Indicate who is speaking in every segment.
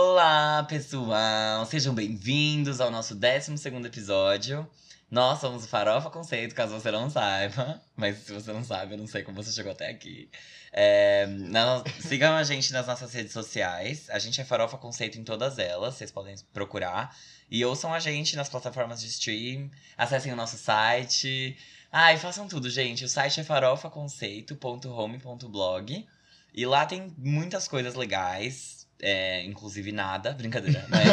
Speaker 1: Olá, pessoal! Sejam bem-vindos ao nosso 12º episódio. Nós somos o Farofa Conceito, caso você não saiba. Mas se você não sabe, eu não sei como você chegou até aqui. É, na- sigam a gente nas nossas redes sociais. A gente é Farofa Conceito em todas elas, vocês podem procurar. E ouçam a gente nas plataformas de stream, acessem o nosso site. Ah, e façam tudo, gente. O site é farofaconceito.home.blog. E lá tem muitas coisas legais, é, inclusive nada, brincadeira. né?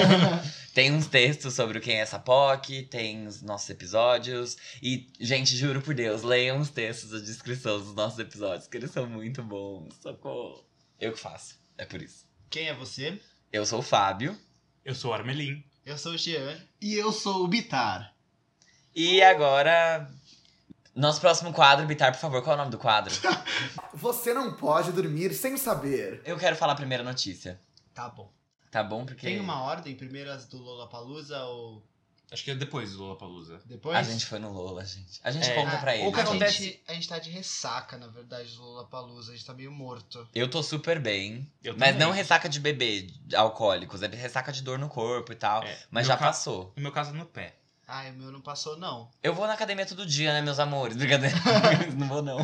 Speaker 1: Mas tem uns textos sobre o quem é essa POC, tem os nossos episódios. E, gente, juro por Deus, leiam os textos da descrição dos nossos episódios, que eles são muito bons. Socorro. Eu que faço, é por isso.
Speaker 2: Quem é você?
Speaker 1: Eu sou o Fábio.
Speaker 3: Eu sou o Armelin.
Speaker 2: Eu sou o Jean. E eu sou o Bitar.
Speaker 1: E agora. Nosso próximo quadro, Bitar, por favor, qual é o nome do quadro?
Speaker 4: Você não pode dormir sem saber.
Speaker 1: Eu quero falar a primeira notícia.
Speaker 2: Tá bom.
Speaker 1: Tá bom? Porque
Speaker 2: Tem uma ordem? Primeiro as do Lollapalooza ou
Speaker 3: Acho que é depois do Lollapalooza.
Speaker 2: depois?
Speaker 1: a gente foi no Lola, gente. A gente
Speaker 3: É.
Speaker 1: conta pra
Speaker 3: Ah,
Speaker 1: ele.
Speaker 3: o que
Speaker 1: gente.
Speaker 3: acontece-
Speaker 2: gente- a gente tá de ressaca, na verdade, do Lollapalooza. A gente tá meio morto.
Speaker 1: Eu tô super bem.
Speaker 3: Eu
Speaker 1: mas
Speaker 3: também.
Speaker 1: não ressaca de bebê de alcoólicos, é ressaca de dor no corpo e tal.
Speaker 3: É,
Speaker 1: mas
Speaker 3: meu
Speaker 1: já
Speaker 3: ca-
Speaker 1: passou.
Speaker 3: No meu caso, no pé.
Speaker 2: Ai, o meu não passou, não.
Speaker 1: Eu vou na academia todo dia, né, meus amores? Brincadeira. não vou, não.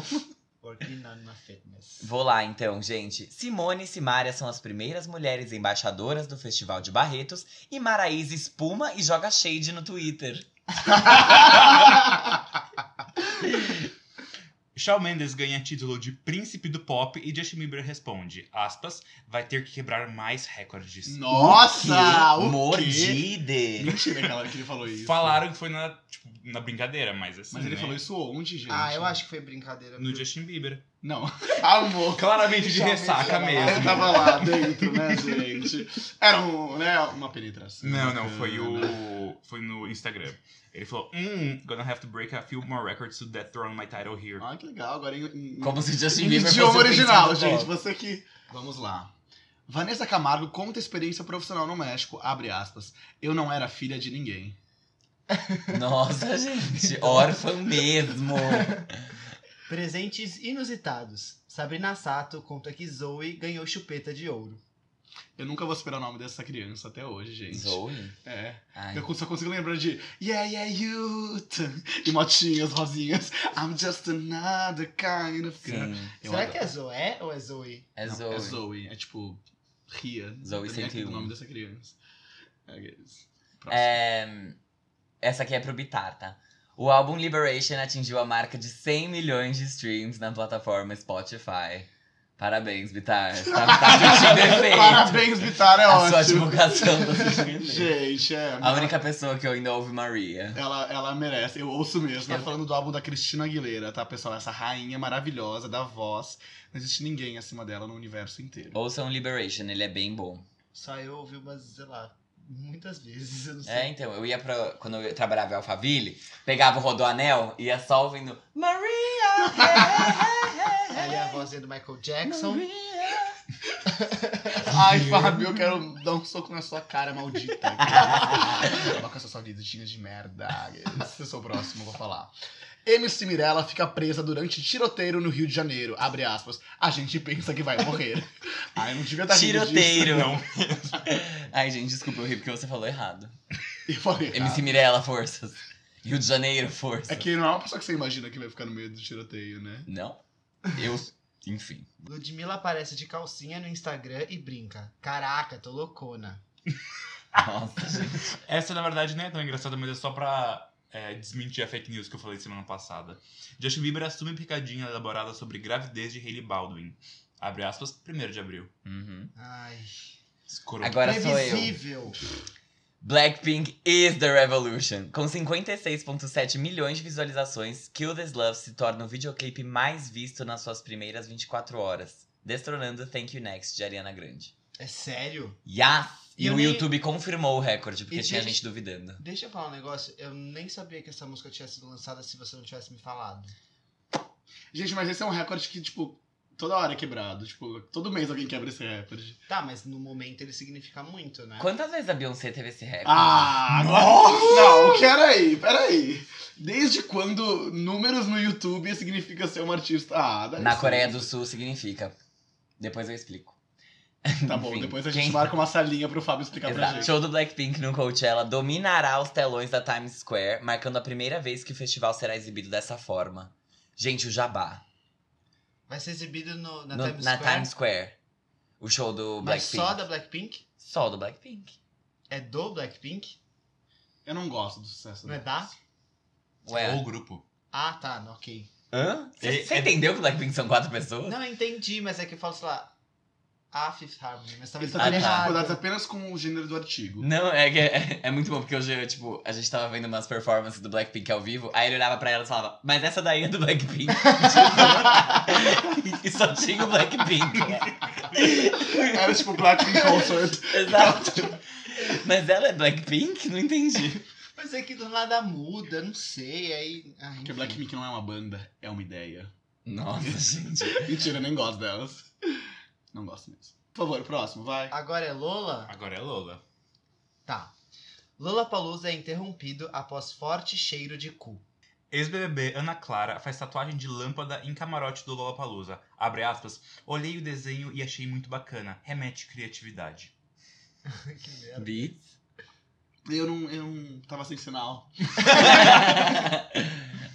Speaker 2: Working on my fitness.
Speaker 1: Vou lá então, gente. Simone e Simária são as primeiras mulheres embaixadoras do Festival de Barretos e Maraísa espuma e joga shade no Twitter.
Speaker 3: Shawn Mendes ganha título de príncipe do pop e Justin Bieber responde, aspas, vai ter que quebrar mais recordes.
Speaker 2: Nossa!
Speaker 1: Que
Speaker 2: O quê?
Speaker 1: Mordida!
Speaker 5: Mentira que ela- que ele falou isso.
Speaker 3: Falaram que foi na, tipo, na brincadeira, mas assim,
Speaker 5: Mas ele
Speaker 3: né?
Speaker 5: falou isso onde, gente?
Speaker 2: Ah, eu acho que foi brincadeira.
Speaker 3: No
Speaker 2: porque-
Speaker 3: Justin Bieber.
Speaker 5: Não. Amor.
Speaker 3: Claramente de ressaca
Speaker 5: Eu
Speaker 3: mesmo.
Speaker 5: tava lá dentro, né, gente? Era um, né, uma penetração.
Speaker 3: Não, não, foi o... Foi no Instagram. Ele falou, hum, gonna have to break a few more records to dethrone my title here.
Speaker 5: Ah, que legal. Agora em, em,
Speaker 1: Como se Justin
Speaker 5: em
Speaker 1: Bieber fosse
Speaker 5: idioma
Speaker 1: o príncipe
Speaker 5: original,
Speaker 1: do
Speaker 5: gente.
Speaker 1: pop.
Speaker 5: Você que... Vamos lá. Vanessa Camargo conta experiência profissional no México, abre aspas. Eu não era filha de ninguém.
Speaker 1: Nossa, gente. Órfã mesmo.
Speaker 2: Presentes inusitados. Sabrina Sato conta que Zoe ganhou chupeta de ouro.
Speaker 5: Eu nunca vou superar o nome dessa criança até hoje, gente.
Speaker 1: Zoe?
Speaker 5: É.
Speaker 1: Ai,
Speaker 5: Eu só consigo lembrar de Yeah, yeah, you. E motinhas, rosinhas. I'm just another kind of girl.
Speaker 1: sim.
Speaker 5: Eu
Speaker 2: Será
Speaker 5: adoro.
Speaker 2: que é Zoé ou é Zoe?
Speaker 1: É
Speaker 5: né? Não,
Speaker 1: Zoe.
Speaker 5: É Zoe, é tipo Ria.
Speaker 1: Zoe
Speaker 5: Não tem aqui
Speaker 1: 101.
Speaker 5: o nome dessa criança. É, guys. Próximo.
Speaker 1: É, essa aqui é pro Bitar, tá? O álbum Liberation atingiu a marca de 100 milhões de streams na plataforma Spotify. Parabéns, Bitar. Tá, tá surtindo efeito.
Speaker 5: Parabéns, Vitar, é
Speaker 1: a sua
Speaker 5: ótimo.
Speaker 1: divulgação tá surtindo efeito.
Speaker 5: Gente, é.
Speaker 1: A única pessoa que eu ainda ouve Maria.
Speaker 5: Ela, ela merece, eu ouço mesmo. Tá
Speaker 1: Eu-
Speaker 5: falando do álbum da Cristina Aguilera, tá, pessoal? Essa rainha maravilhosa da voz. Não existe ninguém acima dela no universo inteiro.
Speaker 1: Ouçam Liberation, ele é bem bom.
Speaker 2: Só eu ouvi umas, sei lá, muitas vezes, eu não sei.
Speaker 1: É, então, eu ia pra. Quando eu trabalhava em Alphaville, pegava o Rodoanel e ia só ouvindo Maria! hey, hey, hey,
Speaker 2: Aí a voz é do Michael Jackson.
Speaker 1: Maria.
Speaker 5: Ai, Fábio, eu quero dar um soco na sua cara maldita. Acaba com essa sua vidinha de merda. Se eu sou o próximo, eu vou falar. MC Mirella fica presa durante tiroteio no Rio de Janeiro. Abre aspas. A gente pensa que vai morrer. Ai, não devia estar tá rindo disso.
Speaker 1: Tiroteiro.
Speaker 3: Não.
Speaker 1: Ai, gente, desculpa, eu ri porque você falou errado.
Speaker 5: Eu falei, errado.
Speaker 1: MC Mirella, forças. Rio de Janeiro, forças.
Speaker 5: Tá. É que não é uma pessoa que você imagina que vai ficar no meio do tiroteio, né?
Speaker 1: Não? Eu. Enfim.
Speaker 2: Ludmilla aparece de calcinha no Instagram e brinca. Caraca, tô loucona.
Speaker 1: Nossa, gente.
Speaker 3: Essa, na verdade, não é tão engraçada, mas é só pra é, desmentir a fake news que eu falei semana passada. Justin Bieber assume picadinha elaborada sobre gravidez de Hailey Baldwin. Abre aspas, 1 de abril.
Speaker 1: Uhum.
Speaker 2: Ai.
Speaker 3: Escuro.
Speaker 1: Agora sou eu.
Speaker 2: previsível.
Speaker 1: Blackpink is the revolution. Com 56,7 milhões de visualizações, Kill This Love se torna o videoclipe mais visto nas suas primeiras 24 horas, destronando Thank You Next de Ariana Grande.
Speaker 2: É sério?
Speaker 1: Yes! E
Speaker 2: Eu
Speaker 1: o
Speaker 2: nem-
Speaker 1: YouTube confirmou o recorde, porque
Speaker 2: E
Speaker 1: tinha
Speaker 2: gente-
Speaker 1: gente duvidando.
Speaker 2: Deixa eu falar um negócio. Eu nem sabia que essa música tinha sido lançada se você não tivesse me falado.
Speaker 5: Gente, mas esse é um recorde que, tipo, toda hora é quebrado. Tipo, todo mês alguém quebra esse recorde.
Speaker 2: Tá, mas no momento ele significa muito, né?
Speaker 1: Quantas vezes a Beyoncé teve esse recorde?
Speaker 5: Ah,
Speaker 3: Nossa!
Speaker 5: Não, peraí, peraí. Desde quando números no YouTube significa ser um artista? Ah, dá
Speaker 1: Na
Speaker 5: licença.
Speaker 1: Coreia do Sul significa. Depois eu explico.
Speaker 5: Tá bom,
Speaker 1: Enfim,
Speaker 5: depois a gente
Speaker 1: quem-
Speaker 5: marca uma salinha pro Fábio explicar pra
Speaker 1: Exato.
Speaker 5: gente.
Speaker 1: Show do Blackpink no Coachella dominará os telões da Times Square, marcando a primeira vez que o festival será exibido dessa forma. Gente, o Jabá.
Speaker 2: Vai ser exibido no, na,
Speaker 1: No-
Speaker 2: Times Square.
Speaker 1: Square. O show do
Speaker 2: Mas
Speaker 1: Blackpink.
Speaker 2: só da Blackpink?
Speaker 1: Só do Blackpink.
Speaker 2: É do Blackpink?
Speaker 5: Eu não gosto do sucesso
Speaker 2: Não é
Speaker 5: dela.
Speaker 2: da?
Speaker 1: Ué.
Speaker 3: Ou o grupo.
Speaker 2: Ah, tá, não, ok.
Speaker 1: Hã?
Speaker 3: É-
Speaker 1: Você
Speaker 3: é-
Speaker 1: entendeu que o Blackpink são quatro pessoas?
Speaker 2: Não, eu entendi, mas é que eu falo, sei lá, a Fifth Harmony, mas
Speaker 5: Eles
Speaker 2: talvez
Speaker 5: estão
Speaker 1: Ah,
Speaker 5: tendo
Speaker 2: eu
Speaker 1: tá.
Speaker 5: dificuldades apenas com o gênero do artigo.
Speaker 1: Não, é que é, é muito bom, porque hoje, eu, tipo, a gente tava vendo umas performances do Blackpink ao vivo, aí ele olhava pra ela e falava, mas essa daí é do Blackpink. Tipo, e só tinha o Blackpink. né?
Speaker 5: Era tipo Blackpink Concert.
Speaker 1: Exato. Mas ela é Blackpink? Não entendi.
Speaker 2: Mas é que do nada muda, não sei, aí... Ah,
Speaker 5: Porque
Speaker 2: enfim.
Speaker 5: Blackpink não é uma banda, é uma ideia.
Speaker 1: Nossa, gente.
Speaker 5: Mentira, eu nem gosto delas. Não gosto mesmo. Por favor, próximo, vai.
Speaker 2: Agora é Lola?
Speaker 3: Agora é Lola.
Speaker 2: Tá. Lola Palusa é interrompido após forte cheiro de cu.
Speaker 3: Ex-BBB Ana Clara faz tatuagem de lâmpada em camarote do Lollapalooza. Abre aspas. Olhei o desenho e achei muito bacana. Remete criatividade.
Speaker 2: que merda.
Speaker 1: é Bi.
Speaker 5: Eu não, eu não tava sem sinal.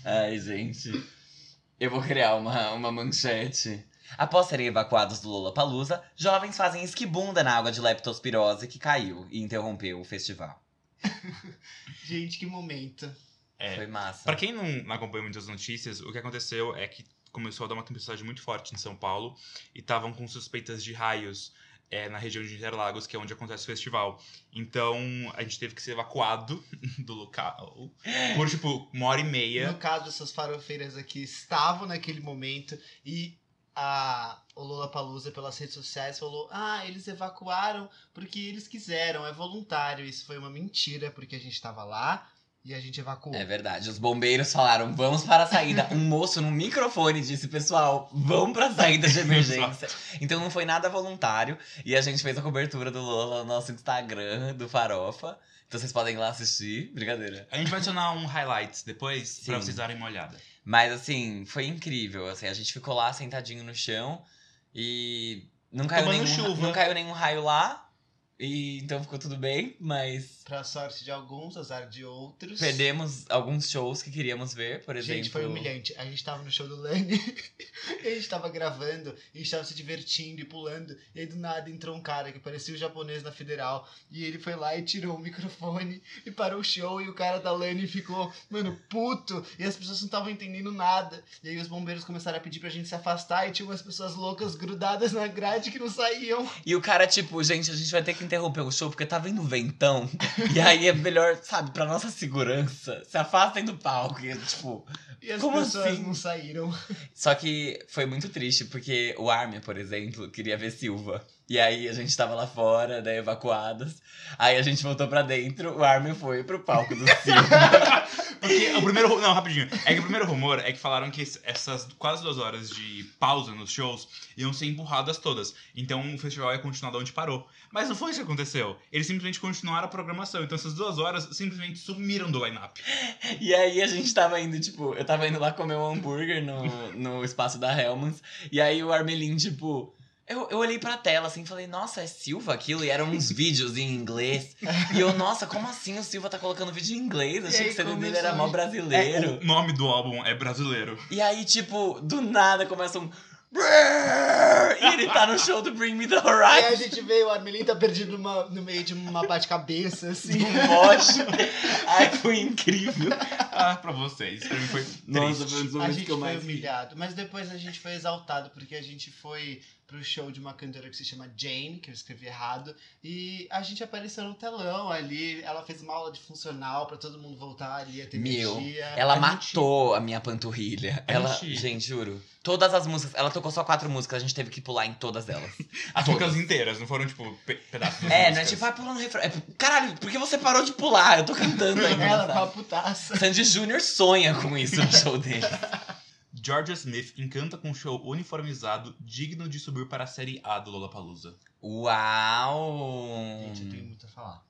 Speaker 1: Ai, gente. Eu vou criar uma, uma manchete. Após serem evacuados do Lollapalooza, jovens fazem esquibunda na água de leptospirose que caiu e interrompeu o festival.
Speaker 2: Gente, que momento.
Speaker 3: É.
Speaker 1: Foi massa.
Speaker 3: Pra quem não não acompanha muitas notícias, o que aconteceu é que começou a dar uma tempestade muito forte em São Paulo e estavam com suspeitas de raios é, na região de Interlagos, que é onde acontece o festival. Então a gente teve que ser evacuado do local por tipo uma hora e meia.
Speaker 2: No caso, essas farofeiras aqui estavam naquele momento e a o Lola Palusa pelas redes sociais falou: "Ah, eles evacuaram porque eles quiseram, é voluntário". Isso foi uma mentira, porque a gente tava lá e a gente evacuou.
Speaker 1: É verdade. Os bombeiros falaram, vamos para a saída. Um moço no microfone disse, pessoal, vão para a saída de emergência. então não foi nada voluntário. E a gente fez a cobertura do Lola no nosso Instagram, do Farofa. Então vocês podem ir lá assistir. Brincadeira.
Speaker 3: A gente vai adicionar um highlights depois pra
Speaker 1: Sim.
Speaker 3: vocês darem uma olhada.
Speaker 1: Mas assim, foi incrível. Assim, a gente ficou lá sentadinho no chão e não caiu
Speaker 3: Tomando
Speaker 1: nenhum,
Speaker 3: chuva.
Speaker 1: não caiu nenhum raio lá. E então ficou tudo bem, mas
Speaker 2: Pra sorte de alguns, azar de outros.
Speaker 1: perdemos alguns shows que queríamos ver, por exemplo.
Speaker 2: Gente, foi humilhante. A gente tava no show do Lani, e a gente tava gravando, e a gente tava se divertindo e pulando, e aí do nada entrou um cara que parecia o japonês na Federal, e ele foi lá e tirou o microfone e parou o show, e o cara da Lani ficou, mano, puto, e as pessoas não estavam entendendo nada. E aí os bombeiros começaram a pedir pra gente se afastar, e tinha umas pessoas loucas grudadas na grade que não saíam.
Speaker 1: E o cara tipo, gente, a gente vai ter que interromper o show porque tá vindo ventão. e aí é melhor, sabe, pra nossa segurança, se afastem do palco, e, tipo,
Speaker 2: E as
Speaker 1: Como
Speaker 2: pessoas
Speaker 1: assim?
Speaker 2: não saíram.
Speaker 1: Só que foi muito triste, porque o Armin, por exemplo, queria ver Silva. E aí a gente tava lá fora, né, evacuados. Aí a gente voltou pra dentro, o Armin foi pro palco do Silva.
Speaker 3: Porque o primeiro. ru- Não, rapidinho. É que o primeiro rumor é que falaram que es- essas quase duas horas de pausa nos shows iam ser empurradas todas. Então o festival ia continuar de onde parou. Mas não foi isso que aconteceu. Eles simplesmente continuaram a programação. Então essas duas horas simplesmente sumiram do line-up.
Speaker 1: e aí a gente tava indo, tipo, eu tava indo lá comer um hambúrguer no, no espaço da Hellmans. E aí o Armelin, tipo. Eu, eu olhei pra tela assim e falei, nossa, é Silva aquilo? E eram uns vídeos em inglês. E eu, nossa, como assim o Silva tá colocando vídeo em inglês?
Speaker 2: E
Speaker 1: Achei
Speaker 2: aí
Speaker 1: que o CD dele
Speaker 2: começou
Speaker 1: era mó
Speaker 2: a-
Speaker 1: brasileiro.
Speaker 3: É, O nome do álbum é brasileiro.
Speaker 1: E aí, tipo, do nada começa um. E ele tá no show do Bring Me the
Speaker 2: Aí a
Speaker 1: Horizon.
Speaker 2: gente veio, o Armelin tá perdido numa- no meio de uma bate-cabeça, assim.
Speaker 1: Um moche. Ai, foi incrível.
Speaker 3: Ah, pra vocês. Pra mim foi
Speaker 1: Nossa,
Speaker 3: triste.
Speaker 1: foi um dos
Speaker 2: A
Speaker 1: momentos
Speaker 2: gente
Speaker 1: que eu
Speaker 2: foi
Speaker 1: mais. ri.
Speaker 2: humilhado, mas depois a gente foi exaltado, porque a gente foi pro show de uma cantora que se chama Jane, que eu escrevi errado, e a gente apareceu no telão ali, ela fez uma aula de funcional pra todo mundo voltar ali a ter
Speaker 1: Meu,
Speaker 2: energia.
Speaker 1: Ela
Speaker 3: A gente-
Speaker 1: matou a minha panturrilha.
Speaker 3: A
Speaker 1: ela,
Speaker 3: gente-
Speaker 1: gente... juro. Todas as músicas. Ela tocou só quatro músicas, a gente teve que pular em todas elas.
Speaker 3: As músicas inteiras, não foram, tipo, pe- pedaços das
Speaker 1: é, não é
Speaker 3: músicas.
Speaker 1: tipo, vai pulando refrão. É, caralho, por que você parou de pular? Eu tô cantando ainda.
Speaker 2: Ela com
Speaker 1: sabe?
Speaker 2: a putaça.
Speaker 1: Sandy Júnior sonha com isso no show dele.
Speaker 3: Georgia Smith encanta com um show uniformizado digno de subir para a série A do Lollapalooza.
Speaker 1: Uau! Hum.
Speaker 2: Gente, eu tenho muito a falar.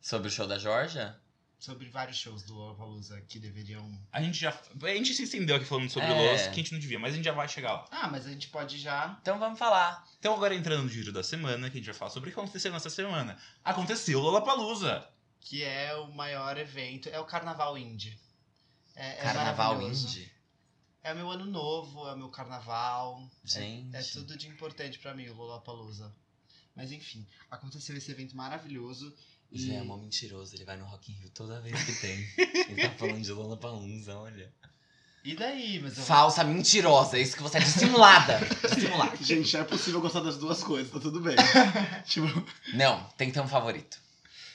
Speaker 1: Sobre o show da Georgia?
Speaker 2: sobre vários shows do Lollapalooza que deveriam...
Speaker 3: A gente já. A gente se estendeu aqui falando sobre
Speaker 1: É.
Speaker 3: o Los, que a gente não devia, mas a gente já vai chegar lá.
Speaker 2: Ah, mas a gente pode já...
Speaker 1: Então vamos falar.
Speaker 3: Então agora entrando no giro da semana, que a gente vai falar sobre o que aconteceu nessa semana. Aconteceu Lollapalooza.
Speaker 2: Que é o maior evento, é o Carnaval Indie. É, é
Speaker 1: Carnaval
Speaker 2: maravilhoso.
Speaker 1: indie?
Speaker 2: É o meu ano novo, é o meu carnaval. É-
Speaker 1: Gente.
Speaker 2: É, tudo de importante pra mim, o Lollapalooza. Mas enfim, aconteceu esse evento maravilhoso.
Speaker 1: O
Speaker 2: E
Speaker 1: Jean é mó mentiroso, ele vai no Rock in Rio toda vez que tem. ele tá falando de Lollapalooza, olha.
Speaker 2: E daí, mas eu...
Speaker 1: Falsa, mentirosa, isso que você é dissimulada. Dissimulada.
Speaker 5: Gente, é possível gostar das duas coisas, tá tudo bem. tipo,
Speaker 1: Não, tem que ter um favorito.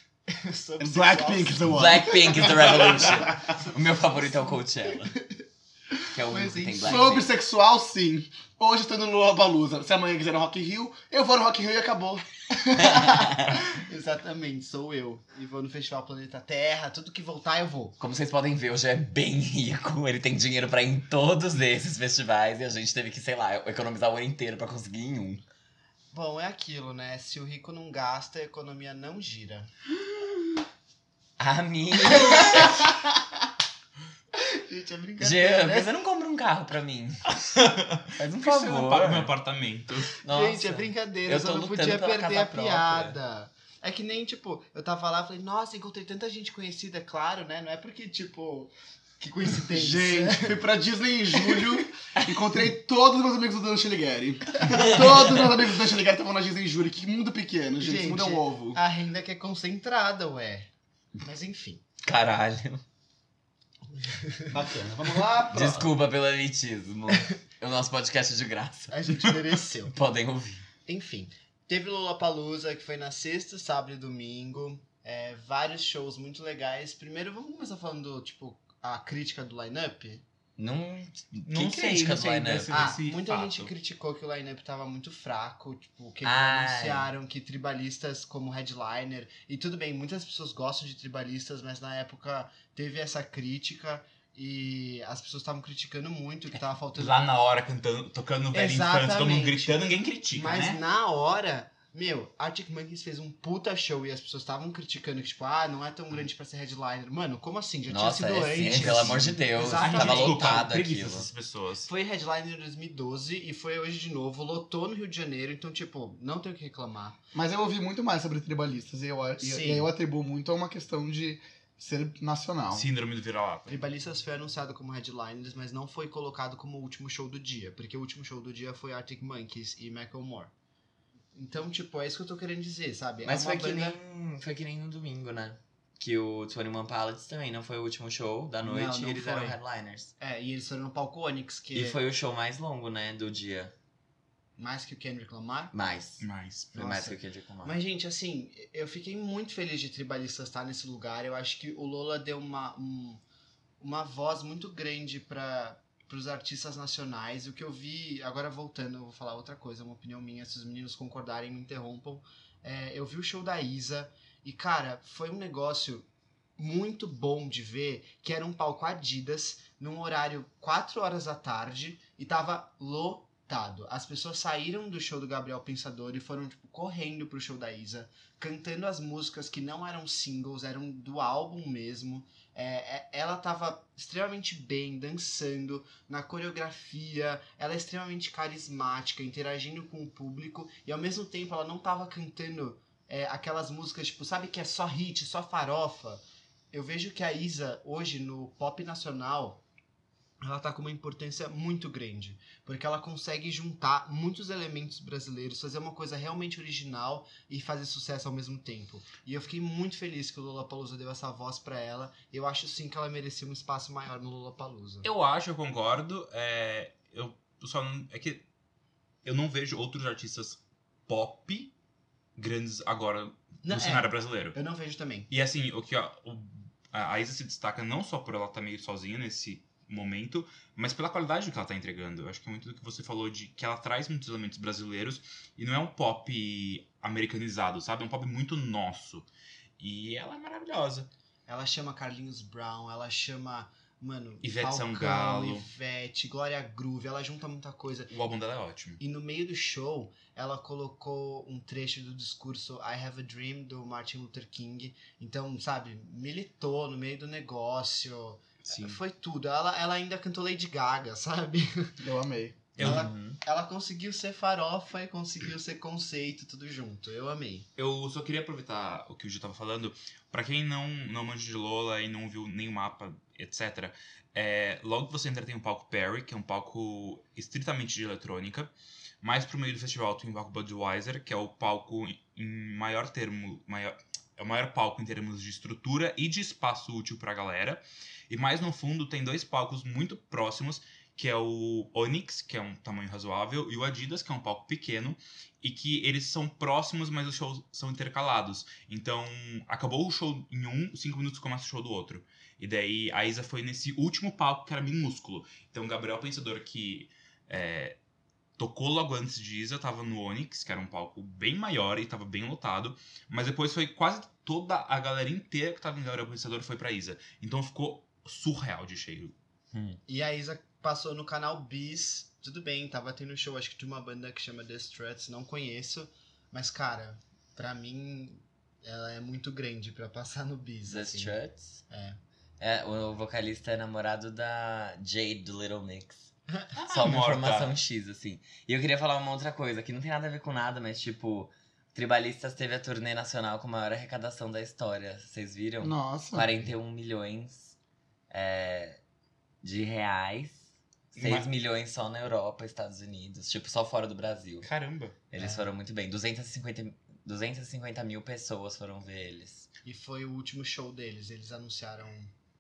Speaker 2: sobre
Speaker 5: Blackpink is the one.
Speaker 1: Blackpink is the revolution. O meu favorito é o Coachella. Que é o único
Speaker 2: Mas,
Speaker 1: que tem
Speaker 2: hein,
Speaker 5: Sobre
Speaker 1: Blackpink.
Speaker 5: sexual, sim. Hoje eu tô indo no Lollapalooza. Se amanhã quiser no Rock in Rio, eu vou no Rock in Rio e acabou.
Speaker 2: Exatamente, sou eu. E vou no Festival Planeta Terra, tudo que voltar eu vou.
Speaker 1: Como vocês podem ver, o Jean é bem rico. Ele tem dinheiro pra ir em todos esses festivais. E a gente teve que, sei lá, economizar o ano inteiro pra conseguir em um.
Speaker 2: Bom, é aquilo, né? Se o rico não gasta, a economia não gira.
Speaker 1: Amigo,
Speaker 2: Gente, é
Speaker 1: Jean,
Speaker 2: brincadeira.
Speaker 1: por que
Speaker 2: né?
Speaker 1: você não compra um carro pra mim? Faz um
Speaker 3: Por que você não
Speaker 1: favor.
Speaker 3: paga meu apartamento?
Speaker 2: Gente, é brincadeira,
Speaker 1: Eu
Speaker 2: eu
Speaker 1: tô
Speaker 2: só não
Speaker 1: lutando
Speaker 2: podia
Speaker 1: pela
Speaker 2: perder
Speaker 1: casa
Speaker 2: a
Speaker 1: própria.
Speaker 2: piada. É que nem, tipo, eu tava lá e falei, nossa, encontrei tanta gente conhecida, claro, né? Não é porque, tipo, que coincidência.
Speaker 5: Gente, fui pra Disney em julho, encontrei todos os meus amigos do Dan Schilligeri. Todos os meus amigos do Dan Schilligeri estavam na Disney em julho. Que mundo pequeno, gente. Esse mundo é um
Speaker 2: Gente,
Speaker 5: ovo.
Speaker 2: A renda que é concentrada, ué. Mas enfim.
Speaker 1: Caralho.
Speaker 5: Bacana. Vamos lá, pra...
Speaker 1: Desculpa pelo elitismo. É o nosso podcast de graça.
Speaker 2: A gente mereceu.
Speaker 1: Podem ouvir.
Speaker 2: Enfim. Teve Lollapalooza, que foi na sexta, sábado e domingo. É, vários shows muito legais. Primeiro, vamos começar falando, tipo, a crítica do line-up?
Speaker 1: Não,
Speaker 3: Não
Speaker 1: que é
Speaker 3: sei,
Speaker 1: crítica
Speaker 3: não
Speaker 1: do
Speaker 3: sei
Speaker 1: line-up?
Speaker 3: desse-
Speaker 2: Ah,
Speaker 3: desse
Speaker 2: muita
Speaker 3: fato.
Speaker 2: gente criticou que o line-up tava muito fraco, tipo, que eles
Speaker 1: Ai.
Speaker 2: anunciaram que tribalistas como headliner, e tudo bem, muitas pessoas gostam de tribalistas, mas na época teve essa crítica e as pessoas estavam criticando muito, que tava faltando
Speaker 3: Lá na hora, cantando, tocando um velho infância, todo mundo
Speaker 2: Exatamente.
Speaker 3: gritando, ninguém critica,
Speaker 2: Mas
Speaker 3: né?
Speaker 2: na hora, meu, Arctic Monkeys fez um puta show e as pessoas estavam criticando que, tipo, ah, não é tão grande pra ser headliner. Mano, como assim? Já
Speaker 1: Hum. Nossa,
Speaker 2: tinha sido
Speaker 1: é,
Speaker 2: antes.
Speaker 1: sim, pelo amor de Deus.
Speaker 2: Exatamente.
Speaker 1: Tava
Speaker 3: Desculpa,
Speaker 1: lotado
Speaker 3: preguiça
Speaker 1: aquilo.
Speaker 2: assim.
Speaker 3: dessas pessoas.
Speaker 2: Foi headliner em 2012 e foi hoje de novo, lotou no Rio de Janeiro, então, tipo, não tem o que reclamar.
Speaker 5: Mas eu ouvi muito mais sobre tribalistas e eu, e-
Speaker 2: Sim.
Speaker 5: e aí eu atribuo muito a uma questão de ser nacional.
Speaker 3: Síndrome do vira-lata.
Speaker 2: Tribalistas foi anunciado como headliners, mas não foi colocado como o último show do dia, porque o último show do dia foi Arctic Monkeys e Macklemore. Então, tipo, é isso que eu tô querendo dizer, sabe?
Speaker 1: Mas
Speaker 2: é
Speaker 1: foi
Speaker 2: uma
Speaker 1: que,
Speaker 2: banda-
Speaker 1: nem, foi que nem no domingo, né? Que o 21 Pilots também não foi o último show da
Speaker 2: Não,
Speaker 1: noite
Speaker 2: não
Speaker 1: e eles
Speaker 2: foi.
Speaker 1: eram headliners.
Speaker 2: É, e eles foram no palco Onyx, que é
Speaker 1: E foi o show mais longo, né, do dia.
Speaker 2: mais que o Kendrick Lamar.
Speaker 1: Mais.
Speaker 3: Mas.
Speaker 1: Foi
Speaker 2: Nossa.
Speaker 1: mais que eu queria reclamar.
Speaker 2: Mas, gente, assim, eu fiquei muito feliz de Tribalistas estar nesse lugar. Eu acho que o Lola deu uma, um- uma voz muito grande para os artistas nacionais. O que eu vi, agora voltando, eu vou falar outra coisa, uma opinião minha. Se os meninos concordarem, me interrompam. É, eu vi o show da Isa e, cara, foi um negócio muito bom de ver que era um palco Adidas num horário 4 horas da tarde e tava lotado. As pessoas saíram do show do Gabriel Pensador e foram tipo, correndo pro show da Isa, cantando as músicas que não eram singles, eram do álbum mesmo. É, é- ela tava extremamente bem dançando na coreografia, ela é extremamente carismática, interagindo com o público e ao mesmo tempo ela não tava cantando é, aquelas músicas tipo, sabe que é só hit, só farofa. Eu vejo que a Isa, hoje, no pop nacional, ela tá com uma importância muito grande. Porque ela consegue juntar muitos elementos brasileiros, fazer uma coisa realmente original e fazer sucesso ao mesmo tempo. E eu fiquei muito feliz que o Lollapalooza deu essa voz pra ela. Eu acho sim que ela merecia um espaço maior no Lollapalooza.
Speaker 3: Eu acho, eu concordo. É, eu só não, é que eu não vejo outros artistas pop grandes agora no
Speaker 2: Não, é,
Speaker 3: cenário brasileiro.
Speaker 2: eu não vejo também.
Speaker 3: E assim, o que a, o- a a Isa se destaca não só por ela estar meio sozinha nesse momento, mas pela qualidade do que ela tá entregando. Eu acho que é muito do que você falou de que ela traz muitos elementos brasileiros e não é um pop americanizado, sabe? É um pop muito nosso. E ela é maravilhosa.
Speaker 2: Ela chama Carlinhos Brown, ela chama Mano,
Speaker 3: Ivete
Speaker 2: Falcão,
Speaker 3: Sangalo.
Speaker 2: Ivete, Glória Groove, ela junta muita coisa.
Speaker 3: O álbum dela é ótimo.
Speaker 2: E no meio do show, ela colocou um trecho do discurso I Have a Dream do Martin Luther King. Então, sabe, militou no meio do negócio.
Speaker 3: Sim.
Speaker 2: Foi tudo. Ela, ela ainda cantou Lady Gaga, sabe?
Speaker 5: Eu amei.
Speaker 3: Eu, Uhum.
Speaker 2: Ela, ela conseguiu ser farofa e conseguiu ser conceito, tudo junto. Eu amei.
Speaker 3: eu só queria aproveitar o que o Gil tava falando. Pra quem não, não manja de Lola e não viu nenhum mapa, etc. é, logo que você entra tem um palco Perry, que é um palco estritamente de eletrônica. Mais pro meio do festival tem o palco Budweiser, que é o palco em maior termo... Maior, é o maior palco em termos de estrutura e de espaço útil pra galera. E mais no fundo tem dois palcos muito próximos, que é o Onyx, que é um tamanho razoável, e o Adidas, que é um palco pequeno, e que eles são próximos, mas os shows são intercalados. Então, acabou o show em um, cinco minutos começa o show do outro. E daí a Isa foi nesse último palco que era minúsculo. Então, o Gabriel Pensador, que é, tocou logo antes de Isa, tava no Onyx, que era um palco bem maior e tava bem lotado. Mas depois foi quase toda a galera inteira que tava em Gabriel Pensador foi pra Isa. Então ficou surreal de cheio.
Speaker 2: E a Isa passou no canal Bis. Tudo bem, tava tendo um show, acho que de uma banda que chama The Struts, não conheço. Mas, cara, pra mim, ela é muito grande pra passar no Bis.
Speaker 1: The
Speaker 2: assim.
Speaker 1: Struts?
Speaker 2: É.
Speaker 1: É, o vocalista é namorado da Jade do Little Mix.
Speaker 3: Ah,
Speaker 1: Só uma
Speaker 3: morta.
Speaker 1: informação X, assim. E eu queria falar uma outra coisa, que não tem nada a ver com nada, mas tipo, Tribalistas teve a turnê nacional com a maior arrecadação da história. Vocês viram?
Speaker 5: Nossa.
Speaker 1: 41 milhões é, de reais. 6
Speaker 3: Mas-
Speaker 1: milhões só na Europa, Estados Unidos. Tipo, só fora do Brasil.
Speaker 3: Caramba.
Speaker 1: Eles
Speaker 2: É.
Speaker 1: foram muito bem. 250, mi- 250 mil pessoas foram ver eles.
Speaker 2: E foi o último show deles, eles anunciaram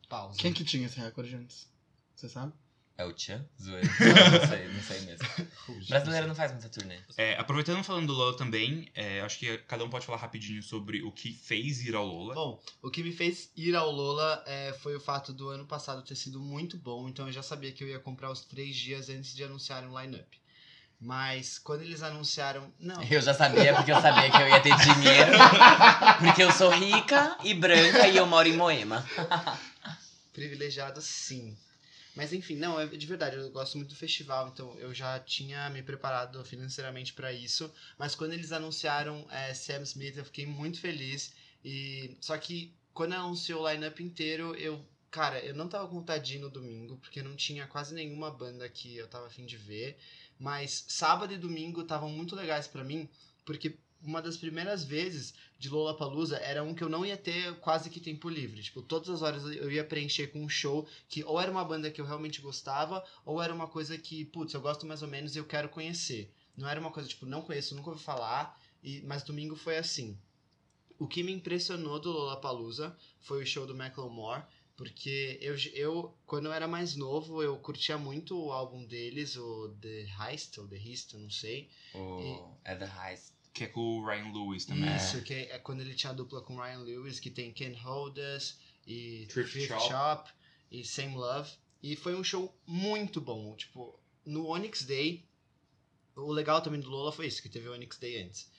Speaker 2: pausa.
Speaker 5: Quem que tinha esse recorde antes? Você sabe?
Speaker 1: É o Tchan? Zoeira. Não sei, não sei mesmo.
Speaker 2: Ruge,
Speaker 1: Brasileiro não faz muita turnê.
Speaker 3: É, aproveitando falando do Lola também, é, acho que cada um pode falar rapidinho sobre o que fez ir ao Lola.
Speaker 2: Bom, o que me fez ir ao Lola é, foi o fato do ano passado ter sido muito bom, então eu já sabia que eu ia comprar os três dias antes de anunciarem o line-up. Mas quando eles anunciaram. Não,
Speaker 1: Eu já sabia, porque eu sabia que eu ia ter dinheiro. Porque eu sou rica e branca e eu moro em Moema.
Speaker 2: privilegiado sim. Mas enfim, não, é de verdade, eu gosto muito do festival, então eu já tinha me preparado financeiramente pra isso. Mas quando eles anunciaram é, Sam Smith, eu fiquei muito feliz. E só que quando anunciou o lineup inteiro, eu, cara, eu não tava contadinho no domingo, porque não tinha quase nenhuma banda que eu tava afim de ver. Mas sábado e domingo estavam muito legais pra mim, porque uma das primeiras vezes de Lollapalooza era um que eu não ia ter quase que tempo livre. Tipo, todas as horas eu ia preencher com um show que ou era uma banda que eu realmente gostava, ou era uma coisa que, putz, eu gosto mais ou menos e eu quero conhecer. Não era uma coisa, tipo, não conheço, nunca ouvi falar, e, mas domingo foi assim. O que me impressionou do Lollapalooza foi o show do Macklemore, porque eu, j- eu, quando eu era mais novo, eu curtia muito o álbum deles, o The Heist, ou The Heist, eu não sei.
Speaker 1: O é The Heist.
Speaker 3: Que é com o Ryan Lewis também.
Speaker 2: Isso, que é quando ele tinha a dupla com Ryan Lewis, que tem Ken Holders e
Speaker 3: Thrift
Speaker 2: Thrift,
Speaker 3: Shop.
Speaker 2: Shop. e Same Love. E foi um show muito bom. Tipo, no Onyx Day, o legal também do Lola foi isso, que teve o Onyx Day antes.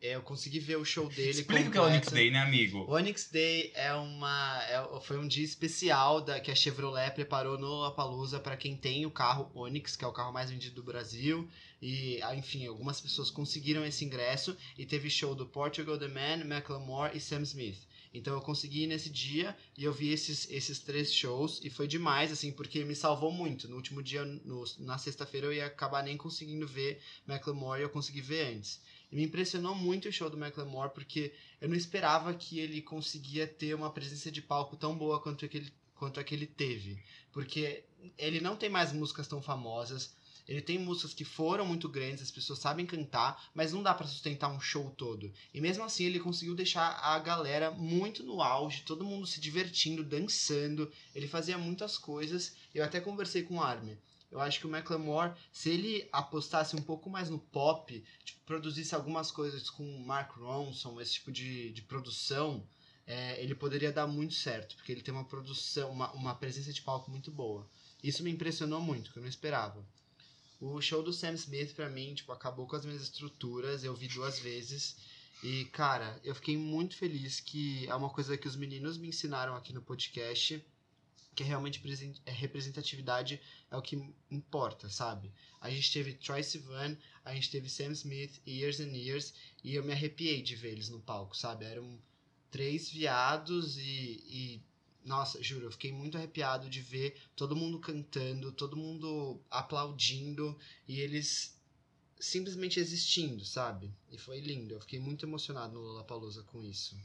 Speaker 2: é, Eu consegui ver o show dele.
Speaker 3: Explica o que é o Nick
Speaker 2: completo.
Speaker 3: Day, né, amigo?
Speaker 2: O Onyx Day é uma, é- foi um dia especial da, que a Chevrolet preparou no Lollapalooza para quem tem o carro Onix, que é o carro mais vendido do Brasil. E, ah, enfim, algumas pessoas conseguiram esse ingresso e teve show do Portugal The Man, Macklemore e Sam Smith. Então eu consegui ir nesse dia e eu vi esses, esses três shows e foi demais, assim, porque me salvou muito. No último dia, no- na sexta-feira, eu ia acabar nem conseguindo ver Macklemore e eu consegui ver antes. E me impressionou muito o show do Macklemore porque eu não esperava que ele conseguia ter uma presença de palco tão boa quanto aquele, quanto aquele teve. Porque ele não tem mais músicas tão famosas. Ele tem músicas que foram muito grandes, as pessoas sabem cantar, mas não dá pra sustentar um show todo. E mesmo assim, ele conseguiu deixar a galera muito no auge, todo mundo se divertindo, dançando. Ele fazia muitas coisas. Eu até conversei com o Armin. Eu acho que o Macklemore, se ele apostasse um pouco mais no pop, tipo, produzisse algumas coisas com o Mark Ronson, esse tipo de, de produção, é, ele poderia dar muito certo, porque ele tem uma produção, uma, uma presença de palco muito boa. Isso me impressionou muito, que eu não esperava. O show do Sam Smith, pra mim, tipo, acabou com as minhas estruturas, eu vi duas vezes. E, cara, eu fiquei muito feliz que é uma coisa que os meninos me ensinaram aqui no podcast. que realmente presen- é representatividade é o que importa, sabe? A gente teve Troy Sivan, a gente teve Sam Smith, Years and Years, e eu me arrepiei de ver eles no palco, sabe? Eram três viados e, e nossa, juro, eu fiquei muito arrepiado de ver todo mundo cantando, todo mundo aplaudindo e eles simplesmente existindo, sabe? E foi lindo, eu fiquei muito emocionado no Lollapalooza com isso.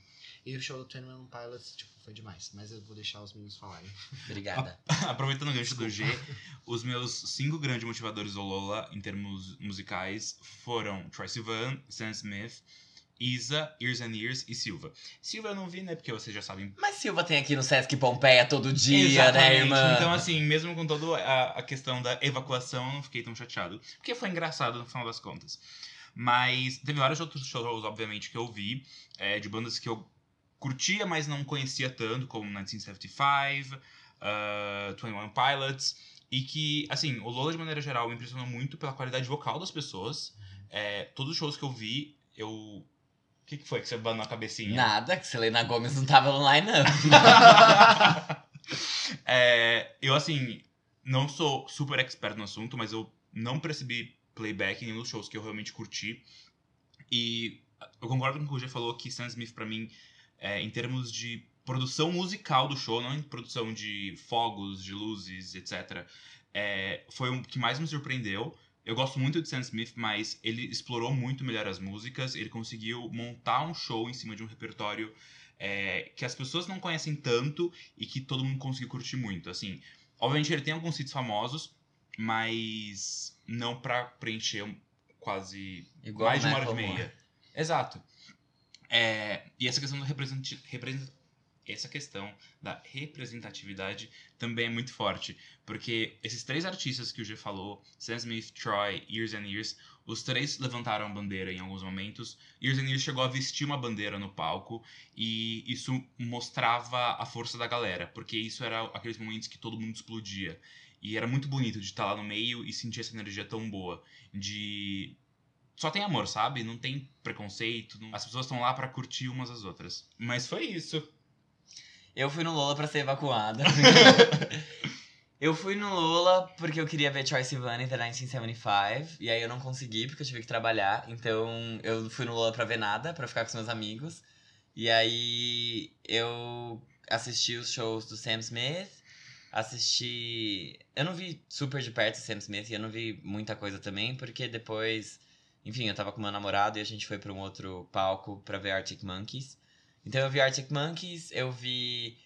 Speaker 2: E o show do Twenty One Pilots, tipo, foi demais, mas eu vou deixar os meninos falarem.
Speaker 1: Obrigada.
Speaker 3: Ah. Aproveitando o gancho do G, os meus cinco grandes motivadores do Lola em termos musicais foram Troy Sivan, Sam Smith, Isa, Ears and Ears e Silva. Silva eu não vi, né? Porque vocês já sabem.
Speaker 1: Mas Silva tem aqui no Sesc Pompeia todo dia, né,
Speaker 3: Exatamente.
Speaker 1: irmã?
Speaker 3: Então, assim, mesmo com toda a, a questão da evacuação, eu não fiquei tão chateado. Porque foi engraçado no final das contas. Mas teve vários outros shows, obviamente, que eu vi, é, de bandas que eu curtia, mas não conhecia tanto, como 1975, uh, 21 Pilots, e que, assim, o Lola, de maneira geral, me impressionou muito pela qualidade vocal das pessoas. É, todos os shows que eu vi, eu. O que, que foi que você abanou a cabecinha?
Speaker 1: Nada, que Selena Gomes não tava no line-up.
Speaker 3: É, eu, assim, não sou super expert no assunto, mas eu não percebi playback em nenhum dos shows que eu realmente curti. E eu concordo com o que o G falou que Sam Smith, pra mim, é, em termos de produção musical do show, não em produção de fogos, de luzes, etc., é, foi o que mais me surpreendeu. Eu gosto muito de Sam Smith, mas ele explorou muito melhor as músicas, ele conseguiu montar um show em cima de um repertório é, que as pessoas não conhecem tanto, e que todo mundo conseguiu curtir muito. Assim, obviamente ele tem alguns hits famosos, mas não pra preencher um- quase
Speaker 1: Igual
Speaker 3: mais de uma
Speaker 1: Michael
Speaker 3: hora e meia.
Speaker 1: Moore.
Speaker 3: Exato. É, e essa questão da representi- represen- essa questão da representatividade também é muito forte, porque esses três artistas que o G falou, Sam Smith, Troy, Years and Years, os três levantaram a bandeira em alguns momentos. Years and Years chegou a vestir uma bandeira no palco e isso mostrava a força da galera, porque isso era aqueles momentos que todo mundo explodia. E era muito bonito de estar lá no meio e sentir essa energia tão boa, de só tem amor, sabe? Não tem preconceito. não- As pessoas estão lá pra curtir umas as outras. Mas foi isso.
Speaker 1: Eu fui no Lola pra ser evacuada. eu fui no Lola porque eu queria ver Troye Sivan em The 1975. E aí eu não consegui, porque eu tive que trabalhar. Então eu fui no Lola pra ver nada, pra ficar com os meus amigos. E aí eu assisti os shows do Sam Smith. Assisti. Eu não vi super de perto o Sam Smith e eu não vi muita coisa também, porque depois. Enfim, eu tava com meu namorado e a gente foi pra um outro palco pra ver Arctic Monkeys. Então eu vi Arctic Monkeys, eu vi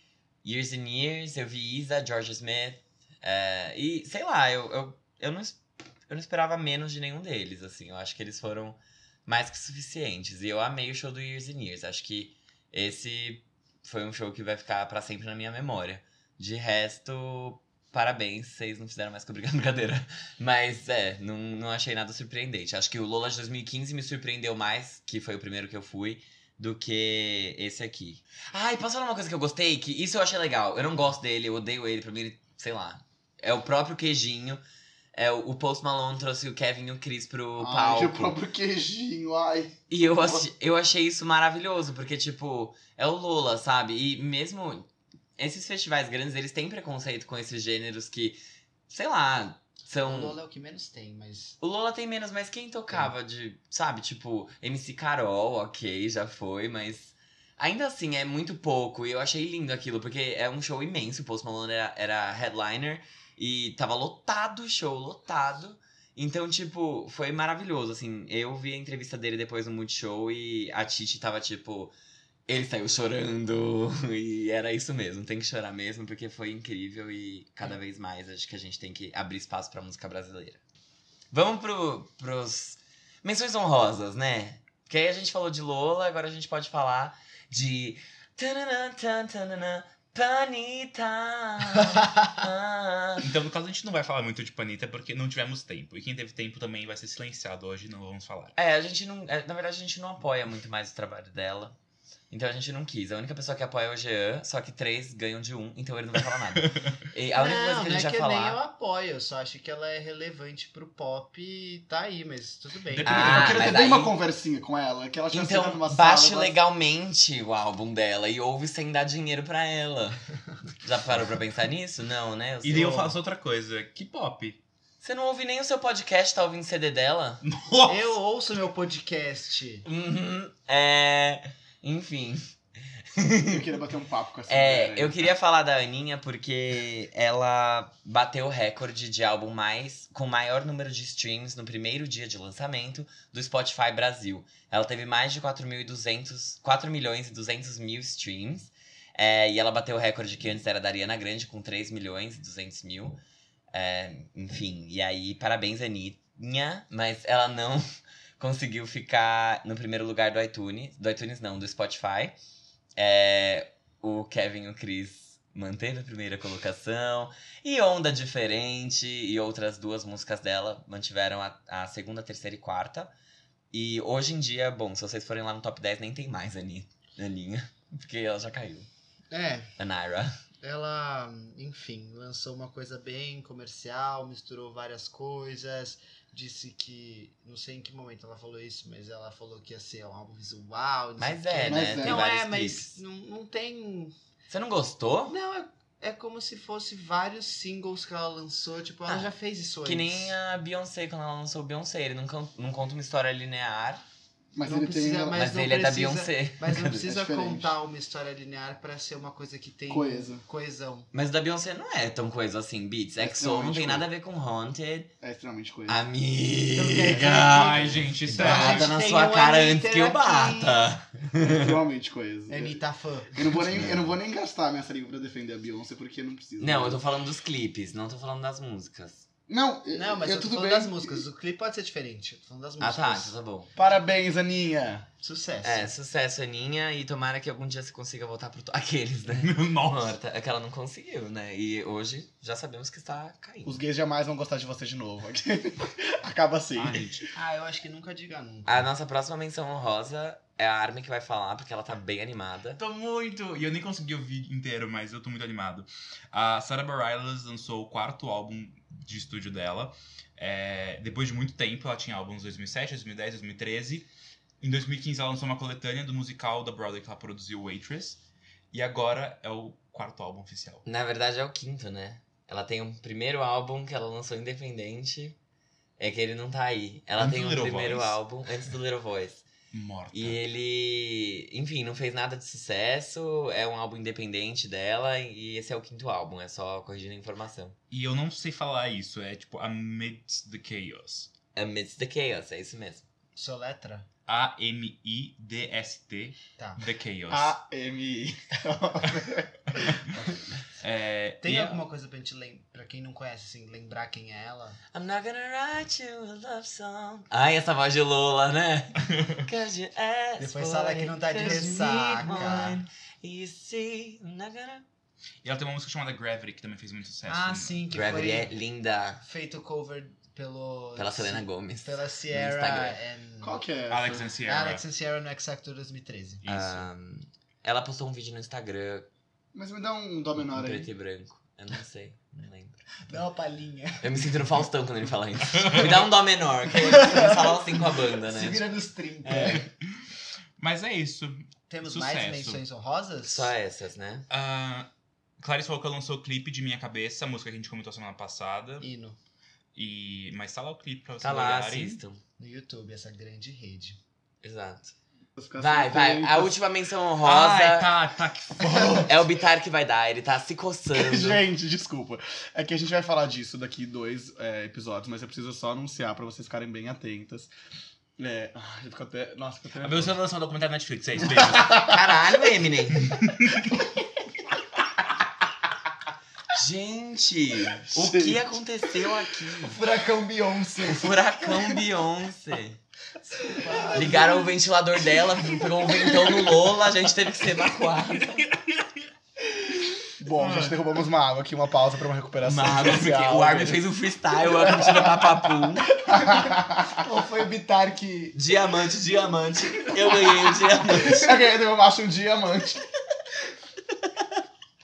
Speaker 1: Years and Years, eu vi Isa, George Smith. é, e sei lá, eu, eu, eu, não, es- eu não esperava menos de nenhum deles, assim. Eu acho que eles foram mais que suficientes. E eu amei o show do Years and Years. Acho que esse foi um show que vai ficar pra sempre na minha memória. De resto, parabéns, vocês não fizeram mais que eu brincar- brincadeira. Mas é, não, não achei nada surpreendente. Acho que o Lola de 2015 me surpreendeu mais, que foi o primeiro que eu fui, do que esse aqui. Ai, posso falar uma coisa que eu gostei? Que isso eu achei legal. Eu não gosto dele, eu odeio ele, pra mim ele, sei lá. É o próprio queijinho. É, o o Post Malone trouxe o Kevin e o Chris pro
Speaker 5: Ai, tipo,
Speaker 1: palco.
Speaker 5: o próprio queijinho, ai.
Speaker 1: E eu, assisti- eu achei isso maravilhoso, porque, tipo, é o Lola, sabe? E mesmo esses festivais grandes, eles têm preconceito com esses gêneros que, sei lá,
Speaker 2: O
Speaker 1: são.
Speaker 2: Lola é o que menos tem, mas.
Speaker 1: O Lola tem menos, mas quem tocava de, sabe, tipo, MC Carol, ok, já foi, mas. Ainda assim, é muito pouco, e eu achei lindo aquilo, porque é um show imenso. O Post Malone era, era headliner e tava lotado o show, lotado. Então, tipo, foi maravilhoso, assim. Eu vi a entrevista dele depois no Multishow e a Titi tava tipo. Ele saiu chorando, e era isso mesmo, tem que chorar mesmo, porque foi incrível e cada vez mais acho que a gente tem que abrir espaço pra música brasileira. Vamos pro, pros menções honrosas, né? Porque aí a gente falou de Lola, agora a gente pode falar de. tananã, tan, tananã, Panita! Ah.
Speaker 3: Então, no caso, a gente não vai falar muito de Panita porque não tivemos tempo. E quem teve tempo também vai ser silenciado hoje, não vamos falar.
Speaker 1: É, a gente não. é, Na verdade, a gente não apoia muito mais o trabalho dela. Então a gente não quis. A única pessoa que apoia é o Jean, só que três ganham de um, então ele não vai falar nada. E a única
Speaker 2: não,
Speaker 1: coisa que a
Speaker 2: não
Speaker 1: gente vai
Speaker 2: é que nem eu
Speaker 1: falar.
Speaker 2: apoio, eu só acho que ela é relevante pro pop e tá aí, mas tudo bem.
Speaker 3: Depende
Speaker 1: Ah,
Speaker 5: eu queria
Speaker 1: mas
Speaker 5: ter bem
Speaker 1: aí-
Speaker 5: uma conversinha com ela, que ela tinha
Speaker 1: Então,
Speaker 5: sido numa
Speaker 1: baixe
Speaker 5: sala,
Speaker 1: legalmente o álbum dela e ouve sem dar dinheiro pra ela. Já parou pra pensar nisso? Não, né?
Speaker 3: E
Speaker 1: sou-
Speaker 3: daí eu faço outra coisa. Que pop.
Speaker 1: Você não ouve nem o seu podcast, tá ouvindo CD dela?
Speaker 3: Uhum.
Speaker 2: Eu ouço meu podcast.
Speaker 1: Uhum. É. Enfim.
Speaker 5: Eu queria bater um papo com essa mulher
Speaker 1: É,
Speaker 5: aí.
Speaker 1: eu queria falar da Aninha porque ela bateu o recorde de álbum mais com maior número de streams no primeiro dia de lançamento do Spotify Brasil. Ela teve mais de 4.200, 4 milhões e 200 mil streams. É, e ela bateu o recorde que antes era da Ariana Grande com 3 milhões e 200 mil. É, enfim, e aí parabéns Aninha, mas ela não conseguiu ficar no primeiro lugar do iTunes, do iTunes não, do Spotify. É, o Kevin e o Chris manteve a primeira colocação. E Onda Diferente e outras duas músicas dela mantiveram a, a segunda, terceira e quarta. E hoje em dia, bom, se vocês forem lá no top 10, nem tem mais a Ani, Aninha. Porque ela já caiu.
Speaker 2: É,
Speaker 1: A Naira.
Speaker 2: ela, enfim, lançou uma coisa bem comercial, misturou várias coisas, disse que, não sei em que momento ela falou isso, mas ela falou que ia ser um álbum visual. não sei
Speaker 1: Mas
Speaker 2: o quê.
Speaker 1: é,
Speaker 5: Mas
Speaker 1: né?
Speaker 5: é.
Speaker 1: Tem
Speaker 2: Não
Speaker 1: vários
Speaker 2: é, mas
Speaker 1: clipes.
Speaker 2: não, não tem
Speaker 1: Você não gostou?
Speaker 2: Não, é, é como se fosse vários singles que ela lançou. Tipo, ela
Speaker 1: Ah,
Speaker 2: já fez isso antes.
Speaker 1: Que nem a Beyoncé, quando ela lançou Beyoncé. Ele não, can- não conta uma história linear,
Speaker 5: Mas
Speaker 2: não
Speaker 5: ele
Speaker 2: precisa
Speaker 5: tem
Speaker 1: mas,
Speaker 2: mais-
Speaker 5: mais
Speaker 2: não
Speaker 1: ele é da
Speaker 2: precisa-
Speaker 1: Beyoncé.
Speaker 2: Mas não
Speaker 5: É
Speaker 2: precisa
Speaker 5: diferente.
Speaker 2: contar uma história linear pra ser uma coisa que tem
Speaker 5: coesa.
Speaker 2: coesão.
Speaker 1: Mas da Beyoncé não é tão coisa assim, Beats.
Speaker 5: É
Speaker 1: EXO não tem
Speaker 5: extremamente
Speaker 1: nada a ver com Haunted.
Speaker 5: É extremamente coesa.
Speaker 1: Amiga!
Speaker 3: Ai, gente, é
Speaker 1: Bata
Speaker 3: sério.
Speaker 2: gente
Speaker 1: na
Speaker 2: tem
Speaker 1: sua
Speaker 2: um
Speaker 1: cara
Speaker 2: hater
Speaker 1: antes que eu
Speaker 2: aqui.
Speaker 1: bata!
Speaker 5: É extremamente coesa.
Speaker 2: Anitta fã.
Speaker 5: Eu não, vou nem,
Speaker 2: É.
Speaker 5: eu não vou nem gastar minha saliva pra defender a Beyoncé, porque não precisa.
Speaker 1: Não, eu tô falando dos clipes, não tô falando das músicas.
Speaker 5: Não, eu-
Speaker 2: Não, mas eu,
Speaker 5: eu
Speaker 2: tô
Speaker 5: tudo
Speaker 2: falando
Speaker 5: bem.
Speaker 2: das músicas. O clipe pode ser diferente. Eu tô falando das
Speaker 1: Ah
Speaker 2: músicas.
Speaker 1: tá, então tá bom.
Speaker 5: Parabéns, Aninha!
Speaker 2: Sucesso.
Speaker 1: É, sucesso, Aninha, e tomara que algum dia você consiga voltar pro. to- Aqueles, né?
Speaker 3: Nossa.
Speaker 1: Morta. É que ela não conseguiu, né? E hoje já sabemos que está caindo.
Speaker 5: Os gays jamais vão gostar de você de novo. Acaba assim.
Speaker 3: Ai, gente.
Speaker 2: Ah, eu acho que nunca diga nunca.
Speaker 1: A nossa próxima menção honrosa é a Armin que vai falar, porque ela tá bem animada.
Speaker 3: Tô muito. E eu nem consegui ouvir inteiro, mas eu tô muito animado. A Sarah Bareilles lançou o quarto álbum de estúdio dela. É, depois de muito tempo, ela tinha álbuns em 2007, 2010, 2013. Em 2015, ela lançou uma coletânea do musical da Broadway que ela produziu, Waitress. E agora é o quarto álbum oficial.
Speaker 1: Na verdade é o quinto, né? Ela tem um primeiro álbum que ela lançou independente. É que ele não tá aí. Ela
Speaker 3: Antes
Speaker 1: tem
Speaker 3: do
Speaker 1: um
Speaker 3: Little
Speaker 1: primeiro
Speaker 3: Voice.
Speaker 1: álbum antes do Little Voice.
Speaker 3: Morta.
Speaker 2: Tá.
Speaker 1: E ele, enfim, não fez nada de sucesso, é um álbum independente dela e esse é o quinto álbum, é só corrigindo a informação.
Speaker 3: E eu não sei falar isso, é tipo Amidst the Chaos.
Speaker 1: Amidst the Chaos, é isso mesmo.
Speaker 2: Soletra?
Speaker 3: A-M-I-D-S-T
Speaker 2: Tá.
Speaker 3: The Chaos.
Speaker 5: A-M-I.
Speaker 3: É,
Speaker 2: Tem
Speaker 3: e a-
Speaker 2: alguma coisa pra gente lembrar, pra quem não conhece, assim, lembrar quem é ela?
Speaker 1: I'm not gonna write you a love song. Ai, essa voz de Lola, né? Cause you asked
Speaker 2: Depois
Speaker 1: for
Speaker 2: fala
Speaker 1: it,
Speaker 2: que não tá de
Speaker 1: 'cause you need
Speaker 2: ressaca.
Speaker 1: one. You see, I'm not gonna...
Speaker 3: e ela tem uma música chamada Gravity que também fez muito sucesso. né?
Speaker 2: Ah, sim, que
Speaker 1: Gravity é
Speaker 2: foi
Speaker 1: linda,
Speaker 2: feito cover pelo...
Speaker 1: pela Selena Gomez.
Speaker 2: Pela
Speaker 1: Instagram.
Speaker 2: Sierra and... Ah,
Speaker 5: Qual que é? essa?
Speaker 3: Alex and Sierra.
Speaker 2: Alex and Sierra no X Factor 2013.
Speaker 3: Isso.
Speaker 1: Ahn, ela postou um vídeo no Instagram,
Speaker 5: Mas me dá um dó
Speaker 1: em
Speaker 5: menor
Speaker 1: preto
Speaker 5: aí.
Speaker 1: e branco. Eu não sei, não lembro.
Speaker 2: Dá uma palhinha.
Speaker 1: Eu me sinto no Faustão quando ele fala isso. Me dá um dó menor, que aí eles vão falar assim com a banda,
Speaker 2: Se
Speaker 1: né?
Speaker 2: vira nos 30.
Speaker 1: É.
Speaker 3: Mas é isso.
Speaker 2: Temos
Speaker 3: Sucesso.
Speaker 2: mais menções honrosas?
Speaker 1: Só essas, né?
Speaker 3: Ah, Clarice Falcão lançou o clipe de Minha Cabeça, a música que a gente comentou semana passada.
Speaker 2: Hino.
Speaker 3: E... Mas tá lá o clipe pra vocês
Speaker 1: Tá lá,
Speaker 3: olharem.
Speaker 1: assistam.
Speaker 2: No YouTube, essa grande rede.
Speaker 1: Exato.
Speaker 5: Vou ficar
Speaker 1: Vai,
Speaker 5: sem
Speaker 1: vai. Ah,
Speaker 5: tempo.
Speaker 1: A última menção
Speaker 3: Ai,
Speaker 1: honrosa
Speaker 3: tá, tá, que foda.
Speaker 1: é o Bitar que vai dar. Ele tá se coçando.
Speaker 5: Gente, desculpa. É que a gente vai falar disso daqui dois é, episódios, mas eu preciso só anunciar pra vocês ficarem bem atentas. É, ai, eu fico até. Nossa, fico até.
Speaker 3: a
Speaker 5: nervoso.
Speaker 3: Beyoncé lançou um documentário na Netflix, é isso, beijos.
Speaker 1: Caralho, Eminem. Gente, o que aconteceu aqui?
Speaker 2: Furacão Beyoncé.
Speaker 1: Furacão Beyoncé. Ligaram o ventilador dela, pegou um ventão no Lola, a gente teve que ser evacuado.
Speaker 5: Bom, gente, derrubamos uma água aqui, uma pausa pra Ah. uma recuperação.
Speaker 1: Mago, porque
Speaker 5: social,
Speaker 1: o Armin
Speaker 5: né?
Speaker 1: fez um freestyle, o Armin tirou papapum.
Speaker 2: Ou foi o Bitar que...
Speaker 1: Diamante, diamante. Eu ganhei o diamante.
Speaker 5: Eu ganhei do meu macho um diamante.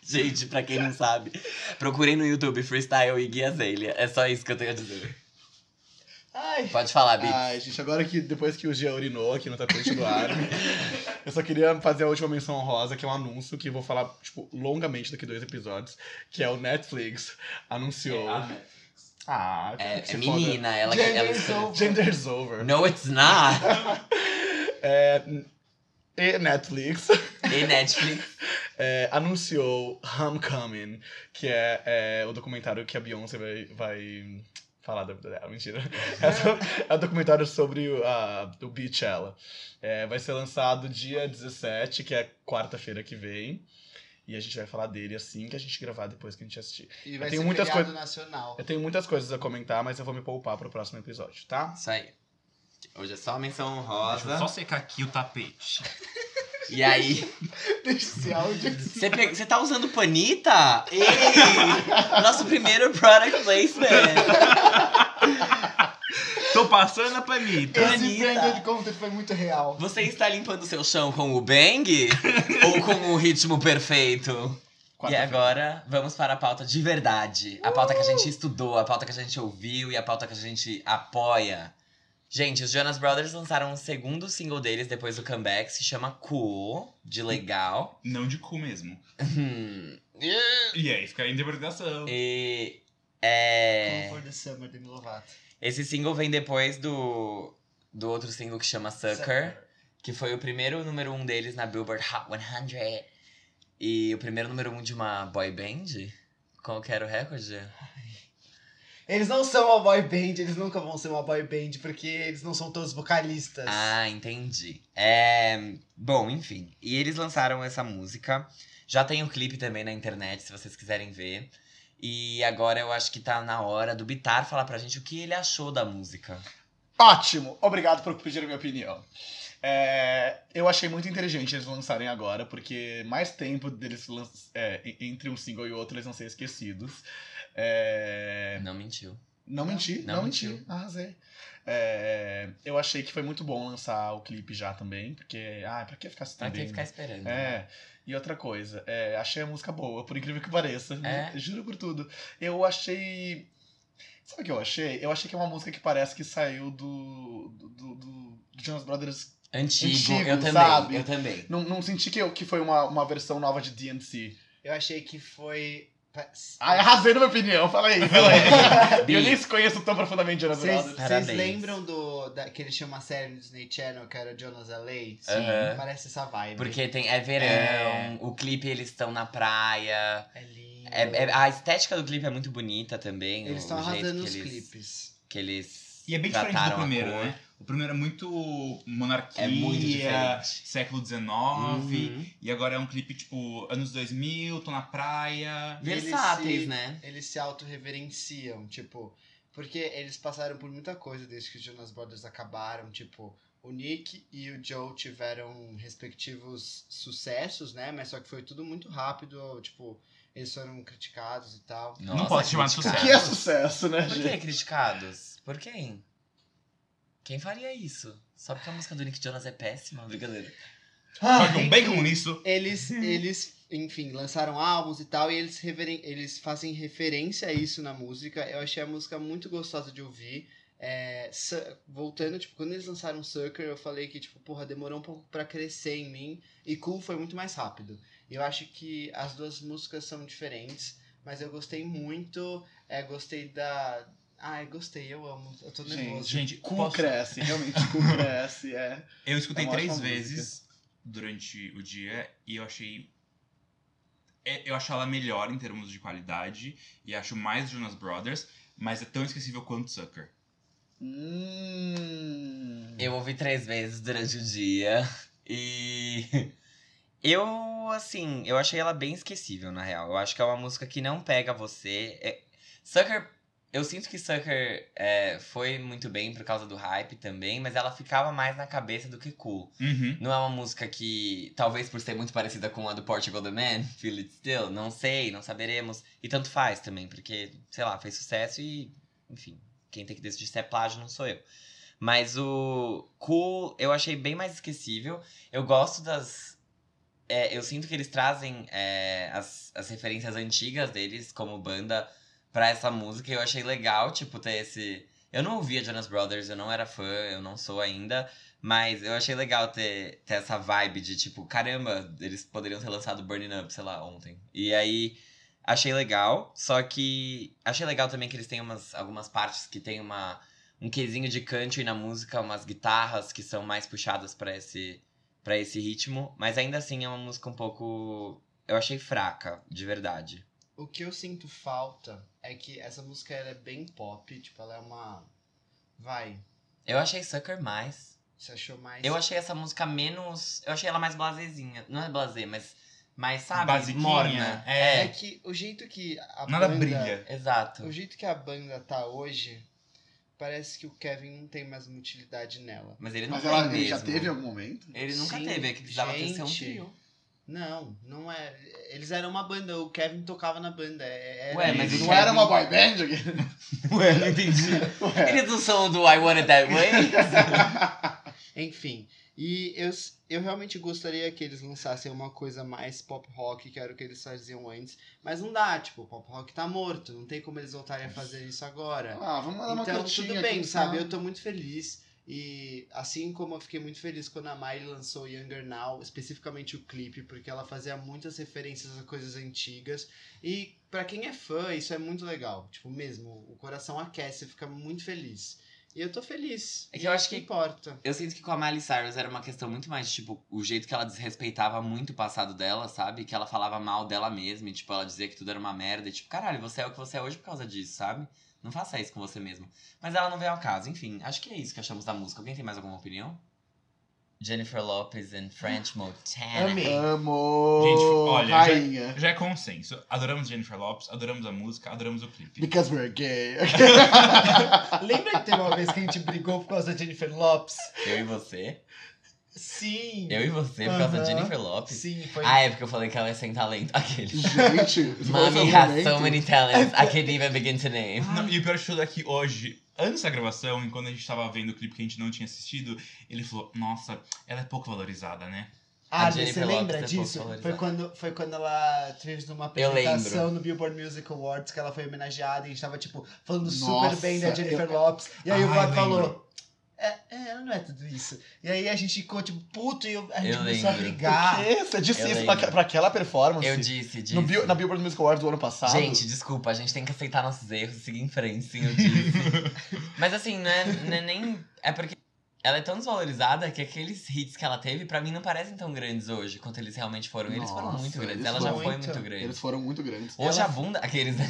Speaker 1: Gente, pra quem não sabe, procurei no YouTube Freestyle e Guia Zélia. É só isso que eu tenho a dizer.
Speaker 4: Ai.
Speaker 1: Pode falar, Bi.
Speaker 4: Ai, gente, agora que depois que o Gia urinou aqui no tapete do Armin, eu só queria fazer a última menção honrosa, que é um anúncio que eu vou falar, tipo, longamente daqui dois episódios, que é o Netflix
Speaker 3: É,
Speaker 4: anunciou. ah, que
Speaker 1: É,
Speaker 4: se
Speaker 1: é
Speaker 4: foda.
Speaker 1: menina, ela,
Speaker 2: Gender
Speaker 1: ela escolheu.
Speaker 2: Soul.
Speaker 4: Gender's over.
Speaker 1: No, it's not.
Speaker 4: É, e Netflix
Speaker 1: E Netflix.
Speaker 4: é, anunciou Homecoming, que é, é, o documentário que a Beyoncé vai, vai falar da vida dela. Mentira. É, so- é o documentário sobre o, a, o Beachella. É, vai ser lançado dia 17, que é quarta-feira que vem. E a gente vai falar dele assim que a gente gravar depois que a gente assistir.
Speaker 2: E vai
Speaker 4: tenho
Speaker 2: ser
Speaker 4: muitas
Speaker 2: feriado nacional.
Speaker 4: Eu tenho muitas coisas a comentar, mas eu vou me poupar pro próximo episódio, tá?
Speaker 1: Isso aí. Hoje é só menção
Speaker 3: Deixa eu só
Speaker 1: honrosa.
Speaker 3: secar aqui o tapete.
Speaker 1: E aí.
Speaker 2: Deixa esse áudio.
Speaker 1: Você pe- você tá usando panita? Ei! Nosso primeiro product placement!
Speaker 3: Tô passando a panita.
Speaker 2: Esse
Speaker 1: Anitta.
Speaker 2: prender de content foi muito real.
Speaker 1: Você está limpando seu chão com o bang? ou com o ritmo perfeito? E
Speaker 4: Quarta-feira.
Speaker 1: agora vamos para a pauta de verdade. A pauta que a gente estudou, a pauta que a gente ouviu e a pauta que a gente apoia. Gente, os Jonas Brothers lançaram o segundo single deles depois do comeback, se chama Cool, de legal.
Speaker 3: Não de cu mesmo. E aí fica a interpretação.
Speaker 1: e. É.
Speaker 2: Como for the summer, Demi Lovato.
Speaker 1: Esse single vem depois do, do outro single que chama Sucker, que foi o primeiro número um deles na Billboard Hot 100. E o primeiro número um de uma boy band? Qual que era o recorde?
Speaker 2: Eles não são uma boy band, eles nunca vão ser uma boy band, porque eles não são todos vocalistas.
Speaker 1: Ah, entendi. É, bom, enfim. E eles lançaram essa música. Já tem o clipe também na internet, se vocês quiserem ver. E agora eu acho que tá na hora do Bitar falar pra gente o que ele achou da música.
Speaker 4: Ótimo! Obrigado por pedir a minha opinião. É, eu achei muito inteligente eles lançarem agora, porque mais tempo deles lan- é, en- entre um single e outro eles vão ser esquecidos. É,
Speaker 1: Não mentiu.
Speaker 4: não menti,
Speaker 1: Não
Speaker 4: não, menti. Arrasei. É, eu achei que foi muito bom lançar o clipe já também, porque. Ah, pra que ficar se
Speaker 1: Vai ter que
Speaker 4: estendendo?
Speaker 1: ficar esperando.
Speaker 4: É, e outra coisa, é, achei a música boa, por incrível que pareça.
Speaker 1: É?
Speaker 4: Juro por tudo. Eu achei. Sabe o que eu achei? Eu achei que é uma música que parece que saiu do. do, do, do Jonas Brothers.
Speaker 1: Antigo,
Speaker 4: Antigo,
Speaker 1: eu também,
Speaker 4: sabe?
Speaker 1: eu também.
Speaker 4: Não, não senti que, eu, que foi uma, uma versão nova de DNC.
Speaker 2: Eu achei que foi. pa-
Speaker 4: Ai,
Speaker 1: ah,
Speaker 4: É, arrasei na minha opinião, fala aí, fala aí.
Speaker 1: Bi.
Speaker 4: é. eu nem se conheço tão profundamente Jonas
Speaker 2: Vocês
Speaker 4: Brothers.
Speaker 2: vocês
Speaker 1: Parabéns.
Speaker 2: lembram do, da, que eles tinham uma série no Disney Channel que era Jonas LA? Sim.
Speaker 1: Aham.
Speaker 2: Parece essa vibe.
Speaker 1: Porque tem, é verão,
Speaker 4: É.
Speaker 1: o clipe eles estão na praia.
Speaker 2: é lindo.
Speaker 1: É, é- a estética do clipe é muito bonita também.
Speaker 2: eles
Speaker 1: estão
Speaker 2: estão arrasando os
Speaker 1: eles,
Speaker 2: clipes.
Speaker 1: Que eles
Speaker 3: E é bem diferente do
Speaker 1: trataram a
Speaker 3: primeiro,
Speaker 1: cor.
Speaker 3: né? O primeiro é muito monarquia,
Speaker 1: É muito diferente.
Speaker 3: século XIX,
Speaker 1: Uhum.
Speaker 3: e agora é um clipe tipo anos 2000, tô na praia.
Speaker 1: Versáteis,
Speaker 2: Eles se-
Speaker 1: né?
Speaker 2: Eles se autorreverenciam, tipo. Porque eles passaram por muita coisa desde que os Jonas Brothers acabaram, tipo. O Nick e o Joe tiveram respectivos sucessos, né? Mas só que foi tudo muito rápido, tipo, eles foram criticados e tal.
Speaker 1: Nossa,
Speaker 3: pode chamar de
Speaker 1: criticados.
Speaker 4: Que é sucesso, né,
Speaker 1: Por
Speaker 2: é
Speaker 4: gente?
Speaker 1: que criticados? Por quem? Quem faria isso? Só porque a música do Nick Jonas é péssima, brincadeira.
Speaker 3: Jogam bem com isso.
Speaker 2: eles, eles, enfim, lançaram álbuns e tal, e eles, referen- eles fazem referência a isso na música. Eu achei a música muito gostosa de ouvir. É, Su- voltando, tipo, quando eles lançaram Sucker, eu falei que, tipo, porra, demorou um pouco pra crescer em mim. E Cool foi muito mais rápido. E Eu acho que as duas músicas são diferentes, mas eu gostei muito. É, gostei da. Ai, gostei, eu amo. Eu tô nervoso.
Speaker 3: Gente,
Speaker 4: Cu
Speaker 3: posso-
Speaker 4: cresce, realmente, cu cresce, é.
Speaker 3: eu escutei
Speaker 4: É uma
Speaker 3: três
Speaker 4: ótima
Speaker 3: vezes durante o dia e eu achei. é, Eu acho ela melhor em termos de qualidade e acho mais Jonas Brothers, mas é tão esquecível quanto Sucker.
Speaker 4: Hum.
Speaker 1: É. Eu ouvi três vezes durante o dia. E. Eu, assim, eu achei ela bem esquecível, na real. Eu acho que é uma música que não pega você. É... Sucker. Eu sinto que Sucker é, foi muito bem por causa do hype também, mas ela ficava mais na cabeça do que cool.
Speaker 3: Uhum.
Speaker 1: Não é uma música que, talvez por ser muito parecida com a do Portugal The Man, Feel It Still, não sei, não saberemos. E tanto faz também, porque, sei lá, fez sucesso e, enfim, quem tem que decidir se é plágio não sou eu. Mas o Cool eu achei bem mais esquecível. Eu gosto das. é, eu sinto que eles trazem é, as, as referências antigas deles como banda pra essa música. E eu achei legal, tipo, ter esse, Eu não ouvia Jonas Brothers, eu não era fã, eu não sou ainda. Mas eu achei legal ter, ter essa vibe de tipo, caramba, eles poderiam ter lançado Burning Up, sei lá, ontem. E aí, achei legal. Só que achei legal também que eles têm umas, algumas partes que tem uma, um quesinho de country na música, umas guitarras que são mais puxadas pra esse, pra esse ritmo. Mas ainda assim, é uma música um pouco. Eu achei fraca, de verdade.
Speaker 2: O que eu sinto falta é que essa música ela é bem pop, tipo, ela é uma. Vai,
Speaker 1: Eu achei Sucker mais.
Speaker 2: você achou mais.
Speaker 1: Eu achei essa música menos. Eu achei ela mais blazezinha. Não é blazer, mas. Mas, sabe?
Speaker 3: Basiquinha,
Speaker 1: morna. É.
Speaker 3: é.
Speaker 2: É que o jeito que a
Speaker 3: Nada
Speaker 2: banda.
Speaker 3: brilha.
Speaker 1: Exato.
Speaker 2: O jeito que a banda tá hoje, parece que o Kevin não tem mais uma utilidade nela.
Speaker 1: Mas ele não
Speaker 5: Mas
Speaker 1: tem
Speaker 5: ela
Speaker 1: mesmo.
Speaker 5: já teve algum momento?
Speaker 1: Ele nunca
Speaker 2: Sim,
Speaker 1: teve, é que precisava ter ser um
Speaker 2: gente.
Speaker 1: trio.
Speaker 2: Não, não é. Eles eram uma banda, o Kevin tocava na banda. é- era
Speaker 1: Ué, mas
Speaker 2: isso.
Speaker 1: o
Speaker 5: não
Speaker 1: Kevin-
Speaker 5: era uma boy band? aqui?
Speaker 1: Ué, não entendi.
Speaker 4: É.
Speaker 5: Ué.
Speaker 1: Eles não são do I Want It That Way?
Speaker 2: Enfim, e eu, s- eu realmente gostaria que eles lançassem uma coisa mais pop rock, que era o que eles faziam antes. Mas não dá, tipo, o pop rock tá morto, não tem como eles voltarem a fazer isso agora.
Speaker 5: Ah, vamos dar uma
Speaker 2: Então,
Speaker 5: cantinha
Speaker 2: tudo bem,
Speaker 5: aqui,
Speaker 2: sabe?
Speaker 5: tá?
Speaker 2: Eu tô muito feliz. E assim como eu fiquei muito feliz quando a Miley lançou Younger Now, especificamente o clipe, porque ela fazia muitas referências a coisas antigas. E pra quem é fã, isso é muito legal. Tipo, mesmo, o coração aquece, fica muito feliz. E eu tô feliz.
Speaker 1: É que
Speaker 2: E
Speaker 1: eu
Speaker 2: é
Speaker 1: acho
Speaker 2: isso
Speaker 1: que-
Speaker 2: importa.
Speaker 1: Eu sinto que com a Miley Cyrus era uma questão muito mais, tipo, o jeito que ela desrespeitava muito o passado dela, sabe? Que ela falava mal dela mesma e, tipo, ela dizia que tudo era uma merda. E, tipo, caralho, você é o que você é hoje por causa disso, sabe? Não faça isso com você mesmo. Mas ela não veio ao caso. Enfim, acho que é isso que achamos da música. Alguém tem mais alguma opinião? Jennifer Lopez and French Montana.
Speaker 2: Amei.
Speaker 5: Amo!
Speaker 3: Gente, olha,
Speaker 5: Rainha.
Speaker 3: Já é consenso. Adoramos Jennifer Lopes, adoramos a música, adoramos o clipe.
Speaker 5: Because we're gay.
Speaker 2: Lembra que teve uma vez que a gente brigou por causa da Jennifer Lopes?
Speaker 1: Eu e você.
Speaker 2: Sim.
Speaker 1: Eu e você por causa da
Speaker 2: Aham.
Speaker 1: Jennifer Lopez.
Speaker 2: Sim, foi.
Speaker 1: Ah, é porque eu falei que ela é sem talento. Aquele.
Speaker 5: Gente, se fosse
Speaker 1: Mommy
Speaker 5: algum
Speaker 1: has so
Speaker 5: momento- É Ah,
Speaker 1: many talents, I can't even begin to name.
Speaker 3: Não, e o pior de tudo é que hoje, antes da gravação, enquanto a gente tava vendo o clipe que a gente não tinha assistido, ele falou: Nossa, ela é pouco valorizada, né?
Speaker 1: A
Speaker 2: Ah, você
Speaker 1: Jennifer Lopez é
Speaker 2: lembra
Speaker 1: pouco
Speaker 2: disso? Foi
Speaker 1: valorizada.
Speaker 2: quando, foi quando ela fez uma
Speaker 1: Eu lembro.
Speaker 2: apresentação no Billboard Music Awards que ela foi homenageada e a gente tava, tipo, falando
Speaker 5: Nossa,
Speaker 2: super bem da Jennifer
Speaker 5: eu-
Speaker 2: Lopes. E aí o
Speaker 3: Ai,
Speaker 2: Bob
Speaker 3: lembro.
Speaker 2: falou. É, é, ela não é tudo isso. E aí a gente ficou, tipo, puto e eu- a gente
Speaker 1: Eu lembro.
Speaker 2: começou a brigar.
Speaker 5: O quê?
Speaker 4: É
Speaker 5: Você disse
Speaker 1: Ah, Eu
Speaker 5: isso
Speaker 1: lembro.
Speaker 5: pra, pra aquela performance?
Speaker 1: Eu disse, disse.
Speaker 5: No Bill- na Billboard Music Awards do ano passado?
Speaker 1: Gente, desculpa, a gente tem que aceitar nossos erros e seguir em frente, sim, eu disse. Mas assim, não é, não é nem. É porque ela é tão desvalorizada que aqueles hits que ela teve, pra mim, não parecem tão grandes hoje quanto eles realmente foram. Eles foram
Speaker 5: Nossa,
Speaker 1: muito grandes,
Speaker 5: eles
Speaker 1: ela já
Speaker 5: foram
Speaker 1: foi
Speaker 2: muito.
Speaker 1: muito grande.
Speaker 5: Eles foram muito grandes.
Speaker 1: Hoje
Speaker 2: Ela-
Speaker 1: a bunda. Aqueles, né?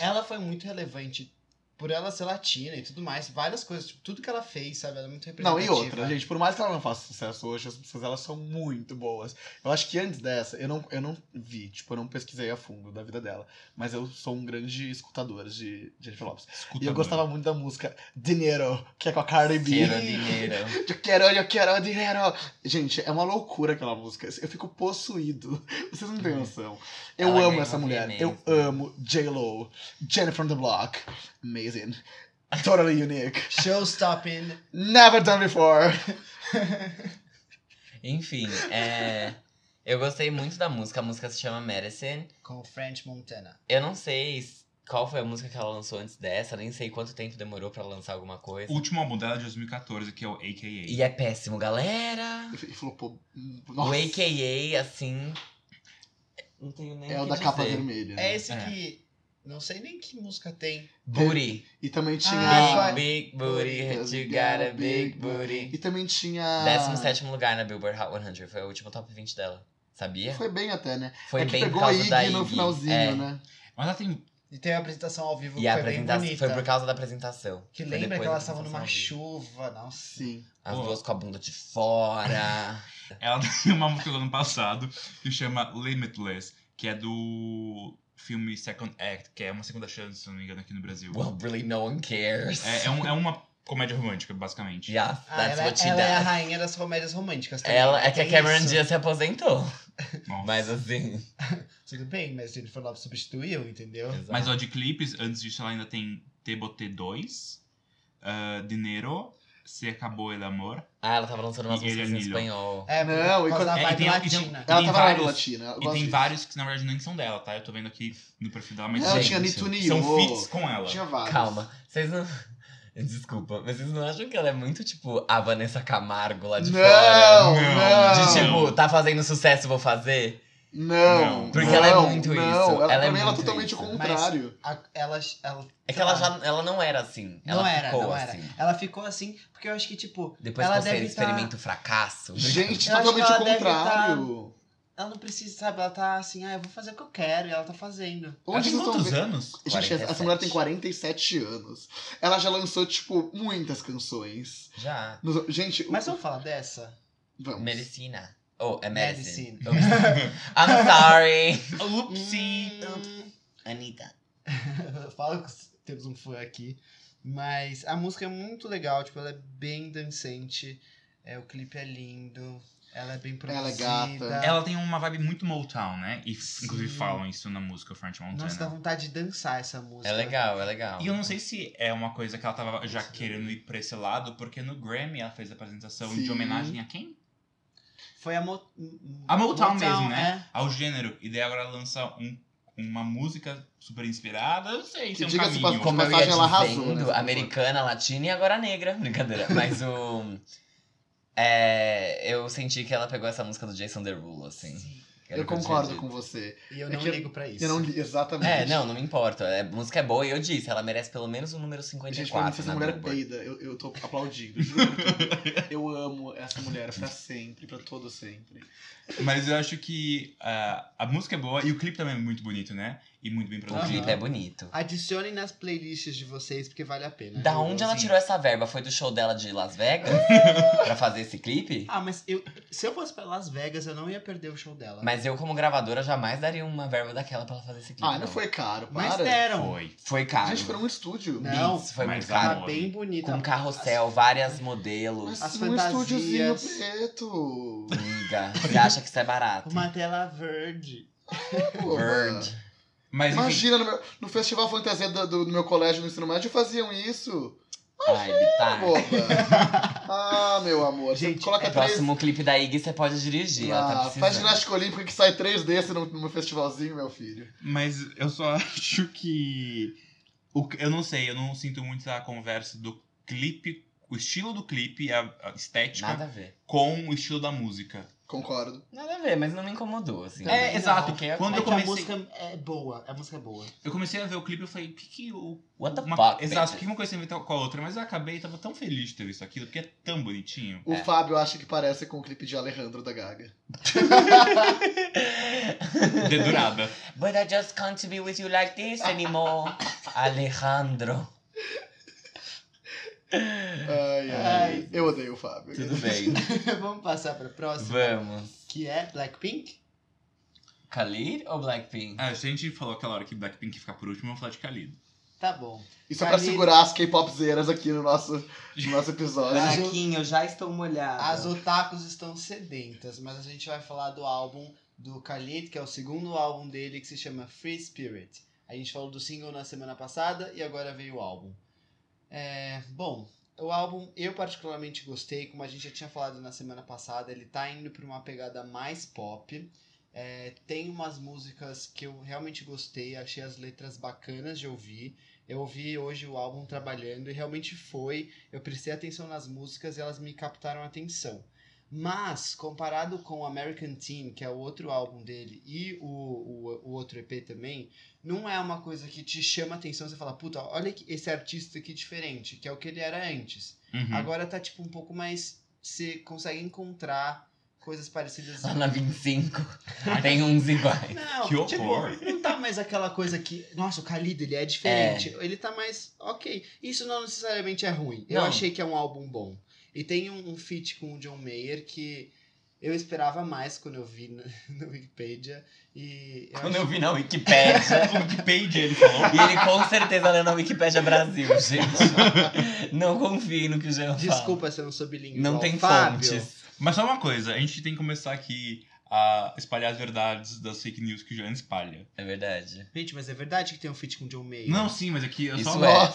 Speaker 2: Ela foi muito relevante por ela ser latina e tudo mais. Várias coisas, tipo, tudo que ela fez, sabe? Ela é muito
Speaker 5: Não,
Speaker 2: representativa.
Speaker 5: e
Speaker 1: né?
Speaker 5: outra, gente, por mais que ela não faça sucesso hoje, as músicas elas são muito boas. Eu acho que antes dessa, eu não, eu não vi, tipo, eu não pesquisei a fundo da vida dela. Mas eu sou um grande escutador de Jennifer Lopes.
Speaker 3: Escuta,
Speaker 5: E eu
Speaker 3: mano.
Speaker 5: gostava muito da música Dinheiro, que é com a Cardi B.
Speaker 1: Dinheiro, dinheiro.
Speaker 5: Eu quero, eu quero dinheiro. Gente, é uma loucura aquela música. Eu fico possuído. Vocês não têm noção. Eu
Speaker 1: Uhum. Ela
Speaker 5: amo
Speaker 1: ganhou
Speaker 5: essa
Speaker 1: um
Speaker 5: mulher.
Speaker 1: remix,
Speaker 5: Eu
Speaker 1: né?
Speaker 5: amo J-Lo. Jennifer from the Block. Amazing. Totally unique.
Speaker 2: Showstopping.
Speaker 5: Never done before.
Speaker 1: Enfim, é. Eu gostei muito da música, a música se chama Medicine.
Speaker 2: com o French Montana.
Speaker 1: Eu não sei s- qual foi a música que ela lançou antes dessa, nem sei quanto tempo demorou pra lançar alguma coisa.
Speaker 3: O último álbum dela é de 2014, que é o AKA.
Speaker 1: E é péssimo, galera.
Speaker 5: E flopou.
Speaker 1: O
Speaker 5: Nossa.
Speaker 1: AKA, assim. Não tenho nem.
Speaker 5: É o
Speaker 1: que
Speaker 5: da capa
Speaker 1: dizer.
Speaker 5: vermelha. né?
Speaker 2: É esse
Speaker 3: É.
Speaker 2: que. Não sei nem que música tem.
Speaker 1: Booty.
Speaker 5: E também
Speaker 2: Ah,
Speaker 5: tinha.
Speaker 1: Big, big booty, you got a big
Speaker 5: E
Speaker 1: booty.
Speaker 5: também tinha.
Speaker 1: 17 lugar na Billboard Hot 100, foi o último top 20 dela. Sabia?
Speaker 5: Foi bem até, né?
Speaker 1: Foi
Speaker 5: é que
Speaker 1: bem por
Speaker 5: pegou a
Speaker 1: causa
Speaker 5: Iggy
Speaker 1: da
Speaker 5: no
Speaker 1: Iggy,
Speaker 5: finalzinho,
Speaker 1: é.
Speaker 5: né?
Speaker 3: Mas assim, ela tem.
Speaker 2: E tem a apresentação ao vivo
Speaker 1: E
Speaker 2: que
Speaker 1: a
Speaker 2: foi bem
Speaker 1: apresentação
Speaker 2: bonita.
Speaker 1: foi por causa da apresentação.
Speaker 2: Que
Speaker 1: Foi
Speaker 2: lembra
Speaker 1: depois
Speaker 2: que
Speaker 1: da
Speaker 2: elas estavam
Speaker 1: apresentação
Speaker 2: numa
Speaker 1: ao vivo.
Speaker 2: chuva, nossa.
Speaker 5: Sim.
Speaker 1: As
Speaker 3: Pô.
Speaker 1: duas com a bunda de fora.
Speaker 3: Ela tem uma música do ano passado que chama Limitless, que é do filme Second Act, que é uma segunda chance, se eu não me engano, aqui no Brasil.
Speaker 1: well, really, no one cares.
Speaker 3: É, é um- é uma comédia romântica, basicamente.
Speaker 1: Yes,
Speaker 2: Ah,
Speaker 1: that's
Speaker 2: ela,
Speaker 1: what she
Speaker 2: ela é a
Speaker 1: does.
Speaker 2: rainha das comédias românticas também.
Speaker 1: Ela
Speaker 2: né?
Speaker 1: é que a
Speaker 2: Tem
Speaker 1: Cameron
Speaker 2: isso.
Speaker 1: Diaz se aposentou.
Speaker 3: Nossa.
Speaker 1: Mas assim.
Speaker 2: Tudo bem, mas Jennifer Lopez substituiu, entendeu?
Speaker 3: Mas ó, de clipes, antes disso ela ainda tem Tebote 2, ah, Dinero, Se Acabou El Amor.
Speaker 1: Ah, ela tava lançando umas
Speaker 3: E ele é
Speaker 1: músicas em
Speaker 3: Nilo.
Speaker 1: espanhol.
Speaker 2: É,
Speaker 5: Não,
Speaker 2: por
Speaker 5: e
Speaker 2: causa
Speaker 5: quando-
Speaker 2: da
Speaker 3: É, e
Speaker 1: um-
Speaker 2: vibe
Speaker 3: tem- e tem-
Speaker 2: latina.
Speaker 5: Ela
Speaker 3: tem
Speaker 5: tava na área
Speaker 3: vários-
Speaker 5: latina. eu
Speaker 3: E
Speaker 5: gosto
Speaker 3: tem
Speaker 5: disso.
Speaker 3: vários que na verdade nem são dela, tá? Eu tô vendo aqui no perfil dela, mas assim,
Speaker 5: Ela
Speaker 1: Gente,
Speaker 5: tinha Nitune
Speaker 3: são feats com ela.
Speaker 5: Tinha vários.
Speaker 1: Calma. Vocês não. Desculpa, mas vocês não acham que ela é muito, tipo, a Vanessa Camargo lá Tá de
Speaker 5: não,
Speaker 1: fora?
Speaker 5: não,
Speaker 1: De tipo, tá fazendo sucesso, vou fazer?
Speaker 5: não,
Speaker 3: Não,
Speaker 1: porque ela é
Speaker 5: não,
Speaker 1: muito
Speaker 5: não.
Speaker 1: isso,
Speaker 5: Ela,
Speaker 1: ela é
Speaker 5: pra mim, ela é
Speaker 1: muito
Speaker 5: totalmente
Speaker 1: isso.
Speaker 5: o contrário.
Speaker 2: A- ela, ela,
Speaker 1: É que ela já ela não era assim. Ela
Speaker 2: não era,
Speaker 1: ficou
Speaker 2: não
Speaker 1: assim.
Speaker 2: era. Ela ficou assim, porque eu acho que, tipo,
Speaker 1: Depois
Speaker 2: Ela
Speaker 1: que você
Speaker 2: deve tá-
Speaker 1: experimenta o fracasso.
Speaker 5: Gente,
Speaker 2: Eu acho que
Speaker 5: totalmente o
Speaker 2: ela deve tá
Speaker 5: contrário.
Speaker 2: ela não precisa, sabe? Ela tá assim, ah, eu vou fazer o que eu quero, e ela tá fazendo.
Speaker 3: Ela
Speaker 5: Onde
Speaker 3: tem
Speaker 5: vocês estão
Speaker 3: quantos
Speaker 5: vendo?
Speaker 3: anos?
Speaker 5: Gente, essa- essa
Speaker 1: 47.
Speaker 5: mulher tem 47 anos. Ela já lançou, tipo, muitas canções.
Speaker 1: Já.
Speaker 5: Nos- Gente, o-
Speaker 2: Mas vamos falar dessa?
Speaker 5: vamos.
Speaker 1: Medicina. Oh, é medicine.
Speaker 2: Medicine.
Speaker 1: I'm sorry.
Speaker 3: Oopsie!
Speaker 2: Hum,
Speaker 1: Anitta.
Speaker 2: Fala que temos um fã aqui. Mas a música é muito legal, tipo, ela é bem dançante. É, o clipe é lindo. Ela é bem
Speaker 5: Ela é
Speaker 2: produzida.
Speaker 5: gata.
Speaker 3: Ela tem uma vibe muito Motown, né? E f- inclusive
Speaker 2: Sim.
Speaker 3: falam isso na música French Montana.
Speaker 2: Nossa,
Speaker 5: tá
Speaker 2: dá vontade de dançar essa música.
Speaker 1: É legal, é legal.
Speaker 3: E eu não sei se é uma coisa que ela tava já querendo ir pra esse lado, porque no Grammy ela fez a apresentação
Speaker 5: Sim.
Speaker 3: de homenagem a quem?
Speaker 2: Foi a, Mo...
Speaker 3: A Motown, mesmo,
Speaker 2: é.
Speaker 3: né? Ao gênero. E daí agora ela lança um- uma música super inspirada, eu não sei,
Speaker 5: Que
Speaker 3: isso é um
Speaker 5: diga-se de
Speaker 3: caminho.
Speaker 1: Como eu ia
Speaker 5: passagem, ela arrasou né?
Speaker 1: dizendo,
Speaker 5: nessa
Speaker 1: americana, latina e agora negra. Brincadeira. Mas o... É, eu senti que ela pegou essa música do Jason Derulo, assim. Era
Speaker 5: Eu
Speaker 1: o que tinha
Speaker 5: concordo
Speaker 1: dito.
Speaker 5: com você.
Speaker 2: E eu
Speaker 5: É
Speaker 2: não
Speaker 5: que eu-
Speaker 2: ligo pra isso.
Speaker 5: Eu não li exatamente.
Speaker 1: É, não, não me importo. É, a música é boa e eu disse, ela merece pelo menos o número
Speaker 5: Gente, pra mim,
Speaker 1: 54
Speaker 5: essa
Speaker 1: na
Speaker 5: mulher é
Speaker 1: Billboard.
Speaker 5: peida. Eu, eu tô aplaudindo. juro por tudo. eu amo essa mulher pra sempre, pra todo sempre.
Speaker 3: Mas eu acho que ah, a música é boa e o clipe também é muito bonito, né? E muito bem
Speaker 1: O
Speaker 3: produzido.
Speaker 1: clipe é bonito.
Speaker 2: Adicione nas playlists de vocês, porque vale a pena.
Speaker 1: Da
Speaker 2: viu, Assim.
Speaker 1: onde ela
Speaker 2: Leozinho?
Speaker 1: tirou essa verba? Foi do show dela de Las Vegas? pra fazer esse clipe?
Speaker 2: Ah, mas eu, se eu fosse pra Las Vegas, eu não ia perder o show dela.
Speaker 1: Mas eu, como gravadora, jamais daria uma verba daquela pra ela fazer esse clipe.
Speaker 5: Ah, não foi caro,
Speaker 2: Mas é,
Speaker 5: para.
Speaker 2: deram.
Speaker 3: Então, Foi.
Speaker 1: Foi caro.
Speaker 5: Gente, foi um estúdio.
Speaker 2: Não.
Speaker 1: Beats, foi
Speaker 3: Mas
Speaker 1: muito
Speaker 3: tá
Speaker 1: caro.
Speaker 2: Tá
Speaker 3: Amor.
Speaker 2: bem bonita.
Speaker 1: Com um carrossel, várias modelos.
Speaker 5: Mas
Speaker 2: As
Speaker 5: um estúdiozinho
Speaker 2: fantasias.
Speaker 5: preto.
Speaker 1: Amiga, você acha que isso é barato?
Speaker 2: Uma tela verde.
Speaker 5: Pô,
Speaker 1: Verde.
Speaker 3: Mas enfim,
Speaker 5: Imagina, no, meu- no festival fantasia do, do meu colégio no ensino médio faziam isso.
Speaker 1: Ai, Bitar.
Speaker 5: Boba. ah, meu amor. Você
Speaker 2: Gente,
Speaker 5: coloca
Speaker 1: O
Speaker 5: três.
Speaker 1: é próximo clipe da Iggy você pode dirigir. ela tá
Speaker 5: Ah,
Speaker 1: precisando.
Speaker 5: faz ginástica olímpica que sai três desse num, num festivalzinho, meu filho.
Speaker 3: Mas eu só acho que. o que- eu não sei, eu não sinto muito a conversa do clipe, o estilo do clipe, a, a estética,
Speaker 1: Nada a ver.
Speaker 3: com o estilo da música.
Speaker 5: Concordo.
Speaker 1: Nada a ver, mas não me incomodou, assim.
Speaker 2: É, exato.
Speaker 1: Fiquei-
Speaker 3: Quando
Speaker 2: É
Speaker 3: eu
Speaker 2: que a
Speaker 3: comecei-
Speaker 2: música é boa. A música é boa.
Speaker 3: Eu comecei a ver o clipe e falei, que que o.
Speaker 1: What the
Speaker 3: uma-
Speaker 1: fuck?
Speaker 3: Exato,
Speaker 1: bitches?
Speaker 3: que uma coisa tem a ver com a outra, mas eu acabei e tava tão feliz de ter visto aquilo, porque é tão bonitinho.
Speaker 5: O
Speaker 1: É.
Speaker 5: Fábio acha que parece com o clipe de Alejandro da Gaga.
Speaker 3: Dedurada.
Speaker 1: But I just can't be with you like this anymore. Alejandro.
Speaker 5: Ai, ai.
Speaker 2: Ai.
Speaker 5: Eu odeio o Fábio.
Speaker 1: Tudo bem.
Speaker 2: Vamos passar pra próxima,
Speaker 1: Vamos.
Speaker 2: que é Blackpink.
Speaker 1: Khalid ou Blackpink?
Speaker 3: ah, se a gente falou aquela hora que Blackpink ia ficar por último, eu vou falar de Khalid.
Speaker 2: Tá bom.
Speaker 5: Isso é pra
Speaker 2: Khalid.
Speaker 5: segurar as K-popzeiras aqui no nosso, no nosso episódio.
Speaker 2: As-
Speaker 1: eu já estou molhado.
Speaker 2: As otakus estão sedentas, mas a gente vai falar do álbum do Khalid, que é o segundo álbum dele, que se chama Free Spirit. A gente falou do single na semana passada e agora veio o álbum. É, bom, o álbum eu particularmente gostei, como a gente já tinha falado na semana passada, ele tá indo pra uma pegada mais pop. É, tem umas músicas que eu realmente gostei, achei as letras bacanas de ouvir. Eu ouvi hoje o álbum trabalhando e realmente foi eu prestei atenção nas músicas e elas me captaram a atenção. Mas, comparado com o American Teen, que é o outro álbum dele, e o, o, o outro EP também, não é uma coisa que te chama a atenção. Você fala, puta, olha que- esse artista aqui diferente, que é o que ele era antes.
Speaker 3: Uhum.
Speaker 2: Agora tá, tipo, um pouco mais... Você consegue encontrar coisas parecidas.
Speaker 1: Lá na 25 tem uns iguais.
Speaker 2: Não,
Speaker 3: Que horror.
Speaker 2: tipo, não tá mais aquela coisa que, nossa, o Khalid, ele é diferente. Ele tá mais, ok. Isso não necessariamente é ruim. Eu
Speaker 1: Não.
Speaker 2: achei que é um álbum bom. E tem um, um feat com o John Mayer que eu esperava mais quando eu vi na- no Wikipedia. E eu
Speaker 1: Quando
Speaker 2: achei-
Speaker 1: eu vi na Wikipédia.
Speaker 3: O Wikipedia, ele falou.
Speaker 1: E ele com certeza leu na Wikipédia Brasil, gente. Não confie no que o Jean fala.
Speaker 2: Desculpa se eu não sou bilíngue.
Speaker 1: Não
Speaker 2: igual o
Speaker 1: tem
Speaker 2: Fábio.
Speaker 1: fontes.
Speaker 3: Mas só uma coisa, a gente tem que começar aqui a espalhar as verdades das fake news que o Juliano espalha.
Speaker 1: É verdade.
Speaker 2: Gente, mas é verdade que tem um feat com o John Mayer?
Speaker 3: Não, sim, mas aqui eu só
Speaker 1: Isso é.
Speaker 5: Nossa.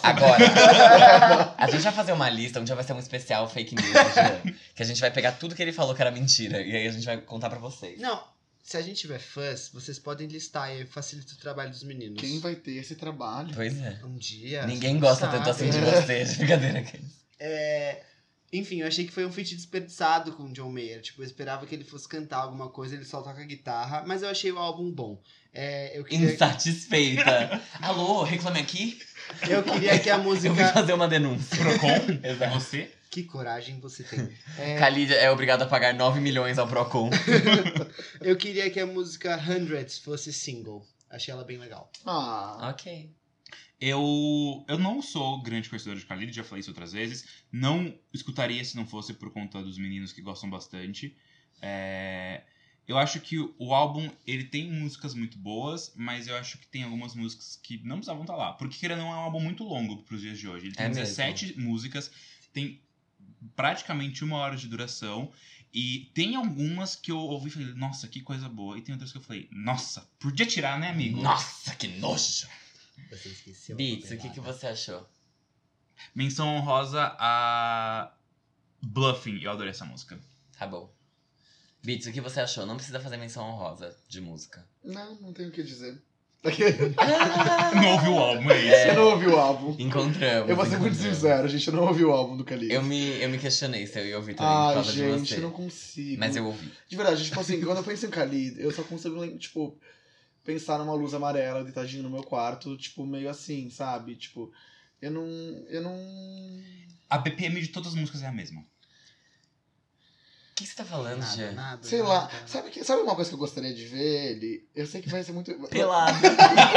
Speaker 1: Agora, a gente vai fazer uma lista, um dia vai ser um especial fake news, do Jean, que a gente vai pegar tudo que ele falou que era mentira, e aí a gente vai contar pra vocês.
Speaker 2: Não, Se a gente tiver fãs, vocês podem listar e facilita o trabalho dos meninos.
Speaker 5: Quem vai ter esse trabalho?
Speaker 1: Pois é.
Speaker 2: Um dia.
Speaker 1: Ninguém gosta
Speaker 2: sabe.
Speaker 1: tanto assim de você. Brincadeira aqui.
Speaker 2: É, Enfim, eu achei que foi um feat desperdiçado com o John Mayer. Tipo, eu esperava que ele fosse cantar alguma coisa, ele só toca guitarra. Mas eu achei o álbum bom. É, eu, queria,
Speaker 1: Então. Insatisfeita. Alô, reclame aqui.
Speaker 2: eu queria que a
Speaker 1: Eu vim
Speaker 2: música.
Speaker 1: fazer uma denúncia.
Speaker 3: Procon? É
Speaker 1: Exato.
Speaker 3: você?
Speaker 2: Que coragem você tem.
Speaker 1: Khalid é obrigado a pagar 9 milhões ao Procon.
Speaker 2: Eu queria que a música Hundreds fosse single. Achei ela bem legal.
Speaker 5: Ah,
Speaker 1: ok.
Speaker 3: Eu, eu não sou grande conhecedor de Khalid, já falei isso outras vezes. Não escutaria se não fosse por conta dos meninos que gostam bastante. É, eu acho que o álbum, ele tem músicas muito boas, mas eu acho que tem algumas músicas que não precisavam estar lá. Porque, querendo ou não, é um álbum muito longo pros dias de hoje. Ele tem
Speaker 1: É mesmo.
Speaker 3: 17 músicas, tem praticamente uma hora de duração. E tem algumas que eu ouvi e falei, nossa, que coisa boa. E tem outras que eu falei, nossa, podia tirar, né, amigo?
Speaker 1: Nossa, que nojo.
Speaker 2: Você esqueceu. a
Speaker 1: Beats, o que,
Speaker 2: papelada.
Speaker 1: que você achou?
Speaker 3: Menção honrosa a Bluffing. Eu adorei essa música.
Speaker 1: Tá bom. Beats, o que você achou? Não precisa fazer menção honrosa de música.
Speaker 5: não, não tenho o que dizer.
Speaker 3: Não ouvi o álbum, é isso.
Speaker 5: Eu não ouvi o álbum.
Speaker 1: Encontramos.
Speaker 5: Ah! Eu vou ser muito
Speaker 1: encontramos.
Speaker 5: sincero, gente. Eu não ouvi o álbum do Khalid.
Speaker 1: Eu me, eu me questionei se eu ia ouvir também por
Speaker 5: Ah,
Speaker 1: causa de
Speaker 5: gente,
Speaker 1: você.
Speaker 5: eu não consigo.
Speaker 1: Mas eu ouvi.
Speaker 5: De verdade, tipo assim, quando eu penso em Khalid, eu só consigo, lem- tipo, pensar numa luz amarela deitadinha no meu quarto, tipo, meio assim, sabe? Tipo, eu não. Eu não.
Speaker 3: A BPM de todas as músicas é a mesma.
Speaker 1: O que você tá falando,
Speaker 2: Nada,
Speaker 1: Jean?
Speaker 2: nada,
Speaker 5: Sei lá.
Speaker 2: nada.
Speaker 5: Sabe, que, sabe uma coisa que eu gostaria de ver ele? Eu sei que vai ser muito.
Speaker 1: Pelado.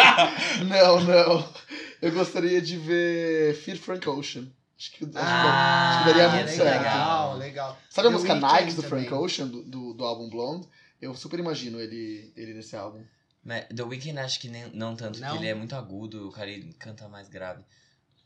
Speaker 5: Não, não. Eu gostaria de ver Fear Frank Ocean. Acho que, é acho que-
Speaker 2: Ah,
Speaker 5: acho que daria
Speaker 1: Ah,
Speaker 5: muito
Speaker 1: é
Speaker 5: certo.
Speaker 2: Legal, legal.
Speaker 5: Sabe a
Speaker 2: The
Speaker 5: música
Speaker 2: Weeknd
Speaker 5: Nikes do
Speaker 2: também.
Speaker 5: Frank Ocean, do, do, do álbum Blonde? Eu super imagino ele, ele nesse álbum.
Speaker 1: Mas The Weeknd acho que nem, não tanto,
Speaker 2: Não?
Speaker 1: porque ele é muito agudo, o cara ele canta mais grave.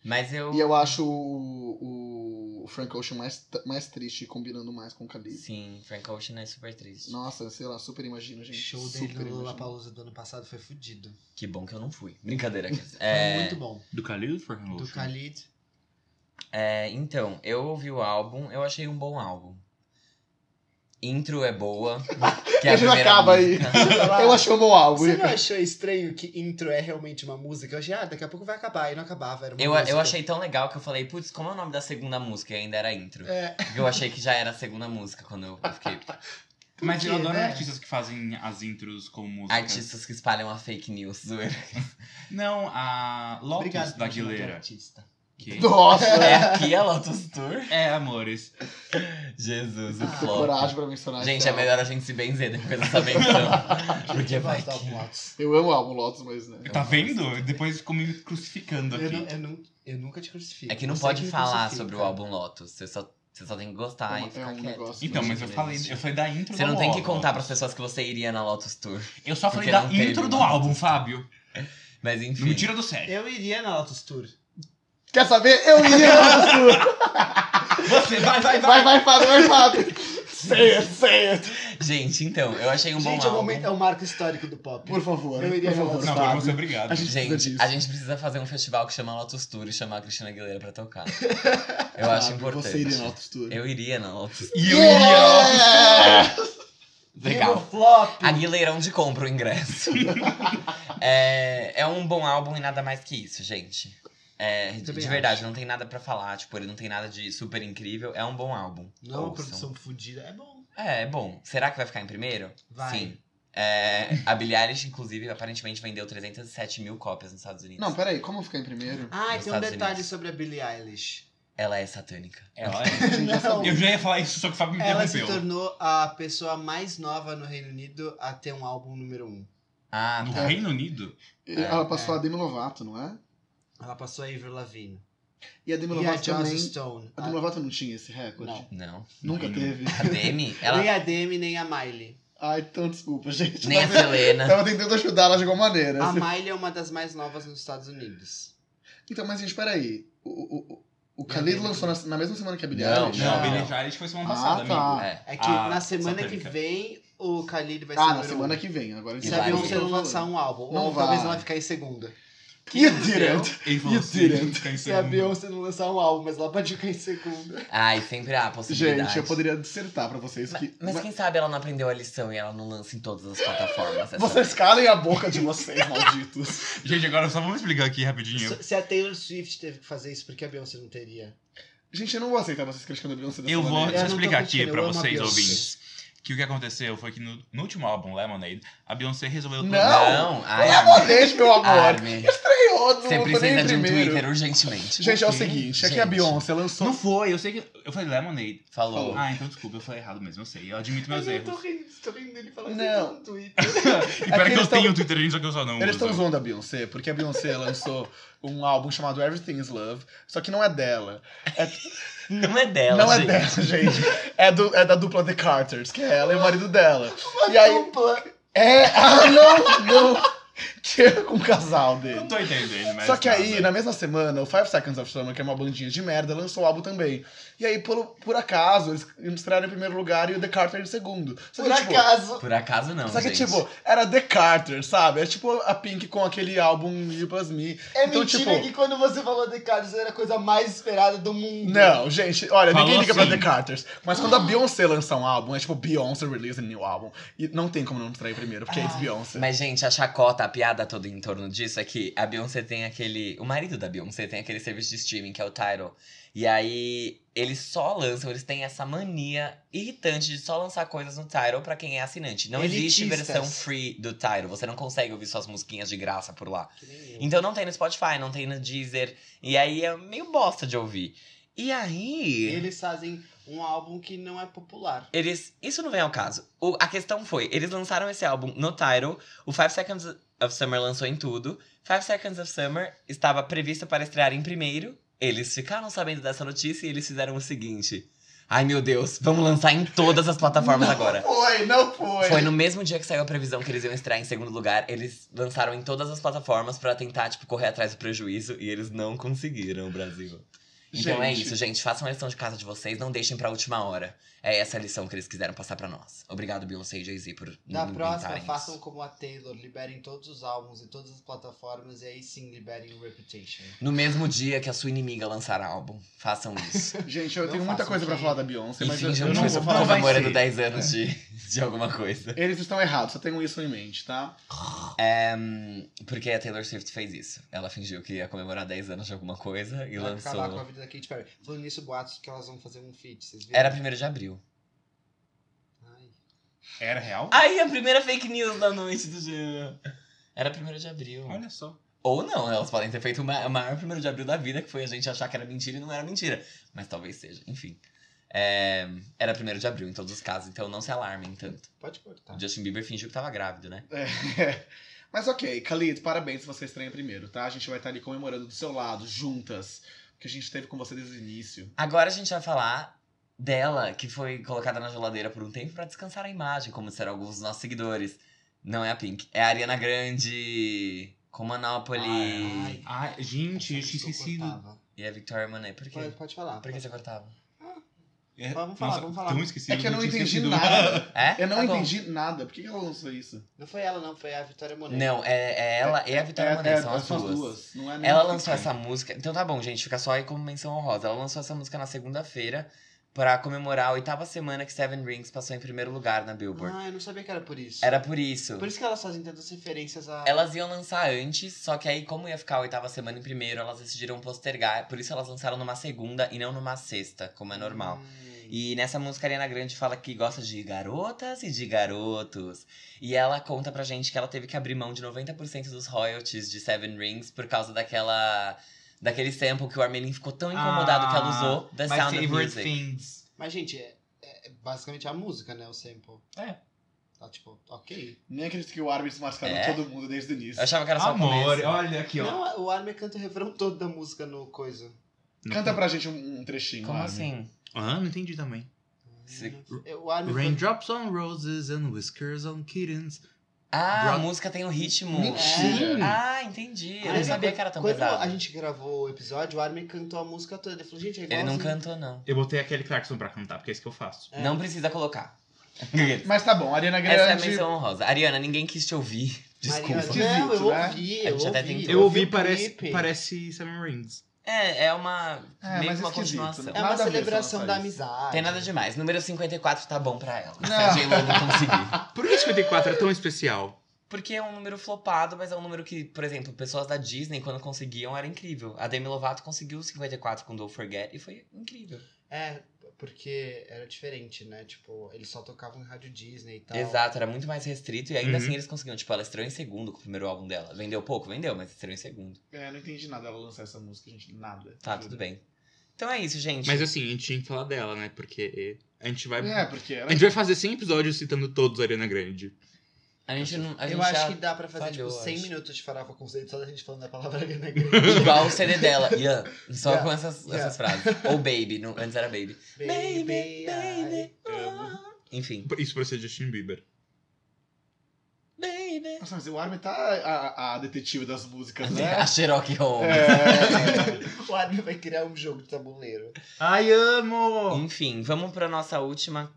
Speaker 1: Mas
Speaker 2: Então
Speaker 1: eu.
Speaker 5: E eu acho o, o Frank Ocean mais, t- mais triste, combinando mais com o Khalid.
Speaker 1: Sim, Frank Ocean é super triste.
Speaker 5: Nossa, sei lá, super imagino,
Speaker 2: O
Speaker 5: gente.
Speaker 2: show
Speaker 5: super
Speaker 2: dele no
Speaker 5: imagino.
Speaker 2: Lollapalooza do ano passado foi fudido.
Speaker 1: Que bom que eu não fui. Brincadeira. Cris.
Speaker 2: Foi
Speaker 1: É,
Speaker 2: muito bom.
Speaker 3: Do Khalid ou do Forhan
Speaker 2: Do Khalid.
Speaker 1: é, então, eu ouvi o álbum, eu achei um bom álbum. Intro é boa. Que é a
Speaker 5: A gente
Speaker 1: primeira
Speaker 5: acaba aí.
Speaker 1: música.
Speaker 5: Eu achei um bom álbum.
Speaker 2: Você não achou estranho que intro é realmente uma música? Eu achei, ah, daqui a pouco vai acabar. E não acabava, era uma
Speaker 1: Eu,
Speaker 2: música.
Speaker 1: eu achei tão legal que eu falei, putz, como é o nome da segunda música? E ainda era intro.
Speaker 2: É,
Speaker 1: Porque eu achei que já era a segunda música quando eu fiquei.
Speaker 3: Mas eu
Speaker 2: Por quê,
Speaker 3: adoro
Speaker 2: né?
Speaker 3: artistas que fazem as intros com músicas.
Speaker 1: Artistas que espalham a fake news. zoeira.
Speaker 3: Não, a Lotus
Speaker 2: obrigado
Speaker 3: da
Speaker 2: por chamar de
Speaker 3: Aguilera.
Speaker 2: artista.
Speaker 3: que-
Speaker 5: Nossa,
Speaker 1: É aqui a Lotus Tour.
Speaker 3: É, amores.
Speaker 1: Jesus, o
Speaker 2: Ah,
Speaker 1: flop.
Speaker 5: coragem pra mencionar
Speaker 1: Gente,
Speaker 5: esse
Speaker 1: é
Speaker 5: álbum.
Speaker 1: melhor a gente se benzer depois dessa benção. Porque
Speaker 5: é
Speaker 2: Eu
Speaker 1: vai
Speaker 2: gosto do
Speaker 1: que...
Speaker 2: Lotus.
Speaker 5: Eu amo o álbum Lotus, mas né.
Speaker 3: Tá vendo? Depois ficou me crucificando
Speaker 2: Eu, não, é.
Speaker 3: aqui.
Speaker 2: eu, nu- eu nunca te crucifico.
Speaker 1: É que não
Speaker 2: Você
Speaker 1: pode
Speaker 2: me
Speaker 1: falar
Speaker 2: crucifica.
Speaker 1: sobre o álbum Lotus. Você só, você só tem que gostar
Speaker 5: É um-
Speaker 1: e ficar
Speaker 5: é um
Speaker 1: quieto.
Speaker 5: negócio
Speaker 3: Então, mas eu falei, eu falei da intro
Speaker 1: Você
Speaker 3: do
Speaker 1: não tem que
Speaker 3: álbum.
Speaker 1: contar pras pessoas que você iria na Lotus Tour.
Speaker 3: Eu só falei
Speaker 1: Porque
Speaker 3: da
Speaker 1: não teve
Speaker 3: intro do
Speaker 1: uma
Speaker 3: álbum,
Speaker 1: Lotus.
Speaker 3: Fábio.
Speaker 1: Mas
Speaker 3: Não me
Speaker 1: enfim.
Speaker 3: tira do sério.
Speaker 2: Eu iria na Lotus Tour.
Speaker 5: Quer saber? Eu iria Lotus Tour!
Speaker 3: Você vai, vai, vai.
Speaker 5: Vai, vai, Fábio, vai, Fábio. Say it, say it.
Speaker 1: Gente, então, eu achei um
Speaker 2: Gente,
Speaker 1: bom
Speaker 2: é o,
Speaker 1: álbum.
Speaker 2: momento, é o marco histórico do pop.
Speaker 5: Por favor,
Speaker 2: Eu iria
Speaker 5: por favor,
Speaker 2: Lotus
Speaker 3: Não,
Speaker 5: Fábio.
Speaker 3: por você, é obrigado.
Speaker 5: A gente precisa
Speaker 1: Gente,
Speaker 5: disso.
Speaker 1: a gente precisa fazer um festival que chama Lotus Tour e chamar a Cristina Aguilera pra tocar. Eu acho
Speaker 5: Fábio,
Speaker 1: importante.
Speaker 5: Você iria Lotus Tour.
Speaker 1: Eu iria na Lotus.
Speaker 3: E eu iria.
Speaker 5: Yeah!
Speaker 1: Legal.
Speaker 2: Viva o flop!
Speaker 1: Aguileira, onde é compra o ingresso? é, é um bom álbum e nada mais que isso, gente. É, de
Speaker 2: Também
Speaker 1: verdade, não tem nada pra falar. Tipo, ele não tem nada de super incrível. É um bom álbum.
Speaker 2: Não é uma
Speaker 1: Ouçam.
Speaker 2: produção fodida. É bom.
Speaker 1: É, é bom. Será que vai ficar em primeiro?
Speaker 2: Vai.
Speaker 1: Sim. É, a Billie Eilish, inclusive, aparentemente vendeu 307 mil cópias nos Estados Unidos.
Speaker 5: Não, peraí, como eu ficar em primeiro?
Speaker 2: Ah, e
Speaker 1: Nos
Speaker 2: tem um
Speaker 1: Estados
Speaker 2: detalhe
Speaker 1: Unidos.
Speaker 2: sobre a Billie Eilish.
Speaker 1: Ela é satânica.
Speaker 3: Ela
Speaker 5: A
Speaker 3: é.
Speaker 5: gente já
Speaker 2: Não.
Speaker 5: sabia.
Speaker 3: Eu já ia falar isso, só que o Fábio me
Speaker 2: Ela se
Speaker 3: interrompeu.
Speaker 2: tornou a pessoa mais nova no Reino Unido a ter um álbum número 1. Um.
Speaker 1: Ah,
Speaker 3: No
Speaker 1: tá.
Speaker 3: Reino Unido?
Speaker 5: Ela passou a Demi Lovato, não é?
Speaker 2: Ela passou a Avril Lavigne.
Speaker 5: E a Demi
Speaker 2: E a
Speaker 5: Lovato também.
Speaker 2: Joss Stone. Ah,
Speaker 5: A Demi Lovato não tinha esse recorde?
Speaker 2: Não.
Speaker 1: Ah. Não.
Speaker 5: Nunca
Speaker 3: Não.
Speaker 5: teve.
Speaker 1: A Demi, ela
Speaker 2: Ela... Nem a Demi, nem a Miley.
Speaker 5: Ai, então desculpa, gente.
Speaker 1: nem Ah. a
Speaker 5: tava,
Speaker 1: Selena.
Speaker 5: tava tentando ajudar ela de alguma maneira.
Speaker 2: A Miley é uma das mais novas nos Estados Unidos.
Speaker 5: Então, mas gente, peraí. O, o, o, o
Speaker 2: Não,
Speaker 5: Khalid
Speaker 2: não.
Speaker 5: lançou na, na mesma semana que a Billie
Speaker 1: Não,
Speaker 5: Eilish?
Speaker 3: Não,
Speaker 1: Não.
Speaker 3: a Billie Eilish foi semana passada,
Speaker 5: Ah, tá.
Speaker 3: amigo.
Speaker 5: Ah,
Speaker 1: É.
Speaker 2: É que
Speaker 3: Ah,
Speaker 2: na semana
Speaker 3: satânica.
Speaker 2: que vem o Khalid vai ser
Speaker 5: na
Speaker 1: tá,
Speaker 2: número
Speaker 5: semana
Speaker 2: um.
Speaker 5: que vem. Agora
Speaker 1: que
Speaker 2: Se
Speaker 5: já
Speaker 2: a
Speaker 1: vai,
Speaker 5: viu
Speaker 1: vem.
Speaker 2: Beyoncé
Speaker 5: o que eu
Speaker 2: não
Speaker 5: tô
Speaker 2: lançar
Speaker 5: falando.
Speaker 2: um álbum,
Speaker 5: Não
Speaker 2: ou talvez
Speaker 5: vai.
Speaker 2: ela ficar em segunda.
Speaker 5: You didn't.
Speaker 3: Ele assim,
Speaker 5: You didn't.
Speaker 3: fica em
Speaker 2: Se a
Speaker 3: segundo.
Speaker 2: Beyoncé não lançar um álbum, mas ela pode ficar em segunda.
Speaker 1: Ai, sempre há a possibilidade.
Speaker 5: Gente, eu poderia dissertar pra vocês
Speaker 1: Ma-
Speaker 5: que.
Speaker 1: Mas, quem sabe ela não aprendeu a lição e ela não lança em todas as plataformas. essa-
Speaker 5: Vocês calem a boca de vocês, malditos.
Speaker 3: Gente, agora só vamos explicar aqui rapidinho.
Speaker 2: Se a Taylor Swift teve que fazer isso, porque a Beyoncé não teria?
Speaker 5: Gente, eu não vou aceitar vocês criticando a Beyoncé dessa
Speaker 3: Eu vou
Speaker 2: Eu
Speaker 5: maneira.
Speaker 3: só
Speaker 2: não tô
Speaker 3: explicar aqui
Speaker 2: curtindo,
Speaker 3: pra
Speaker 2: eu amo a
Speaker 3: vocês,
Speaker 2: Beyoncé.
Speaker 3: ouvintes. Que o que aconteceu foi que no, no último álbum, Lemonade, a Beyoncé resolveu tudo.
Speaker 1: Não, ai, Armin.
Speaker 5: Lemonade, meu amor.
Speaker 1: Armin.
Speaker 5: Estreou, não
Speaker 1: Ah, Você
Speaker 5: foi nem
Speaker 1: precisa de um
Speaker 5: primeiro.
Speaker 1: Twitter urgentemente.
Speaker 5: Gente, é o
Speaker 1: quê?
Speaker 5: seguinte, é que
Speaker 1: Gente,
Speaker 5: a Beyoncé lançou.
Speaker 3: Não foi, eu sei que. Eu falei Lemonade.
Speaker 1: Falou.
Speaker 3: Ah, então desculpa, eu falei errado mesmo, eu sei. Eu admito meus
Speaker 2: Eu
Speaker 3: erros.
Speaker 2: tô rindo, tô rindo dele falando
Speaker 5: Não.
Speaker 2: isso no Twitter.
Speaker 3: E
Speaker 5: É
Speaker 3: pior
Speaker 5: que
Speaker 3: que, eu
Speaker 5: eles tão-
Speaker 3: tenho o Twitter, gente, só que eu só não
Speaker 5: Eles estão
Speaker 3: uso.
Speaker 5: zoando a Beyoncé, porque a Beyoncé lançou um álbum chamado Everything is Love, só que não é dela.
Speaker 1: Não é dela,
Speaker 5: não
Speaker 1: gente.
Speaker 5: é dela, gente. É, do, é da dupla The Carters, que é ela e o marido dela.
Speaker 2: Uma
Speaker 5: E aí-
Speaker 2: dupla.
Speaker 5: É, ah, não, não. Que é com o casal dele.
Speaker 3: Não tô entendendo, mas.
Speaker 5: Só que aí, né, na
Speaker 3: nada.
Speaker 5: mesma semana, o Five Seconds of Summer, que é uma bandinha de merda, lançou o álbum também. E aí, por, por acaso, eles estrearam em primeiro lugar e o The Carter em segundo. Só que,
Speaker 2: Por
Speaker 5: tipo,
Speaker 2: acaso.
Speaker 1: Por acaso não,
Speaker 5: Só que,
Speaker 1: gente.
Speaker 5: tipo, era The Carter, sabe? É tipo a Pink com aquele álbum You Plus Me.
Speaker 2: É
Speaker 5: então,
Speaker 2: mentira
Speaker 5: tipo-
Speaker 2: que quando você falou de Carlos era a coisa mais esperada do mundo.
Speaker 5: Não, gente, olha,
Speaker 3: Falou
Speaker 5: ninguém liga pra
Speaker 3: assim.
Speaker 5: The Carters. Mas quando a Beyoncé lança um álbum, é tipo Beyoncé release a new álbum. E não tem como não trair primeiro, porque é Beyoncé.
Speaker 1: Mas, gente, a chacota, a piada toda em torno disso é que a Beyoncé tem aquele. O marido da Beyoncé tem aquele serviço de streaming que é o Tidal. E aí eles só lançam, eles têm essa mania irritante de só lançar coisas no Tidal pra quem é assinante. Não existe
Speaker 2: Elitistas.
Speaker 1: versão free do Tidal, você não consegue ouvir suas musiquinhas de graça por lá.
Speaker 2: Que nem eu.
Speaker 1: Então não tem no Spotify, não tem no Deezer. E aí é meio bosta de ouvir. E aí.
Speaker 2: Eles fazem um álbum que não é popular.
Speaker 1: Eles. Isso não vem ao caso. O- a questão foi: eles lançaram esse álbum no Tidal, o Five Seconds of Summer lançou em tudo. Five Seconds of Summer estava previsto para estrear em primeiro. Eles ficaram sabendo dessa notícia e eles fizeram o seguinte: Ai meu Deus, vamos lançar em todas as plataformas agora.
Speaker 5: Foi, não foi.
Speaker 1: Foi no mesmo dia que saiu a previsão que eles iam estrear em segundo lugar, eles lançaram em todas as plataformas pra tentar, tipo, correr atrás do prejuízo e eles não conseguiram, Brasil. Então é
Speaker 5: Gente.
Speaker 1: isso, gente. Façam a lição de casa de vocês, não deixem pra última hora. É essa a lição que eles quiseram passar pra nós. Obrigado, Beyoncé e Jay-Z, por
Speaker 2: Da
Speaker 1: não
Speaker 2: próxima,
Speaker 1: inventarem
Speaker 2: façam
Speaker 1: isso.
Speaker 2: como a Taylor, liberem todos os álbuns e todas as plataformas e aí sim liberem o Reputation.
Speaker 1: No mesmo dia que a sua inimiga lançar álbum, façam isso.
Speaker 5: Gente, eu
Speaker 2: Não
Speaker 5: tenho muita
Speaker 2: façam
Speaker 5: coisa pra
Speaker 2: que-
Speaker 5: falar da Beyoncé,
Speaker 1: e
Speaker 5: mas eu,
Speaker 1: finjam
Speaker 5: eu
Speaker 1: que
Speaker 5: não
Speaker 1: foi sua
Speaker 5: vou falar. É. Não vai
Speaker 1: namorando
Speaker 5: ser.
Speaker 1: 10 anos de, de alguma coisa.
Speaker 5: Eles estão errados, só tenham isso em mente, tá?
Speaker 1: Hum, Porque a Taylor Swift fez isso. Ela fingiu que ia comemorar 10 anos de alguma coisa e
Speaker 2: Vai
Speaker 1: lançou.
Speaker 2: acabar com a vida da Katy Perry. Falando nisso, boatos que elas vão fazer um feat, vocês viram?
Speaker 1: Era 1 de abril.
Speaker 2: Ai.
Speaker 3: Era real?
Speaker 1: Ai, a primeira fake news da noite do dia. Era 1 de abril.
Speaker 3: Olha só.
Speaker 1: Ou não, elas podem ter feito o ma- o maior 1 de abril da vida, que foi a gente achar que era mentira e não era mentira. Mas talvez seja, enfim. É, era 1 de abril em todos os casos, então não se alarmem tanto.
Speaker 2: Pode cortar.
Speaker 1: O Justin Bieber fingiu que tava grávido, né?
Speaker 5: É. Mas ok, Khalid, parabéns se você estreia primeiro, tá? A gente vai estar ali comemorando do seu lado, juntas. Que a gente teve com você desde o início.
Speaker 1: Agora a gente vai falar dela, que foi colocada na geladeira por um tempo pra descansar a imagem, como disseram alguns dos nossos seguidores. Não é a Pink, é a Ariana Grande, com Monopoly é.
Speaker 3: Ai, ai, gente, eu
Speaker 2: Essa
Speaker 3: tinha
Speaker 2: pessoa
Speaker 3: esquecido.
Speaker 2: cortava.
Speaker 1: e a Victoria Monet. Por quê?
Speaker 2: Pode, pode falar.
Speaker 1: Por que você cortava?
Speaker 3: É,
Speaker 2: Vamos falar,
Speaker 3: nossa,
Speaker 2: vamos falar.
Speaker 3: Tão esquecido
Speaker 5: É que eu não
Speaker 3: tinha
Speaker 5: entendi
Speaker 3: esquecido.
Speaker 5: nada.
Speaker 1: É?
Speaker 5: Eu não
Speaker 1: Tá bom.
Speaker 5: entendi nada. Por que ela lançou isso?
Speaker 2: Não foi ela, não, foi a Vitória Monet.
Speaker 1: Não, é, é ela e a Victoria Monet, são as
Speaker 5: são
Speaker 1: duas.
Speaker 5: Não é nem
Speaker 1: Ela
Speaker 5: que-
Speaker 1: lançou essa música. Então tá bom, gente, fica só aí como menção honrosa. Ela lançou essa música na segunda-feira pra comemorar a oitava semana que Seven Rings passou em primeiro lugar na Billboard.
Speaker 2: Ah, eu não sabia que era por isso.
Speaker 1: Era por isso.
Speaker 2: Por isso que elas fazem tantas referências a.
Speaker 1: Elas iam lançar antes, só que aí, como ia ficar a oitava semana em primeiro, elas decidiram postergar. Por isso elas lançaram numa segunda e não numa sexta, como é normal.
Speaker 2: Hum.
Speaker 1: E nessa música, a Ariana Grande fala que gosta de garotas e de garotos. E ela conta pra gente que ela teve que abrir mão de 90% dos royalties de Seven Rings por causa daquela. Daquele sample que o Armenin ficou tão incomodado que ela usou, The
Speaker 3: My
Speaker 1: Sound of
Speaker 3: Favorite
Speaker 1: Music.
Speaker 3: Things.
Speaker 2: Mas, gente, é, é basicamente a música, né? O sample.
Speaker 3: É.
Speaker 2: Tá tipo, ok.
Speaker 5: Nem acredito que o árbitro marcaram
Speaker 1: É?
Speaker 5: todo mundo desde o início.
Speaker 1: Eu achava que era só o
Speaker 3: Amor,
Speaker 1: começo.
Speaker 3: olha aqui, ó.
Speaker 2: Não, o Armin canta o refrão todo da música no coisa.
Speaker 5: Canta pra gente um, um trechinho,
Speaker 1: Como
Speaker 5: Armin.
Speaker 1: assim?
Speaker 3: Ah, não entendi também.
Speaker 1: Se-
Speaker 2: É, O Armin
Speaker 3: Raindrops on roses and whiskers on kittens.
Speaker 1: Ah, a
Speaker 3: Rock-
Speaker 1: música tem o ritmo.
Speaker 5: Mentira.
Speaker 1: Ah, entendi. Eu
Speaker 2: Ai,
Speaker 1: não sabia
Speaker 2: quando-
Speaker 1: que era tão
Speaker 2: quando
Speaker 1: pesado.
Speaker 2: a gente gravou o episódio, o Armin cantou a música toda. Ele falou, gente, é
Speaker 1: Ele não
Speaker 2: igualzinho.
Speaker 1: cantou, não.
Speaker 3: Eu botei aquele Clarkson pra cantar, porque é isso que eu faço.
Speaker 2: É.
Speaker 1: Não precisa colocar.
Speaker 5: Mas tá bom, Ariana
Speaker 1: Essa é a
Speaker 5: Grande.
Speaker 1: menção honrosa. Ariana, ninguém quis te ouvir. Desculpa.
Speaker 2: Mariana-
Speaker 5: Esquisito,
Speaker 2: Não, eu
Speaker 5: né?
Speaker 2: ouvi,
Speaker 1: A
Speaker 2: eu
Speaker 1: gente até
Speaker 2: ouvi.
Speaker 1: tentou.
Speaker 3: Eu ouvi,
Speaker 2: o
Speaker 3: parece,
Speaker 2: clipe.
Speaker 3: parece Seven Rings.
Speaker 1: É, é uma.
Speaker 5: É,
Speaker 1: meio
Speaker 5: mas
Speaker 1: que uma
Speaker 5: esquisito,
Speaker 1: continuação.
Speaker 5: né?
Speaker 2: É uma
Speaker 5: Nada a ver
Speaker 2: celebração
Speaker 5: só
Speaker 2: da
Speaker 5: isso.
Speaker 2: amizade.
Speaker 1: Tem nada demais. Número 54 tá bom pra ela. Se
Speaker 5: Não.
Speaker 1: a J-Lo não conseguir.
Speaker 3: Por que 54 é tão especial?
Speaker 1: Porque é um número flopado, mas é um número que, por exemplo, pessoas da Disney, quando conseguiam, era incrível. A Demi Lovato conseguiu 54 com Don't Forget e foi incrível.
Speaker 2: É, porque era diferente, né? Tipo, eles só tocavam em rádio Disney e tal.
Speaker 1: Exato, era muito mais restrito e ainda
Speaker 3: Uhum.
Speaker 1: assim eles conseguiam. Tipo, ela estreou em segundo com o primeiro álbum dela. Vendeu pouco? Vendeu, mas estreou em segundo.
Speaker 5: É, não entendi nada ela lançar essa música, gente. Nada.
Speaker 1: Tá, tudo bem. Então é isso, gente.
Speaker 3: Mas assim, a gente tinha que falar dela, né? Porque a gente vai.
Speaker 5: É, porque era.
Speaker 1: Ah.
Speaker 3: A gente vai fazer 100 episódios citando todos a Ariana Grande.
Speaker 1: a gente não. A gente
Speaker 2: eu acho
Speaker 1: já-
Speaker 2: que dá pra fazer,
Speaker 1: falhou,
Speaker 2: tipo, 100
Speaker 1: acho.
Speaker 2: minutos de farofa conceito só da gente falando da palavra é Ariana
Speaker 1: Igual o CD dela. Ian. Só
Speaker 2: Yeah,
Speaker 1: com essas,
Speaker 2: yeah.
Speaker 1: essas frases. Ou Baby, no- antes era Baby.
Speaker 2: Baby, I-
Speaker 1: Enfim.
Speaker 3: Isso pra ser Justin Bieber.
Speaker 1: Baby.
Speaker 5: Nossa, mas o Armin tá a, a- a detetive das músicas, né?
Speaker 1: A Cherokee Home.
Speaker 5: É.
Speaker 2: O Armin vai criar um jogo de tabuleiro.
Speaker 3: Ai, amo!
Speaker 1: Enfim, vamos pra nossa última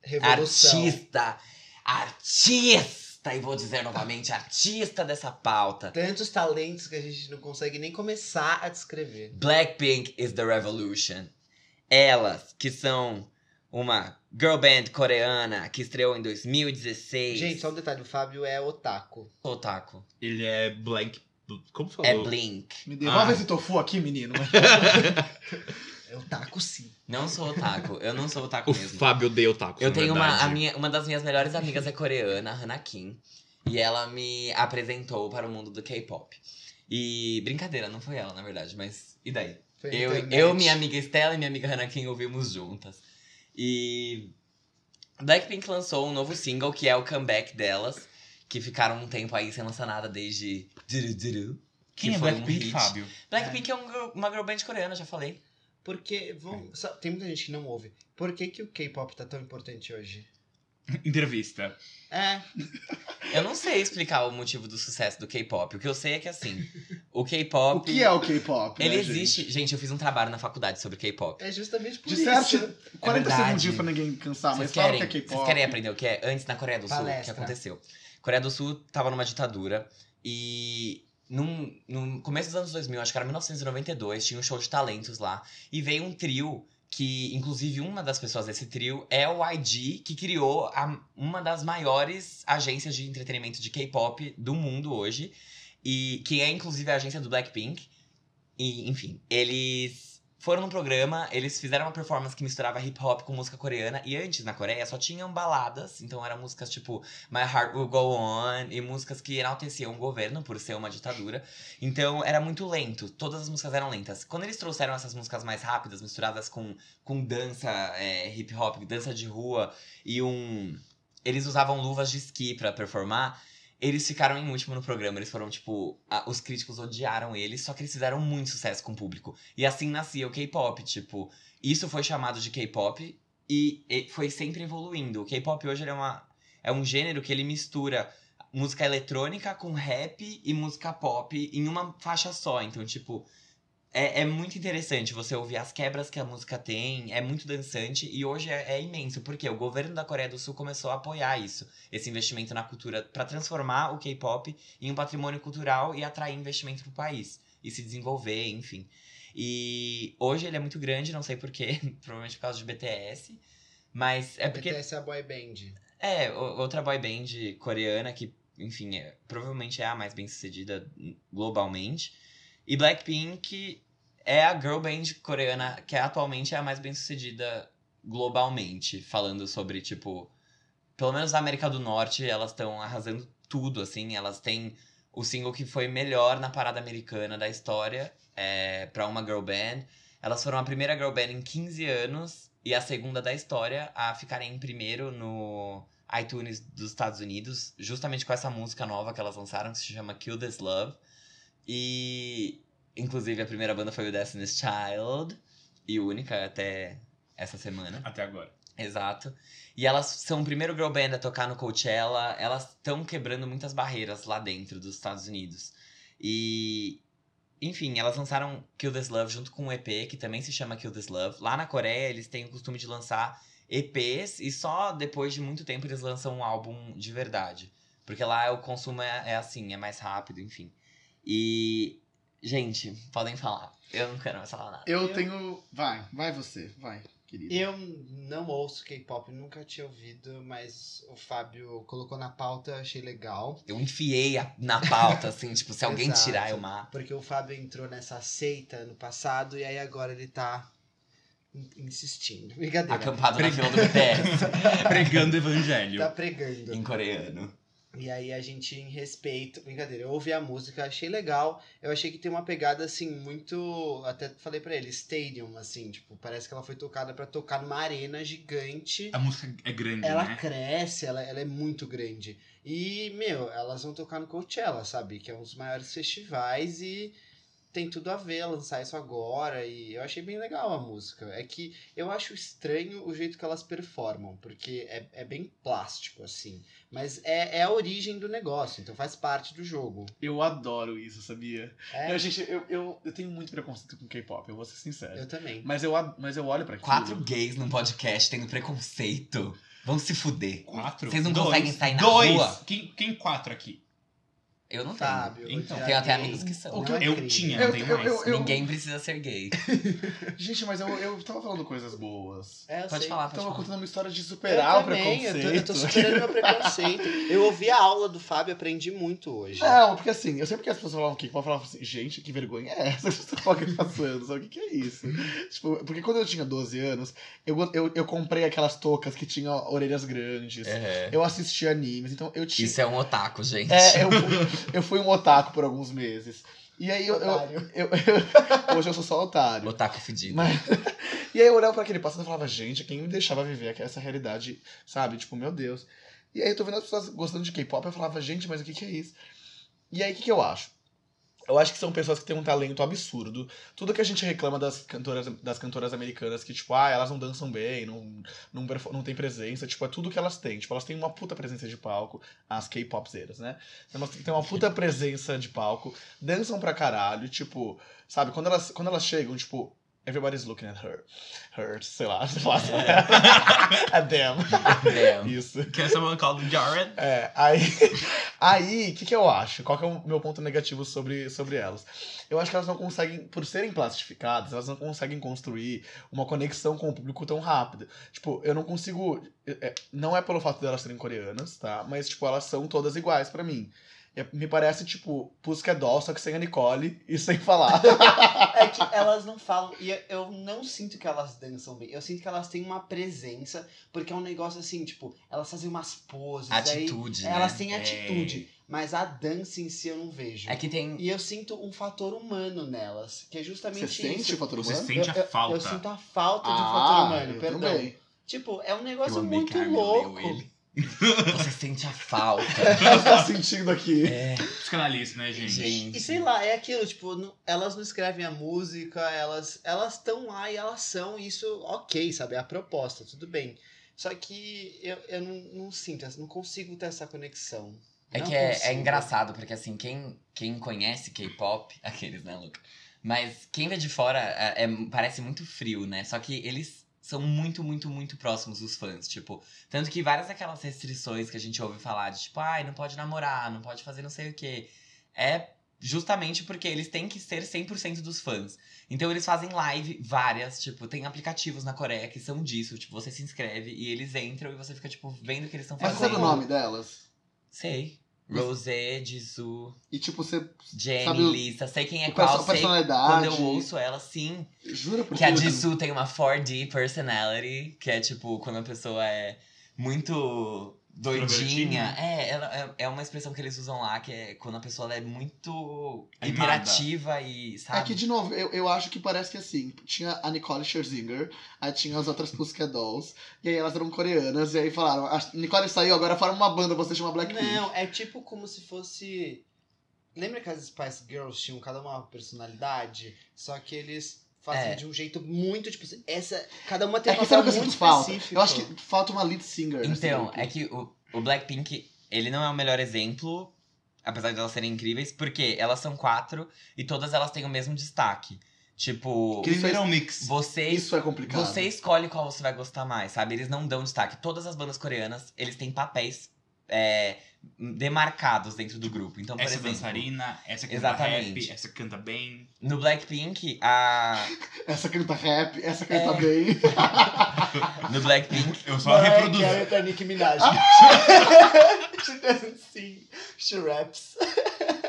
Speaker 2: Revolução.
Speaker 1: artista. Artista! E vou dizer novamente, artista dessa pauta.
Speaker 2: Tantos talentos que a gente não consegue nem começar a descrever.
Speaker 1: Blackpink is the revolution. Elas, que são uma girl band coreana que estreou em 2016.
Speaker 2: Gente, só um detalhe, o Fábio é otaku.
Speaker 1: Otaku.
Speaker 3: Ele é blank. Como falou?
Speaker 1: É Blink.
Speaker 5: Me devolve
Speaker 3: Ah.
Speaker 5: esse tofu aqui, menino.
Speaker 2: É otaku sim.
Speaker 1: Não sou otaku. Eu não sou otaku
Speaker 3: O
Speaker 1: mesmo.
Speaker 3: Fábio odeia o taco.
Speaker 1: Eu tenho uma, a minha, uma das minhas melhores amigas é coreana, a Hana Kim. E ela me apresentou para o mundo do K-pop. E brincadeira, não foi ela, na verdade, mas e daí?
Speaker 2: Foi a
Speaker 1: Eu,
Speaker 2: internet.
Speaker 1: eu, minha amiga Estela e minha amiga Hannah Kim ouvimos juntas. E Blackpink lançou um novo single, que é o comeback delas, que ficaram um tempo aí sem lançar nada desde. Duru Duru, que
Speaker 3: é
Speaker 1: foi um hit. Blackpink é um girl- uma girl band coreana, já falei.
Speaker 2: Porque,
Speaker 1: Hum.
Speaker 2: vamos, só- tem muita gente que não ouve. Por que, que o K-pop tá tão importante hoje?
Speaker 3: Entrevista.
Speaker 2: É,
Speaker 1: Eu não sei explicar o motivo do sucesso do K-pop. O que eu sei é que assim, o
Speaker 5: O
Speaker 1: K-pop.
Speaker 5: que é o K-pop? né,
Speaker 1: Ele
Speaker 5: gente?
Speaker 1: existe. Gente? eu fiz um trabalho na faculdade sobre K-pop.
Speaker 2: é justamente por
Speaker 5: De
Speaker 2: isso.
Speaker 5: certo, 40
Speaker 1: É verdade.
Speaker 5: segundinhos pra ninguém cansar,
Speaker 1: vocês,
Speaker 5: mas
Speaker 1: querem,
Speaker 5: fala o que é K-pop.
Speaker 1: vocês querem aprender o que é? Antes na Coreia do Sul, o que
Speaker 2: Palestra.
Speaker 1: aconteceu? Coreia do Sul tava numa ditadura e. num- No começo dos anos 2000, acho que era 1992, tinha um show de talentos lá. E veio um trio que, inclusive, uma das pessoas desse trio é o YG, que criou a- uma das maiores agências de entretenimento de K-pop do mundo hoje. e que é inclusive a agência do Blackpink. E, enfim, eles foram num programa, eles fizeram uma performance que misturava hip hop com música coreana. E antes, na Coreia, só tinham baladas. Então eram músicas tipo My Heart Will Go On e músicas que enalteciam o governo por ser uma ditadura. Então era muito lento, todas as músicas eram lentas. Quando eles trouxeram essas músicas mais rápidas, misturadas com, com dança é, hip hop, dança de rua e um. Eles usavam luvas de esqui pra performar. Eles ficaram em último no programa, eles foram tipo. a- os críticos odiaram eles, só que eles fizeram muito sucesso com o público. E assim nascia o K-pop, tipo. Isso foi chamado de K-pop e, e foi sempre evoluindo. O K-pop hoje ele é, uma, é um gênero que ele mistura música eletrônica com rap e música pop em uma faixa só. Então, tipo. É, é muito interessante você ouvir as quebras que a música tem, é muito dançante e hoje é, é imenso, porque o governo da Coreia do Sul começou a apoiar isso esse investimento na cultura para transformar o K-pop em um patrimônio cultural e atrair investimento pro país e se desenvolver, enfim. E hoje ele é muito grande, não sei porquê, provavelmente por causa de BTS, mas é
Speaker 2: É
Speaker 1: porque
Speaker 2: porque essa é a boy band.
Speaker 1: é o- outra boy band coreana que, enfim, é- provavelmente é a mais bem-sucedida globalmente. E Blackpink é a girl band coreana que atualmente é a mais bem-sucedida globalmente, falando sobre tipo pelo menos na América do Norte, elas estão arrasando tudo, assim. Elas têm o single que foi melhor na parada americana da história é, para uma girl band. Elas foram a primeira girl band em 15 anos e a segunda da história a ficarem em primeiro no iTunes dos Estados Unidos, justamente com essa música nova que elas lançaram, que se chama Kill This Love. E, inclusive, a primeira banda foi o Destiny's Child, e única até essa semana.
Speaker 3: Até agora.
Speaker 1: Exato. E elas são o primeiro girl band a tocar no Coachella. Elas estão quebrando muitas barreiras lá dentro dos Estados Unidos. E. Enfim, elas lançaram Kill This Love junto com um EP que também se chama Kill This Love. Lá na Coreia, eles têm o costume de lançar EPs e só depois de muito tempo eles lançam um álbum de verdade. Porque lá o consumo é, é assim, é mais rápido, enfim. E. Gente, podem falar. Eu não quero mais falar nada.
Speaker 5: Eu,
Speaker 2: Eu-
Speaker 5: tenho. Vai, vai você, vai, querido.
Speaker 2: Eu não ouço K-pop, nunca tinha ouvido, mas o Fábio colocou na pauta, achei legal.
Speaker 1: Eu enfiei a- na pauta, assim, tipo, se alguém
Speaker 2: Exato.
Speaker 1: tirar, eu mato.
Speaker 2: Porque o Fábio entrou nessa seita no passado e aí agora ele tá in- insistindo. Brincadeira.
Speaker 1: Acampado na fila do BTS. pregando evangelho.
Speaker 2: Tá pregando.
Speaker 1: Em coreano.
Speaker 2: E aí a gente, em respeito, brincadeira, eu ouvi a música, achei legal. Eu achei que tem uma pegada, assim, muito. Até falei pra ele, stadium, assim, tipo, parece que ela foi tocada pra tocar numa arena gigante.
Speaker 3: A música é grande,
Speaker 2: Ela
Speaker 3: né?
Speaker 2: cresce, ela, ela é muito grande. E, meu, elas vão tocar no Coachella, sabe? Que é um dos maiores festivais e tem tudo a ver lançar isso agora. E eu achei bem legal a música. É que eu acho estranho o jeito que elas performam, porque é, é bem plástico, assim. Mas é, é a origem do negócio, então faz parte do jogo.
Speaker 5: Eu adoro isso, sabia?
Speaker 2: É,
Speaker 5: Eu, gente, eu, eu, eu tenho muito preconceito com K-pop, eu vou ser sincero.
Speaker 2: eu também.
Speaker 5: Mas, eu, a- mas eu olho pra aquilo.
Speaker 1: É. Quatro gays num podcast tendo preconceito. Vão se fuder.
Speaker 3: Quatro?
Speaker 1: Vocês não
Speaker 3: Dois.
Speaker 1: conseguem sair na
Speaker 3: Dois.
Speaker 1: rua?
Speaker 3: Quem, quem quatro aqui?
Speaker 1: Eu não tenho.
Speaker 2: Fábio,
Speaker 3: Então,
Speaker 1: Tenho até
Speaker 2: odiei.
Speaker 1: amigos que são.
Speaker 5: O que eu-
Speaker 2: Não é
Speaker 3: eu
Speaker 2: crime.
Speaker 3: tinha.
Speaker 5: Eu,
Speaker 3: Não tem
Speaker 5: eu,
Speaker 3: mais.
Speaker 5: eu, eu-
Speaker 1: Ninguém precisa ser gay.
Speaker 5: Gente, mas eu, eu tava falando coisas boas.
Speaker 2: É, eu
Speaker 1: Pode
Speaker 2: sei.
Speaker 1: falar,
Speaker 5: Eu
Speaker 1: pode
Speaker 5: tava
Speaker 1: falar.
Speaker 5: contando uma história de superar
Speaker 2: Eu
Speaker 5: o
Speaker 2: também, eu tô, eu tô
Speaker 5: preconceito.
Speaker 2: superando meu preconceito. Eu ouvi a aula do Fábio, aprendi muito hoje.
Speaker 5: Não, porque assim, eu sempre que as pessoas falavam K-pop, eu falava assim, gente, que vergonha é essa? Vocês estão passando, sabe o que, que é isso? Tipo, porque quando eu tinha 12 anos, eu, eu, eu comprei aquelas toucas que tinham orelhas grandes, eu assistia animes, então eu tinha.
Speaker 1: É. Isso é um otaku, gente.
Speaker 5: É, eu, fui- eu fui um otaku por alguns meses. E aí eu. eu-
Speaker 2: Otário.
Speaker 5: eu- eu- hoje eu sou só otário.
Speaker 1: Um Otaku fedido.
Speaker 5: Mas- e aí eu olhava pra aquele passado e falava, gente, quem me deixava viver essa realidade, sabe? Tipo, meu Deus. E aí eu tô vendo as pessoas gostando de K-pop, eu falava, gente, mas o que, que é isso? E aí o que, que eu acho? Eu acho que são pessoas que têm um talento absurdo. Tudo que a gente reclama das cantoras, das cantoras americanas, que, tipo, ah, elas não dançam bem, não, não, perfo- não tem presença, tipo, é tudo que elas têm. Tipo, elas têm uma puta presença de palco, as K-popzeiras, né? Elas têm uma puta presença de palco, dançam pra caralho, tipo, sabe, quando elas, quando elas chegam, tipo, everybody's looking at her. Her, sei lá, sei lá. at them.
Speaker 1: Damn.
Speaker 5: Isso.
Speaker 3: Can someone call Jared?
Speaker 5: É, aí, aí, o que, que eu acho? Qual que é o meu ponto negativo sobre, sobre elas? Eu acho que elas não conseguem, por serem plastificadas, elas não conseguem construir uma conexão com o público tão rápida. Tipo, eu não consigo. é, é, não é pelo fato delas serem coreanas, tá? Mas, tipo, elas são todas iguais pra mim. É, Me parece, tipo, Pusca Doll, só que sem a Nicole e sem falar.
Speaker 2: É que elas não falam. E eu- eu não sinto que elas dançam bem. Eu sinto que elas têm uma presença, porque é um negócio assim, tipo, elas fazem umas poses.
Speaker 1: Atitude,
Speaker 2: aí,
Speaker 1: né?
Speaker 2: Elas têm atitude. Mas a dança em si eu não vejo.
Speaker 1: É que tem...
Speaker 2: E eu sinto um fator humano nelas, que é justamente isso.
Speaker 5: fator
Speaker 3: Você
Speaker 5: humano?
Speaker 3: sente
Speaker 2: eu,
Speaker 3: a
Speaker 2: eu-
Speaker 3: falta.
Speaker 2: Eu sinto a falta de um
Speaker 5: Ah,
Speaker 2: fator humano,
Speaker 5: eu
Speaker 2: perdão.
Speaker 5: também.
Speaker 2: Tipo, é um
Speaker 1: Eu
Speaker 2: negócio
Speaker 1: amei que
Speaker 2: muito
Speaker 1: a Armin
Speaker 2: louco.
Speaker 1: leu ele. Você sente a falta.
Speaker 5: Ela tá sentindo aqui.
Speaker 1: É,
Speaker 3: Psicanalista, né, gente?
Speaker 1: gente.
Speaker 2: E sei
Speaker 5: Uhum.
Speaker 2: lá, é aquilo, tipo, não- elas não escrevem a música, elas elas estão lá e elas são, e isso, ok, sabe? É a proposta, tudo bem. Só que eu, eu não, não sinto, eu não consigo ter essa conexão.
Speaker 1: É
Speaker 2: Não
Speaker 1: que é, é
Speaker 2: consigo.
Speaker 1: engraçado, porque assim, quem, quem conhece K-pop, aqueles, né, Luca? Mas quem vê de fora é- é- parece muito frio, né? Só que eles são muito, muito, muito próximos dos fãs. Tipo, tanto que várias daquelas restrições que a gente ouve falar de tipo, ai, não pode namorar, não pode fazer não sei o quê. É justamente porque eles têm que ser 100% dos fãs. Então eles fazem live várias, tipo, tem aplicativos na Coreia que são disso. Tipo, você se inscreve e eles entram e você fica, tipo, vendo o que eles estão
Speaker 5: Mas
Speaker 1: fazendo.
Speaker 5: você sabe o nome delas?
Speaker 1: Sei. Rosé, Jisoo,
Speaker 5: E, tipo, você.
Speaker 1: Jenny,
Speaker 5: Sabe o-
Speaker 1: Lisa, sei quem é
Speaker 5: o perso-
Speaker 1: qual, sei quando
Speaker 5: personalidade.
Speaker 1: eu ouço ela, sim.
Speaker 5: Jura por
Speaker 1: Que a
Speaker 5: tudo.
Speaker 1: Jisoo tem uma 4D personality, que é tipo, quando a pessoa é muito doidinha.
Speaker 3: Extrovertida.
Speaker 1: É, ela, é- é uma expressão que eles usam lá, que é quando a pessoa ela é muito
Speaker 3: Animada.
Speaker 1: imperativa e, sabe?
Speaker 5: É que, de novo, eu, eu acho que parece que assim, tinha a Nicole Scherzinger, aí tinha as outras Pussycat Dolls, e aí elas eram coreanas, e aí falaram, a Nicole saiu, agora forma uma banda, você chama Blackpink.
Speaker 2: Não, é tipo como se fosse. Lembra que as Spice Girls tinham cada uma personalidade? Só que eles fazem
Speaker 1: É.
Speaker 2: de um jeito muito, tipo, essa. Cada uma tem
Speaker 5: É
Speaker 2: um
Speaker 5: que
Speaker 2: papel
Speaker 5: sabe o que eu
Speaker 2: muito
Speaker 5: sinto falta?
Speaker 2: específico.
Speaker 5: Eu acho que falta uma lead singer. assim, nesse
Speaker 1: tá Então,
Speaker 5: grupo.
Speaker 1: é que o, o Blackpink, ele não é o melhor exemplo, apesar de elas serem incríveis, porque elas são quatro e todas elas têm o mesmo destaque. Tipo,
Speaker 3: Que
Speaker 5: Isso é-
Speaker 3: viram um mix.
Speaker 1: vocês
Speaker 5: Isso é complicado.
Speaker 1: Você escolhe qual você vai gostar mais, sabe? Eles não dão destaque. Todas as bandas coreanas, eles têm papéis é, demarcados dentro do grupo. Então, por
Speaker 3: Essa é
Speaker 1: exemplo,
Speaker 3: dançarina, essa canta
Speaker 1: Exatamente.
Speaker 3: rap, essa canta bem.
Speaker 1: no Blackpink, a.
Speaker 5: Essa canta rap, essa canta
Speaker 1: É.
Speaker 5: bem.
Speaker 1: No Blackpink,
Speaker 3: Eu só reproduzo.
Speaker 5: Ela é Nick Minaj.
Speaker 1: Ah.
Speaker 5: She doesn't sing, she raps.
Speaker 2: Ah,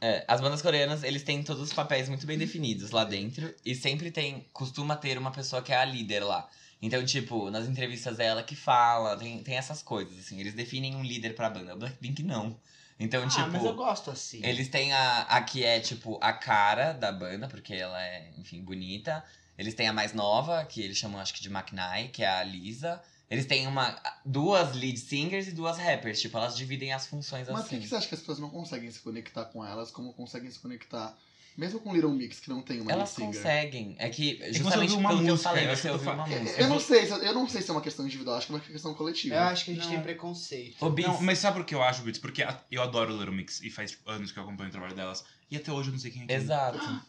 Speaker 1: É, as bandas coreanas, eles têm todos os papéis muito bem definidos lá dentro. E sempre tem, costuma ter uma pessoa que é a líder lá. Então, tipo, nas entrevistas é ela que fala, tem, tem essas coisas, assim. Eles definem um líder pra banda. O Blackpink não. Então,
Speaker 2: Ah,
Speaker 1: tipo.
Speaker 2: mas eu gosto assim.
Speaker 1: Eles têm a, a que é, tipo, a cara da banda, porque ela é, enfim, bonita. Eles têm a mais nova, que eles chamam, acho que de McNai, que é a Lisa. Eles têm uma, duas lead singers e duas rappers. Tipo, elas dividem as funções
Speaker 5: Mas por
Speaker 1: assim.
Speaker 5: que que você acha que as pessoas não conseguem se conectar com elas como conseguem se conectar? Mesmo com Little Mix, que não tem uma
Speaker 1: Elas
Speaker 5: lead singer.
Speaker 1: conseguem. É que,
Speaker 3: você
Speaker 1: justamente
Speaker 3: ouviu uma
Speaker 1: pelo que eu
Speaker 3: música,
Speaker 1: falei,
Speaker 3: eu acho
Speaker 1: você
Speaker 3: que
Speaker 1: ouviu
Speaker 3: eu
Speaker 1: uma
Speaker 3: fa- é,
Speaker 1: música.
Speaker 5: Eu não sei, se- eu não sei se é uma questão individual, acho que é uma questão coletiva.
Speaker 2: Eu acho que a gente
Speaker 3: Não.
Speaker 2: tem preconceito.
Speaker 1: Ô, Bis,
Speaker 3: Não, mas sabe por que eu acho, Bits? Porque a- eu adoro Little Mix e faz tipo, anos que eu acompanho o trabalho delas. E até hoje eu não sei quem é quem.
Speaker 1: Exato.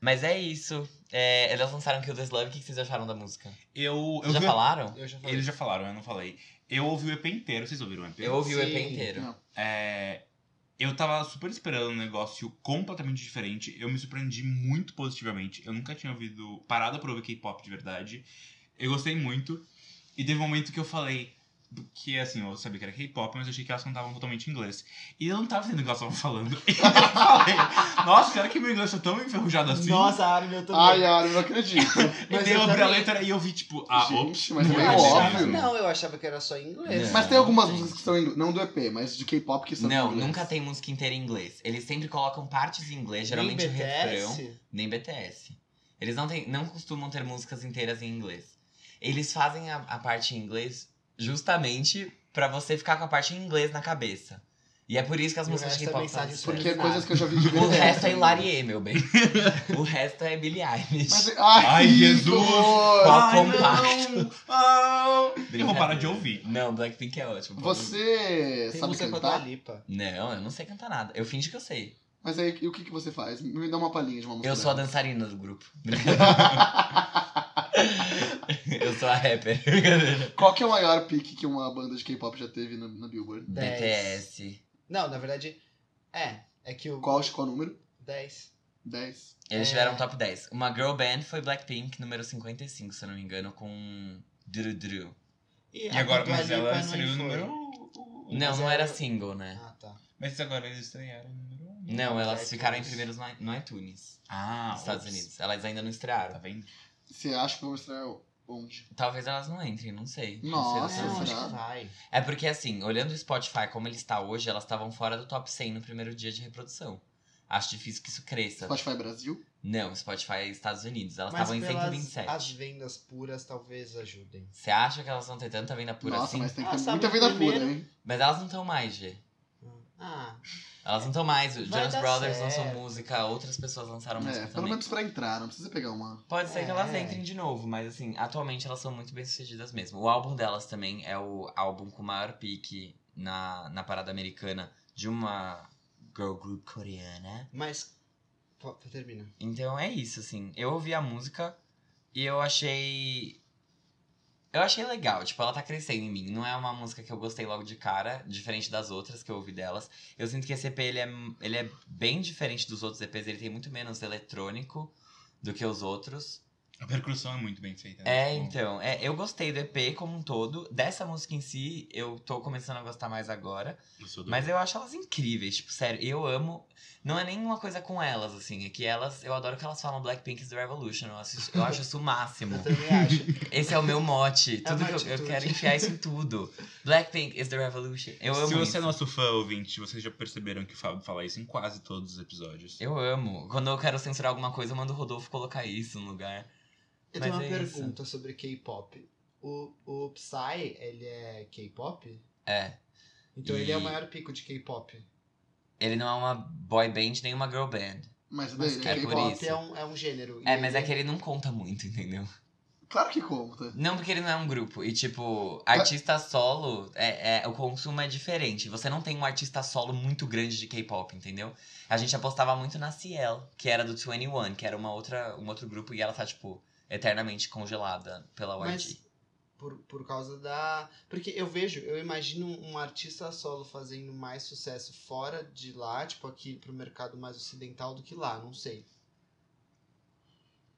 Speaker 1: Mas é isso. É, elas lançaram Kill This Love. O que que vocês acharam da música?
Speaker 3: Eu, eu
Speaker 1: Vocês já
Speaker 3: vi- um
Speaker 1: falaram?
Speaker 2: Eu já falei.
Speaker 3: Eles já falaram, eu não falei. Eu ouvi o EP inteiro, vocês ouviram o EP?
Speaker 1: Eu ouvi o EP
Speaker 2: Sim.
Speaker 1: inteiro.
Speaker 5: Não.
Speaker 3: É, eu tava super esperando um negócio completamente diferente. Eu me surpreendi muito positivamente. Eu nunca tinha ouvido. Parado pra ouvir K-pop de verdade. Eu gostei muito. E teve um momento que eu falei. Que assim, eu sabia que era K-pop, mas eu achei que elas cantavam totalmente em inglês. E eu não tava entendendo o que elas estavam falando. E eu falei, nossa, será que meu inglês tá tão enferrujado assim?
Speaker 2: Nossa, a Armin, eu também.
Speaker 5: Ai, Yara, eu não acredito.
Speaker 3: e
Speaker 2: mas
Speaker 3: daí eu
Speaker 2: eu
Speaker 3: abri a
Speaker 2: também-
Speaker 3: letra e eu vi, tipo, ah, ops.
Speaker 5: Gente, mas é
Speaker 3: não
Speaker 5: meio
Speaker 3: é
Speaker 2: eu
Speaker 5: óbvio.
Speaker 2: achava,
Speaker 3: mesmo.
Speaker 2: não, eu achava que era só em inglês.
Speaker 1: Não.
Speaker 5: Mas tem algumas músicas que são em inglês. Não do EP, mas de K-pop que são
Speaker 1: Não,
Speaker 5: em inglês.
Speaker 1: nunca tem música inteira em inglês. Eles sempre colocam partes em inglês, geralmente o
Speaker 2: Nem BTS?
Speaker 1: refrão. Nem BTS. Eles não, tem, não costumam ter músicas inteiras em inglês. Eles fazem a, a parte em inglês justamente pra você ficar com a parte em inglês na cabeça. E é por isso que as
Speaker 2: E o
Speaker 1: músicas de
Speaker 2: resto é
Speaker 1: K-pop são
Speaker 2: mensagem
Speaker 1: sucesso.
Speaker 5: Porque coisas que eu já vi de
Speaker 1: O
Speaker 5: BTS.
Speaker 1: resto é Hilarie, meu bem. o resto é Billie Eilish.
Speaker 5: Mas- ai,
Speaker 3: Ai,
Speaker 5: que
Speaker 3: Jesus.
Speaker 5: horror.
Speaker 1: Qual
Speaker 3: Ai,
Speaker 1: compacto.
Speaker 3: não, não. Eu vou
Speaker 1: Brincadeira.
Speaker 3: parar de ouvir.
Speaker 1: Não, Blackpink é ótimo.
Speaker 5: Você
Speaker 2: Tem
Speaker 5: sabe
Speaker 2: música com a Dua
Speaker 5: cantar?
Speaker 2: Lipa.
Speaker 1: Não, eu não sei cantar nada. Eu fingi que eu sei.
Speaker 5: Mas aí, e o que, que você faz? Me dá uma palhinha de uma música.
Speaker 1: Eu sou a
Speaker 5: dela.
Speaker 1: dançarina do grupo. eu sou a rapper.
Speaker 5: Qual que é o maior pique que uma banda de K-pop já teve na, na Billboard?
Speaker 2: Dez.
Speaker 1: BTS.
Speaker 2: Não, na verdade, é. É que o
Speaker 5: Qual, qual o número?
Speaker 2: 10.
Speaker 5: 10.
Speaker 1: Eles
Speaker 2: É.
Speaker 1: tiveram um top 10. Uma girl band foi Blackpink, número 55, se eu não me engano, com Dru Dru.
Speaker 3: E agora,
Speaker 2: Dua
Speaker 3: mas ela
Speaker 2: Lipa
Speaker 3: seria o
Speaker 2: foi.
Speaker 3: número.
Speaker 1: Não,
Speaker 2: Mas é
Speaker 1: não era
Speaker 2: eu-
Speaker 1: single, né?
Speaker 2: Ah, tá.
Speaker 3: Mas agora eles estrearam o número 1.
Speaker 1: Não, elas
Speaker 2: iTunes.
Speaker 1: ficaram em primeiros no i- no iTunes,
Speaker 3: Ah,
Speaker 1: nos Estados
Speaker 3: ops.
Speaker 1: Unidos. Elas ainda não
Speaker 3: Tá
Speaker 1: estrearam.
Speaker 3: vendo?
Speaker 5: Você acha que vou mostrar onde?
Speaker 1: Talvez elas não entrem, não sei.
Speaker 5: Nossa,
Speaker 1: não sei das
Speaker 2: não,
Speaker 1: pessoas.
Speaker 2: acho
Speaker 5: será?
Speaker 2: que vai.
Speaker 1: É porque assim, olhando o Spotify como ele está hoje, elas estavam fora do top 100 no primeiro dia de reprodução. Acho difícil que isso cresça.
Speaker 5: Spotify Brasil?
Speaker 1: Não, Spotify é Estados Unidos. Elas
Speaker 2: Mas
Speaker 1: estavam em
Speaker 2: pelas-
Speaker 1: 127.
Speaker 2: As vendas puras talvez ajudem.
Speaker 1: Você acha que elas vão ter tanta venda pura
Speaker 5: Nossa,
Speaker 1: assim?
Speaker 5: mas
Speaker 1: Mas...
Speaker 5: tem que
Speaker 2: Ah,
Speaker 5: ter
Speaker 2: sabe
Speaker 5: muita
Speaker 2: o
Speaker 5: vida pura,
Speaker 2: primeiro?
Speaker 5: hein?
Speaker 1: elas não estão mais, G.
Speaker 2: Ah,
Speaker 1: Elas não estão mais. O
Speaker 2: Vai
Speaker 1: Jonas
Speaker 2: dar
Speaker 1: Brothers
Speaker 2: certo.
Speaker 1: lançou música, outras pessoas lançaram música
Speaker 5: É, pelo
Speaker 1: também.
Speaker 5: menos pra entrar, não precisa pegar uma.
Speaker 1: Pode ser que elas
Speaker 2: É.
Speaker 1: entrem de novo, mas assim, atualmente elas são muito bem-sucedidas mesmo. O álbum delas também é o álbum com maior pique na, na parada americana de uma girl group coreana.
Speaker 2: mas... Pô, termina.
Speaker 1: Então é isso, assim. Eu ouvi a música e eu achei. Eu achei legal, tipo, ela tá crescendo em mim. Não é uma música que eu gostei logo de cara, diferente das outras que eu ouvi delas. Eu sinto que esse EP ele é, ele é bem diferente dos outros EPs, ele tem muito menos eletrônico do que os outros.
Speaker 3: A percussão é muito bem feita. né?
Speaker 1: É,
Speaker 3: Tipo,
Speaker 1: então, é, eu gostei do EP como um todo. Dessa música em si, eu tô começando a gostar mais agora.
Speaker 3: eu sou do-
Speaker 1: Mas eu acho elas incríveis, tipo, sério, eu amo. Não é nenhuma coisa com elas, assim, é que elas. Eu adoro que elas falam Blackpink is the Revolution. Eu, assisto- eu acho isso o máximo.
Speaker 2: Eu também acho.
Speaker 1: Esse é o meu mote.
Speaker 2: É
Speaker 1: Tudo
Speaker 2: uma
Speaker 1: que eu, eu
Speaker 2: atitude.
Speaker 1: quero enfiar isso em tudo. Blackpink is the Revolution. Eu amo
Speaker 3: Se você é
Speaker 1: isso.
Speaker 3: nosso fã ouvinte, vocês já perceberam que o Fábio fala isso em quase todos os episódios.
Speaker 1: Eu amo. Quando eu quero censurar alguma coisa, eu mando o Rodolfo colocar isso no lugar.
Speaker 2: Eu
Speaker 1: Mas
Speaker 2: tenho uma
Speaker 1: é isso.
Speaker 2: pergunta sobre K-pop. O, o Psy, ele é K-pop?
Speaker 1: É.
Speaker 2: Então ele é o
Speaker 1: E-
Speaker 2: maior pico de K-pop.
Speaker 1: Ele não é uma boy band nem uma girl band.
Speaker 5: Mas daí,
Speaker 2: Mas
Speaker 5: né?
Speaker 1: é por
Speaker 5: K-pop.
Speaker 1: isso.
Speaker 2: K-pop é um, é um gênero.
Speaker 1: É,
Speaker 2: E
Speaker 1: mas
Speaker 2: ele-
Speaker 1: é que ele não conta muito, entendeu?
Speaker 5: Claro que conta.
Speaker 1: Não, porque ele não é um grupo. E, tipo, artista solo, é, é- o consumo é diferente. Você não tem um artista solo muito grande de K-pop, entendeu? A gente apostava muito na Ciel, que era do 21, que era uma outra, um outro grupo, e ela tá, tipo, eternamente congelada pela YG.
Speaker 2: Mas Por, por causa da. Porque eu vejo, eu imagino um artista solo fazendo mais sucesso fora de lá, tipo aqui pro mercado mais ocidental do que lá, não sei.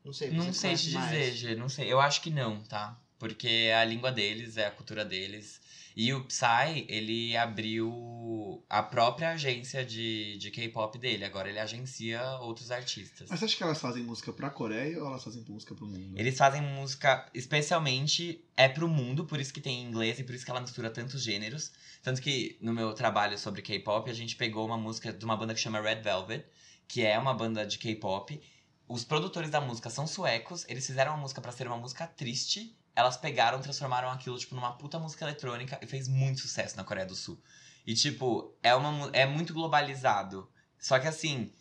Speaker 2: Não sei,
Speaker 1: Não
Speaker 2: você
Speaker 1: sei
Speaker 2: conhece
Speaker 1: te
Speaker 2: mais.
Speaker 1: dizer, Gê, não sei. Eu acho que não, tá? Porque é a língua deles, é a cultura deles. E o Psy, ele abriu a própria agência de, de K-pop dele. Agora ele agencia outros artistas.
Speaker 5: Mas você acha que elas fazem música pra Coreia ou elas fazem música pro mundo?
Speaker 1: Eles fazem música, especialmente é pro mundo, por isso que tem em inglês e por isso que ela mistura tantos gêneros. Tanto que no meu trabalho sobre K-pop, a gente pegou uma música de uma banda que chama Red Velvet, que é uma banda de K-pop. Os produtores da música são suecos, eles fizeram a música pra ser uma música triste. Elas pegaram, transformaram aquilo, tipo, numa puta música eletrônica e fez muito sucesso na Coreia do Sul. E, tipo, é, uma, mu- é muito globalizado. Só que assim,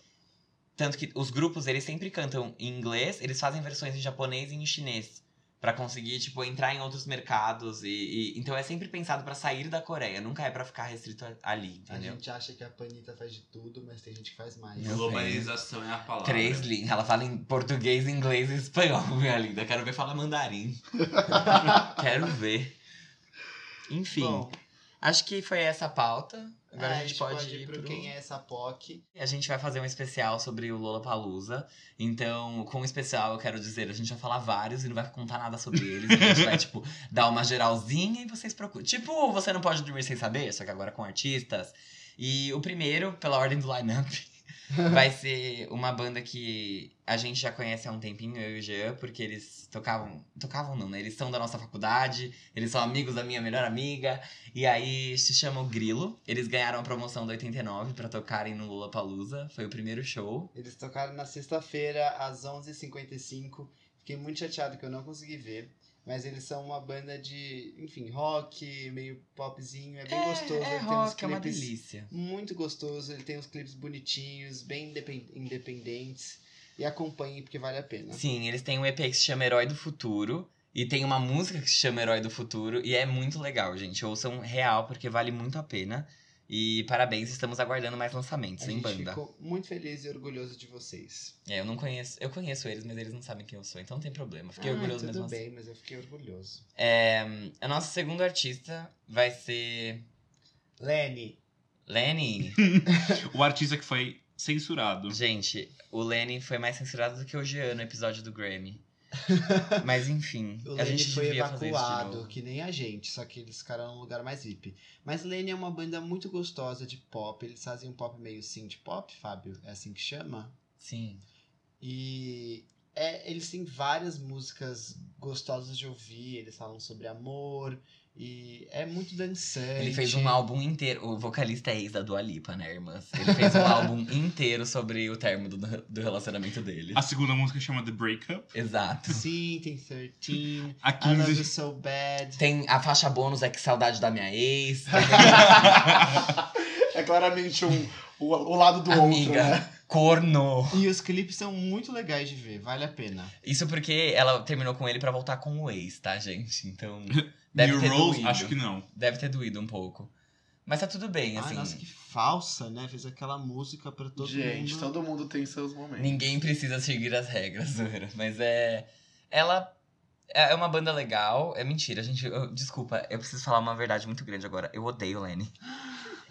Speaker 1: tanto que os grupos, eles sempre cantam em inglês, eles fazem versões em japonês e em chinês. Pra conseguir, tipo, entrar em outros mercados. E, e- Então é sempre pensado pra sair da Coreia, nunca é pra ficar restrito a- ali,
Speaker 2: A
Speaker 1: entendeu?
Speaker 2: gente acha que a Panita faz de tudo, mas tem gente que faz mais.
Speaker 1: Não.
Speaker 3: Globalização é a palavra.
Speaker 1: Três línguas. Ela fala em português, inglês e espanhol, minha linda. Quero ver falar mandarim. Quero ver. Enfim,
Speaker 2: Bom,
Speaker 1: acho que foi essa a pauta. Agora
Speaker 2: é,
Speaker 1: a, gente pode, ir
Speaker 2: pro
Speaker 1: pro...
Speaker 2: quem é essa POC.
Speaker 1: A gente vai fazer um especial sobre o Lollapalooza. Então, com o especial, eu quero dizer, a gente vai falar vários e não vai contar nada sobre eles. A gente vai, tipo, dar uma geralzinha e vocês procuram. Tipo, você não pode dormir sem saber, só que agora com artistas. E o primeiro, pela ordem do lineup, vai ser uma banda que a gente já conhece há um tempinho, eu e o Jean, porque eles tocavam. Tocavam não, né? Eles são da nossa faculdade, eles são amigos da minha melhor amiga. E aí se chama o Grilo. Eles ganharam a promoção da 89 pra tocarem no Lollapalooza. Foi o primeiro show.
Speaker 2: Eles tocaram na sexta-feira, às 11h55. Fiquei muito chateado que eu não consegui ver. Mas eles são uma banda de, enfim, rock, meio popzinho. É bem gostoso.
Speaker 1: É,
Speaker 2: ele
Speaker 1: rock, é
Speaker 2: tem uns
Speaker 1: uma
Speaker 2: clipes
Speaker 1: delícia.
Speaker 2: muito gostoso. Ele tem uns clipes bonitinhos, bem indepen- independentes. E acompanhem, porque vale a pena.
Speaker 1: Sim, eles têm um EP que se chama Herói do Futuro. E tem uma música que se chama Herói do Futuro. E é muito legal, gente. Ouçam real, porque vale muito a pena. E parabéns, estamos aguardando mais lançamentos
Speaker 2: A
Speaker 1: em
Speaker 2: gente
Speaker 1: banda.
Speaker 2: ficou muito feliz e orgulhoso de vocês.
Speaker 1: É, eu não conheço. Eu conheço eles, mas eles não sabem quem eu sou, então não tem problema. Fiquei
Speaker 2: Ah,
Speaker 1: orgulhoso
Speaker 2: tudo
Speaker 1: mesmo assim.
Speaker 2: bem, mas eu fiquei orgulhoso.
Speaker 1: É, a nossa segunda artista vai ser
Speaker 2: Lenny,
Speaker 1: Lenny.
Speaker 3: O artista que foi censurado.
Speaker 1: Gente, o Lenny foi mais censurado do que o Jean no episódio do Grammy. Mas enfim,
Speaker 2: o
Speaker 1: a
Speaker 2: Lenny
Speaker 1: gente
Speaker 2: foi
Speaker 1: devia fazer isso de
Speaker 2: evacuado,
Speaker 1: novo.
Speaker 2: que nem a gente, só que eles ficaram num lugar mais VIP. Mas Lenny é uma banda muito gostosa de pop, eles fazem um pop meio synth pop, Fábio, é assim que chama?
Speaker 1: Sim.
Speaker 2: E é, eles têm várias músicas gostosas de ouvir, eles falam sobre amor, e é muito dançante.
Speaker 1: Ele fez um álbum inteiro. O vocalista é ex da Dua Lipa, né, irmãs? Ele fez um álbum inteiro sobre o término do, do relacionamento dele.
Speaker 3: A segunda música chama The Breakup.
Speaker 1: Exato.
Speaker 2: Sim, tem 13,
Speaker 1: Ah,
Speaker 3: A
Speaker 2: I Love You
Speaker 3: 15.
Speaker 2: So Bad.
Speaker 1: Tem a faixa bônus é que saudade da minha ex.
Speaker 5: é claramente um, o, o lado do outro,
Speaker 1: amiga.
Speaker 5: né?
Speaker 1: Corno.
Speaker 2: E os clipes são muito legais de ver, vale a pena.
Speaker 1: Isso porque ela terminou com ele pra voltar com o ex, tá, gente? Então. Deve
Speaker 3: New
Speaker 1: ter
Speaker 3: Rose,
Speaker 1: doído.
Speaker 3: acho que não.
Speaker 1: Deve ter doído um pouco. Mas tá tudo bem,
Speaker 2: Ai,
Speaker 1: assim.
Speaker 2: nossa, que falsa, né? Fez aquela música pra todo
Speaker 5: Gente,
Speaker 2: mundo.
Speaker 5: todo mundo tem seus momentos.
Speaker 1: Ninguém precisa seguir as regras, zoeira. Mas é. Ela é uma banda legal. É mentira, gente. eu- desculpa, eu preciso falar uma verdade muito grande agora. Eu odeio Lenny.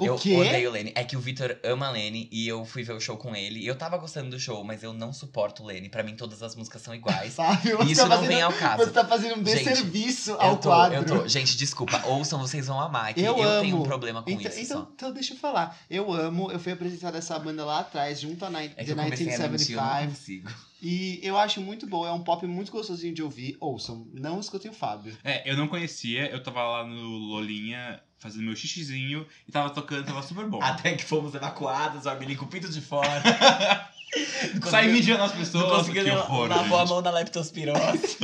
Speaker 2: O
Speaker 1: eu
Speaker 2: quê?
Speaker 1: odeio Lenny. É que o Victor ama Lenny e eu fui ver o show com ele. E eu tava gostando do show, mas eu não suporto Lenny. Pra mim, todas as músicas são iguais.
Speaker 2: Sabe? Você
Speaker 1: E isso
Speaker 2: tá
Speaker 1: não
Speaker 2: fazendo,
Speaker 1: vem ao
Speaker 2: Você
Speaker 1: caso.
Speaker 2: tá fazendo um
Speaker 1: Gente,
Speaker 2: desserviço ao
Speaker 1: Eu tô,
Speaker 2: quadro.
Speaker 1: eu tô. Gente, desculpa. Ouçam, vocês vão amar. Que eu,
Speaker 2: Eu
Speaker 1: tenho
Speaker 2: amo.
Speaker 1: um problema com
Speaker 2: Então,
Speaker 1: isso.
Speaker 2: então,
Speaker 1: só.
Speaker 2: então deixa eu falar. Eu amo, eu fui apresentar essa banda lá atrás, junto a Ni-
Speaker 1: É que
Speaker 2: The
Speaker 1: eu comecei a um mentir, eu não
Speaker 2: 1975.
Speaker 1: consigo.
Speaker 2: e eu acho muito bom, é um pop muito gostosinho de ouvir. Ouçam, não escutem o Fábio.
Speaker 3: É, eu não conhecia, eu tava lá no Lolinha fazendo meu xixizinho e tava tocando, tava super bom.
Speaker 1: Até que fomos evacuados, o Armelinho com o pinto de fora.
Speaker 3: Sai
Speaker 1: Conseguiu-
Speaker 3: mediando as
Speaker 1: Não
Speaker 3: pessoas, que
Speaker 1: conseguiu
Speaker 3: horror. Ah!
Speaker 1: lavar a
Speaker 3: gente.
Speaker 1: mão na leptospirose.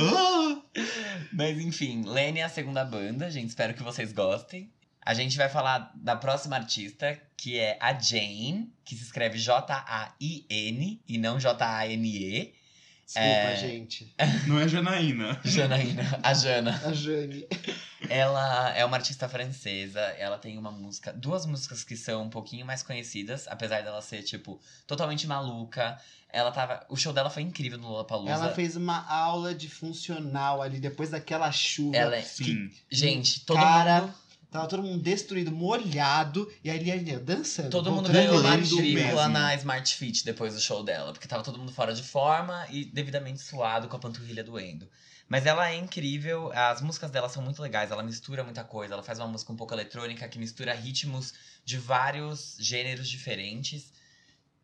Speaker 1: Mas enfim, Lene é a segunda banda, gente. Espero que vocês gostem. A gente vai falar da próxima artista, que é a Jane, que se escreve J-A-I-N e não J-A-N-E.
Speaker 2: Desculpa,
Speaker 1: É.
Speaker 2: gente.
Speaker 3: Não é Janaína.
Speaker 1: Janaína, a Jana.
Speaker 2: A Jane.
Speaker 1: Ela é uma artista francesa, ela tem uma música, duas músicas que são um pouquinho mais conhecidas, apesar dela ser, tipo, totalmente maluca. Ela tava. O show dela foi incrível no Lollapalooza.
Speaker 2: Ela fez uma aula de funcional ali, depois daquela chuva.
Speaker 1: Ela é-
Speaker 3: Sim.
Speaker 1: Gente, todo
Speaker 2: Cara,
Speaker 1: mundo.
Speaker 2: Tava todo mundo destruído, molhado, e ali a gente dançando.
Speaker 1: Todo mundo tipo,
Speaker 2: voltando
Speaker 1: ganhou
Speaker 2: lá no
Speaker 1: matrícula
Speaker 2: mesmo.
Speaker 1: na Smart Fit depois do show dela, porque tava todo mundo fora de forma e devidamente suado com a panturrilha doendo. Mas ela é incrível, as músicas dela são muito legais, ela mistura muita coisa, ela faz uma música um pouco eletrônica que mistura ritmos de vários gêneros diferentes.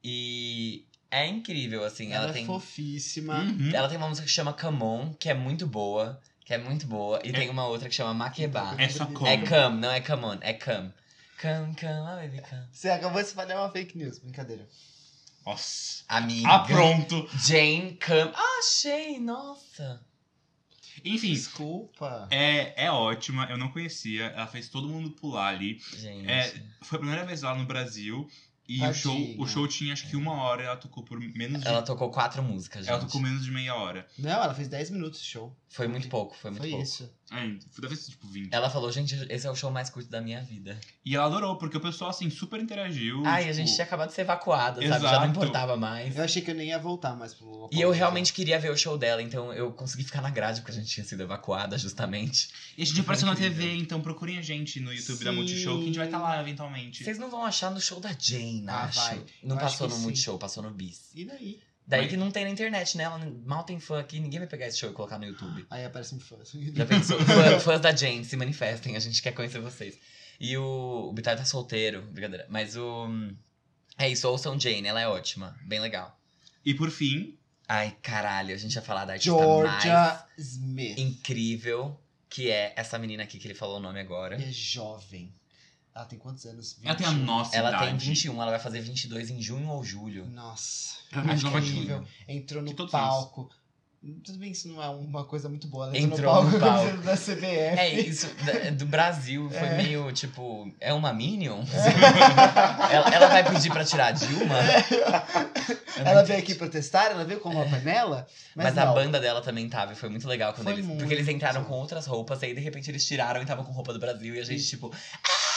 Speaker 1: E é incrível, assim, ela,
Speaker 2: Ela,
Speaker 1: tem.
Speaker 2: é fofíssima.
Speaker 3: Uhum.
Speaker 1: Ela tem uma música que chama Come On, que é muito boa, que é muito boa, e tem uma outra que chama Maquebá.
Speaker 3: É só como.
Speaker 1: É come, não é come on, é come. Come, come, ah, baby, come.
Speaker 2: Você acabou de espalhar uma fake news, brincadeira.
Speaker 3: Nossa.
Speaker 1: Amiga.
Speaker 3: Ah, pronto.
Speaker 1: Jane Cam. Ah, achei, nossa.
Speaker 3: Enfim,
Speaker 2: Desculpa.
Speaker 3: é, é ótima. Eu não conhecia. Ela fez todo mundo pular ali.
Speaker 1: Gente.
Speaker 3: É, foi a primeira vez lá no Brasil. E o
Speaker 2: Tadinha.
Speaker 3: show, o show tinha acho que uma hora. Ela tocou por menos de,
Speaker 1: Ela tocou quatro músicas,
Speaker 3: ela
Speaker 1: gente.
Speaker 3: tocou menos de meia hora.
Speaker 2: Não, ela fez 10 minutos de show.
Speaker 1: Foi muito pouco, foi muito
Speaker 2: Foi
Speaker 1: pouco.
Speaker 2: isso.
Speaker 3: É, deve ser tipo 20.
Speaker 1: Ela falou, gente, esse é o show mais curto da minha vida.
Speaker 3: E ela adorou, porque o pessoal, assim, super interagiu.
Speaker 1: Ai,
Speaker 3: tipo,
Speaker 1: a gente tinha acabado de ser evacuada, sabe? Já
Speaker 3: Exato.
Speaker 1: não importava mais.
Speaker 2: Eu achei que eu nem ia voltar mais pro local.
Speaker 1: E eu realmente queria ver o show dela, então eu consegui ficar na grade porque a gente tinha sido evacuada, justamente.
Speaker 3: E a gente apareceu na TV, então procurem a gente no YouTube da
Speaker 2: Sim.
Speaker 3: Multishow, que a gente vai estar lá eventualmente.
Speaker 1: Vocês não vão achar no show da Jane,
Speaker 2: Ah,
Speaker 1: acho.
Speaker 2: vai.
Speaker 1: Não
Speaker 2: Eu acho
Speaker 1: passou
Speaker 2: que
Speaker 1: no
Speaker 2: sim.
Speaker 1: Multishow, passou no Bis.
Speaker 2: E daí?
Speaker 1: Daí
Speaker 3: Mas-
Speaker 1: que não tem na internet, né? Ela mal tem fã aqui, ninguém vai pegar esse show e colocar no YouTube.
Speaker 2: Aí aparece um fã.
Speaker 1: Já tá pensou? Fã- fãs da Jane, se manifestem, a gente quer conhecer vocês. E o, o Bitar tá solteiro, brincadeira. Mas o. É isso, ouçam Jane, ela é ótima, bem legal.
Speaker 3: E por fim,
Speaker 1: Ai, caralho, a gente ia falar da artista mais
Speaker 2: Georgia Smith.
Speaker 1: incrível, que é essa menina aqui que ele falou o nome agora.
Speaker 2: É jovem. Ela tem quantos anos?
Speaker 3: ela tem a
Speaker 2: 21.
Speaker 3: nossa
Speaker 1: Ela
Speaker 3: idade.
Speaker 1: tem 21, ela vai fazer 22 em junho ou julho.
Speaker 2: Nossa.
Speaker 3: Ela é mais nova que
Speaker 2: incrível.
Speaker 3: eu.
Speaker 2: Entrou
Speaker 3: Que
Speaker 2: no
Speaker 3: todos
Speaker 2: palco. Tudo bem que isso não é uma coisa muito boa. Ela
Speaker 1: Entrou no palco.
Speaker 2: da CBF.
Speaker 1: É isso, da- do Brasil, foi
Speaker 2: É.
Speaker 1: meio tipo. É uma Minion?
Speaker 2: É.
Speaker 1: ela, ela vai pedir pra tirar a Dilma? Eu não
Speaker 2: Ela veio
Speaker 1: entendi.
Speaker 2: aqui protestar, ela veio com uma panela, mas,
Speaker 1: Mas, a
Speaker 2: não.
Speaker 1: banda dela também tava, e foi muito legal quando
Speaker 2: Foi
Speaker 1: eles.
Speaker 2: muito.
Speaker 1: Porque eles entraram com outras roupas, e aí de repente eles tiraram e estavam com roupa do Brasil, e a gente, tipo. "Ah!"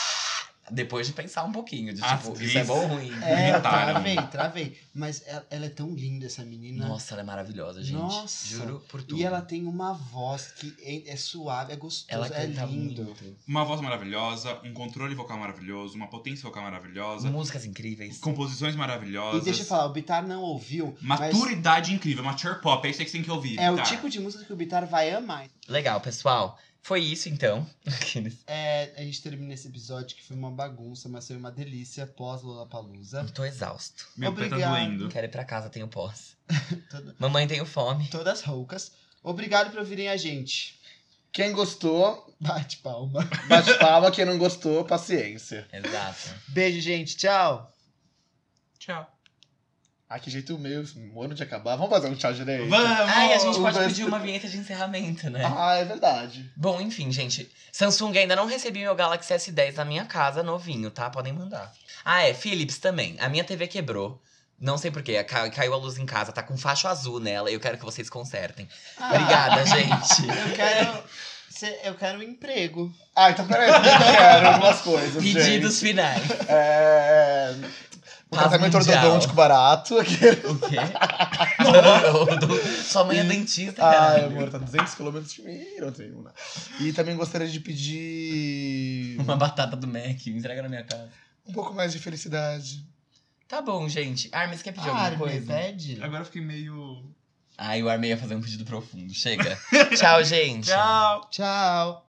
Speaker 1: Depois de pensar um pouquinho, de
Speaker 3: Ah,
Speaker 1: tipo,
Speaker 3: sim.
Speaker 1: isso é bom ou ruim.
Speaker 2: É, eu
Speaker 1: tá,
Speaker 3: Gritaram.
Speaker 2: travei, travei. Mas ela, ela é tão linda, essa menina.
Speaker 1: né? Nossa, ela é maravilhosa, gente.
Speaker 2: Nossa.
Speaker 1: Juro por tudo.
Speaker 2: E ela tem uma voz que é, é suave, é gostoso,
Speaker 1: Ela
Speaker 2: é
Speaker 1: canta
Speaker 2: lindo.
Speaker 1: muito.
Speaker 3: Uma voz maravilhosa, um controle vocal maravilhoso, uma potência vocal maravilhosa,
Speaker 1: Músicas incríveis.
Speaker 3: composições
Speaker 2: E
Speaker 3: maravilhosas.
Speaker 2: deixa eu falar, o Bitar não ouviu, mas
Speaker 3: Maturidade incrível, mature pop, é isso aí que você tem que ouvir.
Speaker 2: é o
Speaker 3: tá?
Speaker 2: tipo de música que o Bitar vai amar.
Speaker 1: Legal, pessoal. Foi isso então.
Speaker 2: É, a gente termina esse episódio que foi uma bagunça, mas foi uma delícia pós Lollapalooza.
Speaker 1: Eu tô exausto.
Speaker 3: Meu pé tá
Speaker 2: Obrigado.
Speaker 3: doendo.
Speaker 1: Quero ir pra casa, tenho pós.
Speaker 2: Tudo.
Speaker 1: Mamãe, tenho fome.
Speaker 2: Todas roucas. Obrigado por ouvirem a gente.
Speaker 5: Quem gostou,
Speaker 2: Bate palma.
Speaker 5: bate palma. Quem não gostou, paciência.
Speaker 1: Exato.
Speaker 2: Beijo, gente. Tchau.
Speaker 3: Tchau.
Speaker 5: Ah, que jeito meio, um ano de acabar. Vamos fazer um tchau direito?
Speaker 3: Vamos!
Speaker 2: Tá
Speaker 1: Ai, a gente
Speaker 5: Um,
Speaker 1: pode
Speaker 5: dois,
Speaker 1: pedir uma vinheta de encerramento, né?
Speaker 5: Ah, é verdade.
Speaker 1: Bom, enfim, gente. Samsung ainda não recebi meu Galaxy S10 na minha casa, novinho, tá? Podem mandar. Ah, é, Philips também. A minha TV quebrou. Não sei porquê, ca- caiu a luz em casa, tá com faixa azul nela. Eu quero que vocês consertem.
Speaker 5: Ah.
Speaker 1: Obrigada, gente.
Speaker 2: Ah, Eu quero, cê- eu quero um emprego.
Speaker 5: Ah, então peraí, eu quero algumas coisas. gente.
Speaker 1: Pedidos finais.
Speaker 5: É. Um
Speaker 1: Paz
Speaker 5: tratamento
Speaker 1: mundial.
Speaker 5: ortodôntico barato.
Speaker 1: O quê? Não, não, não. Sua mãe é
Speaker 5: E-
Speaker 1: dentista,
Speaker 5: Ai,
Speaker 1: cara.
Speaker 5: amor, tá 200 km de mim, não tem uma. E também gostaria de pedir
Speaker 1: Uma batata do Mac, entrega na minha casa.
Speaker 5: um pouco mais de felicidade.
Speaker 1: Tá bom, gente. Armes, quer pedir
Speaker 2: Ah,
Speaker 1: alguma coisa?
Speaker 5: né?
Speaker 2: pede.
Speaker 3: Agora eu fiquei meio.
Speaker 1: Ai, o Armin ia fazer um pedido profundo. Chega. Tchau, gente.
Speaker 3: Tchau!
Speaker 2: Tchau.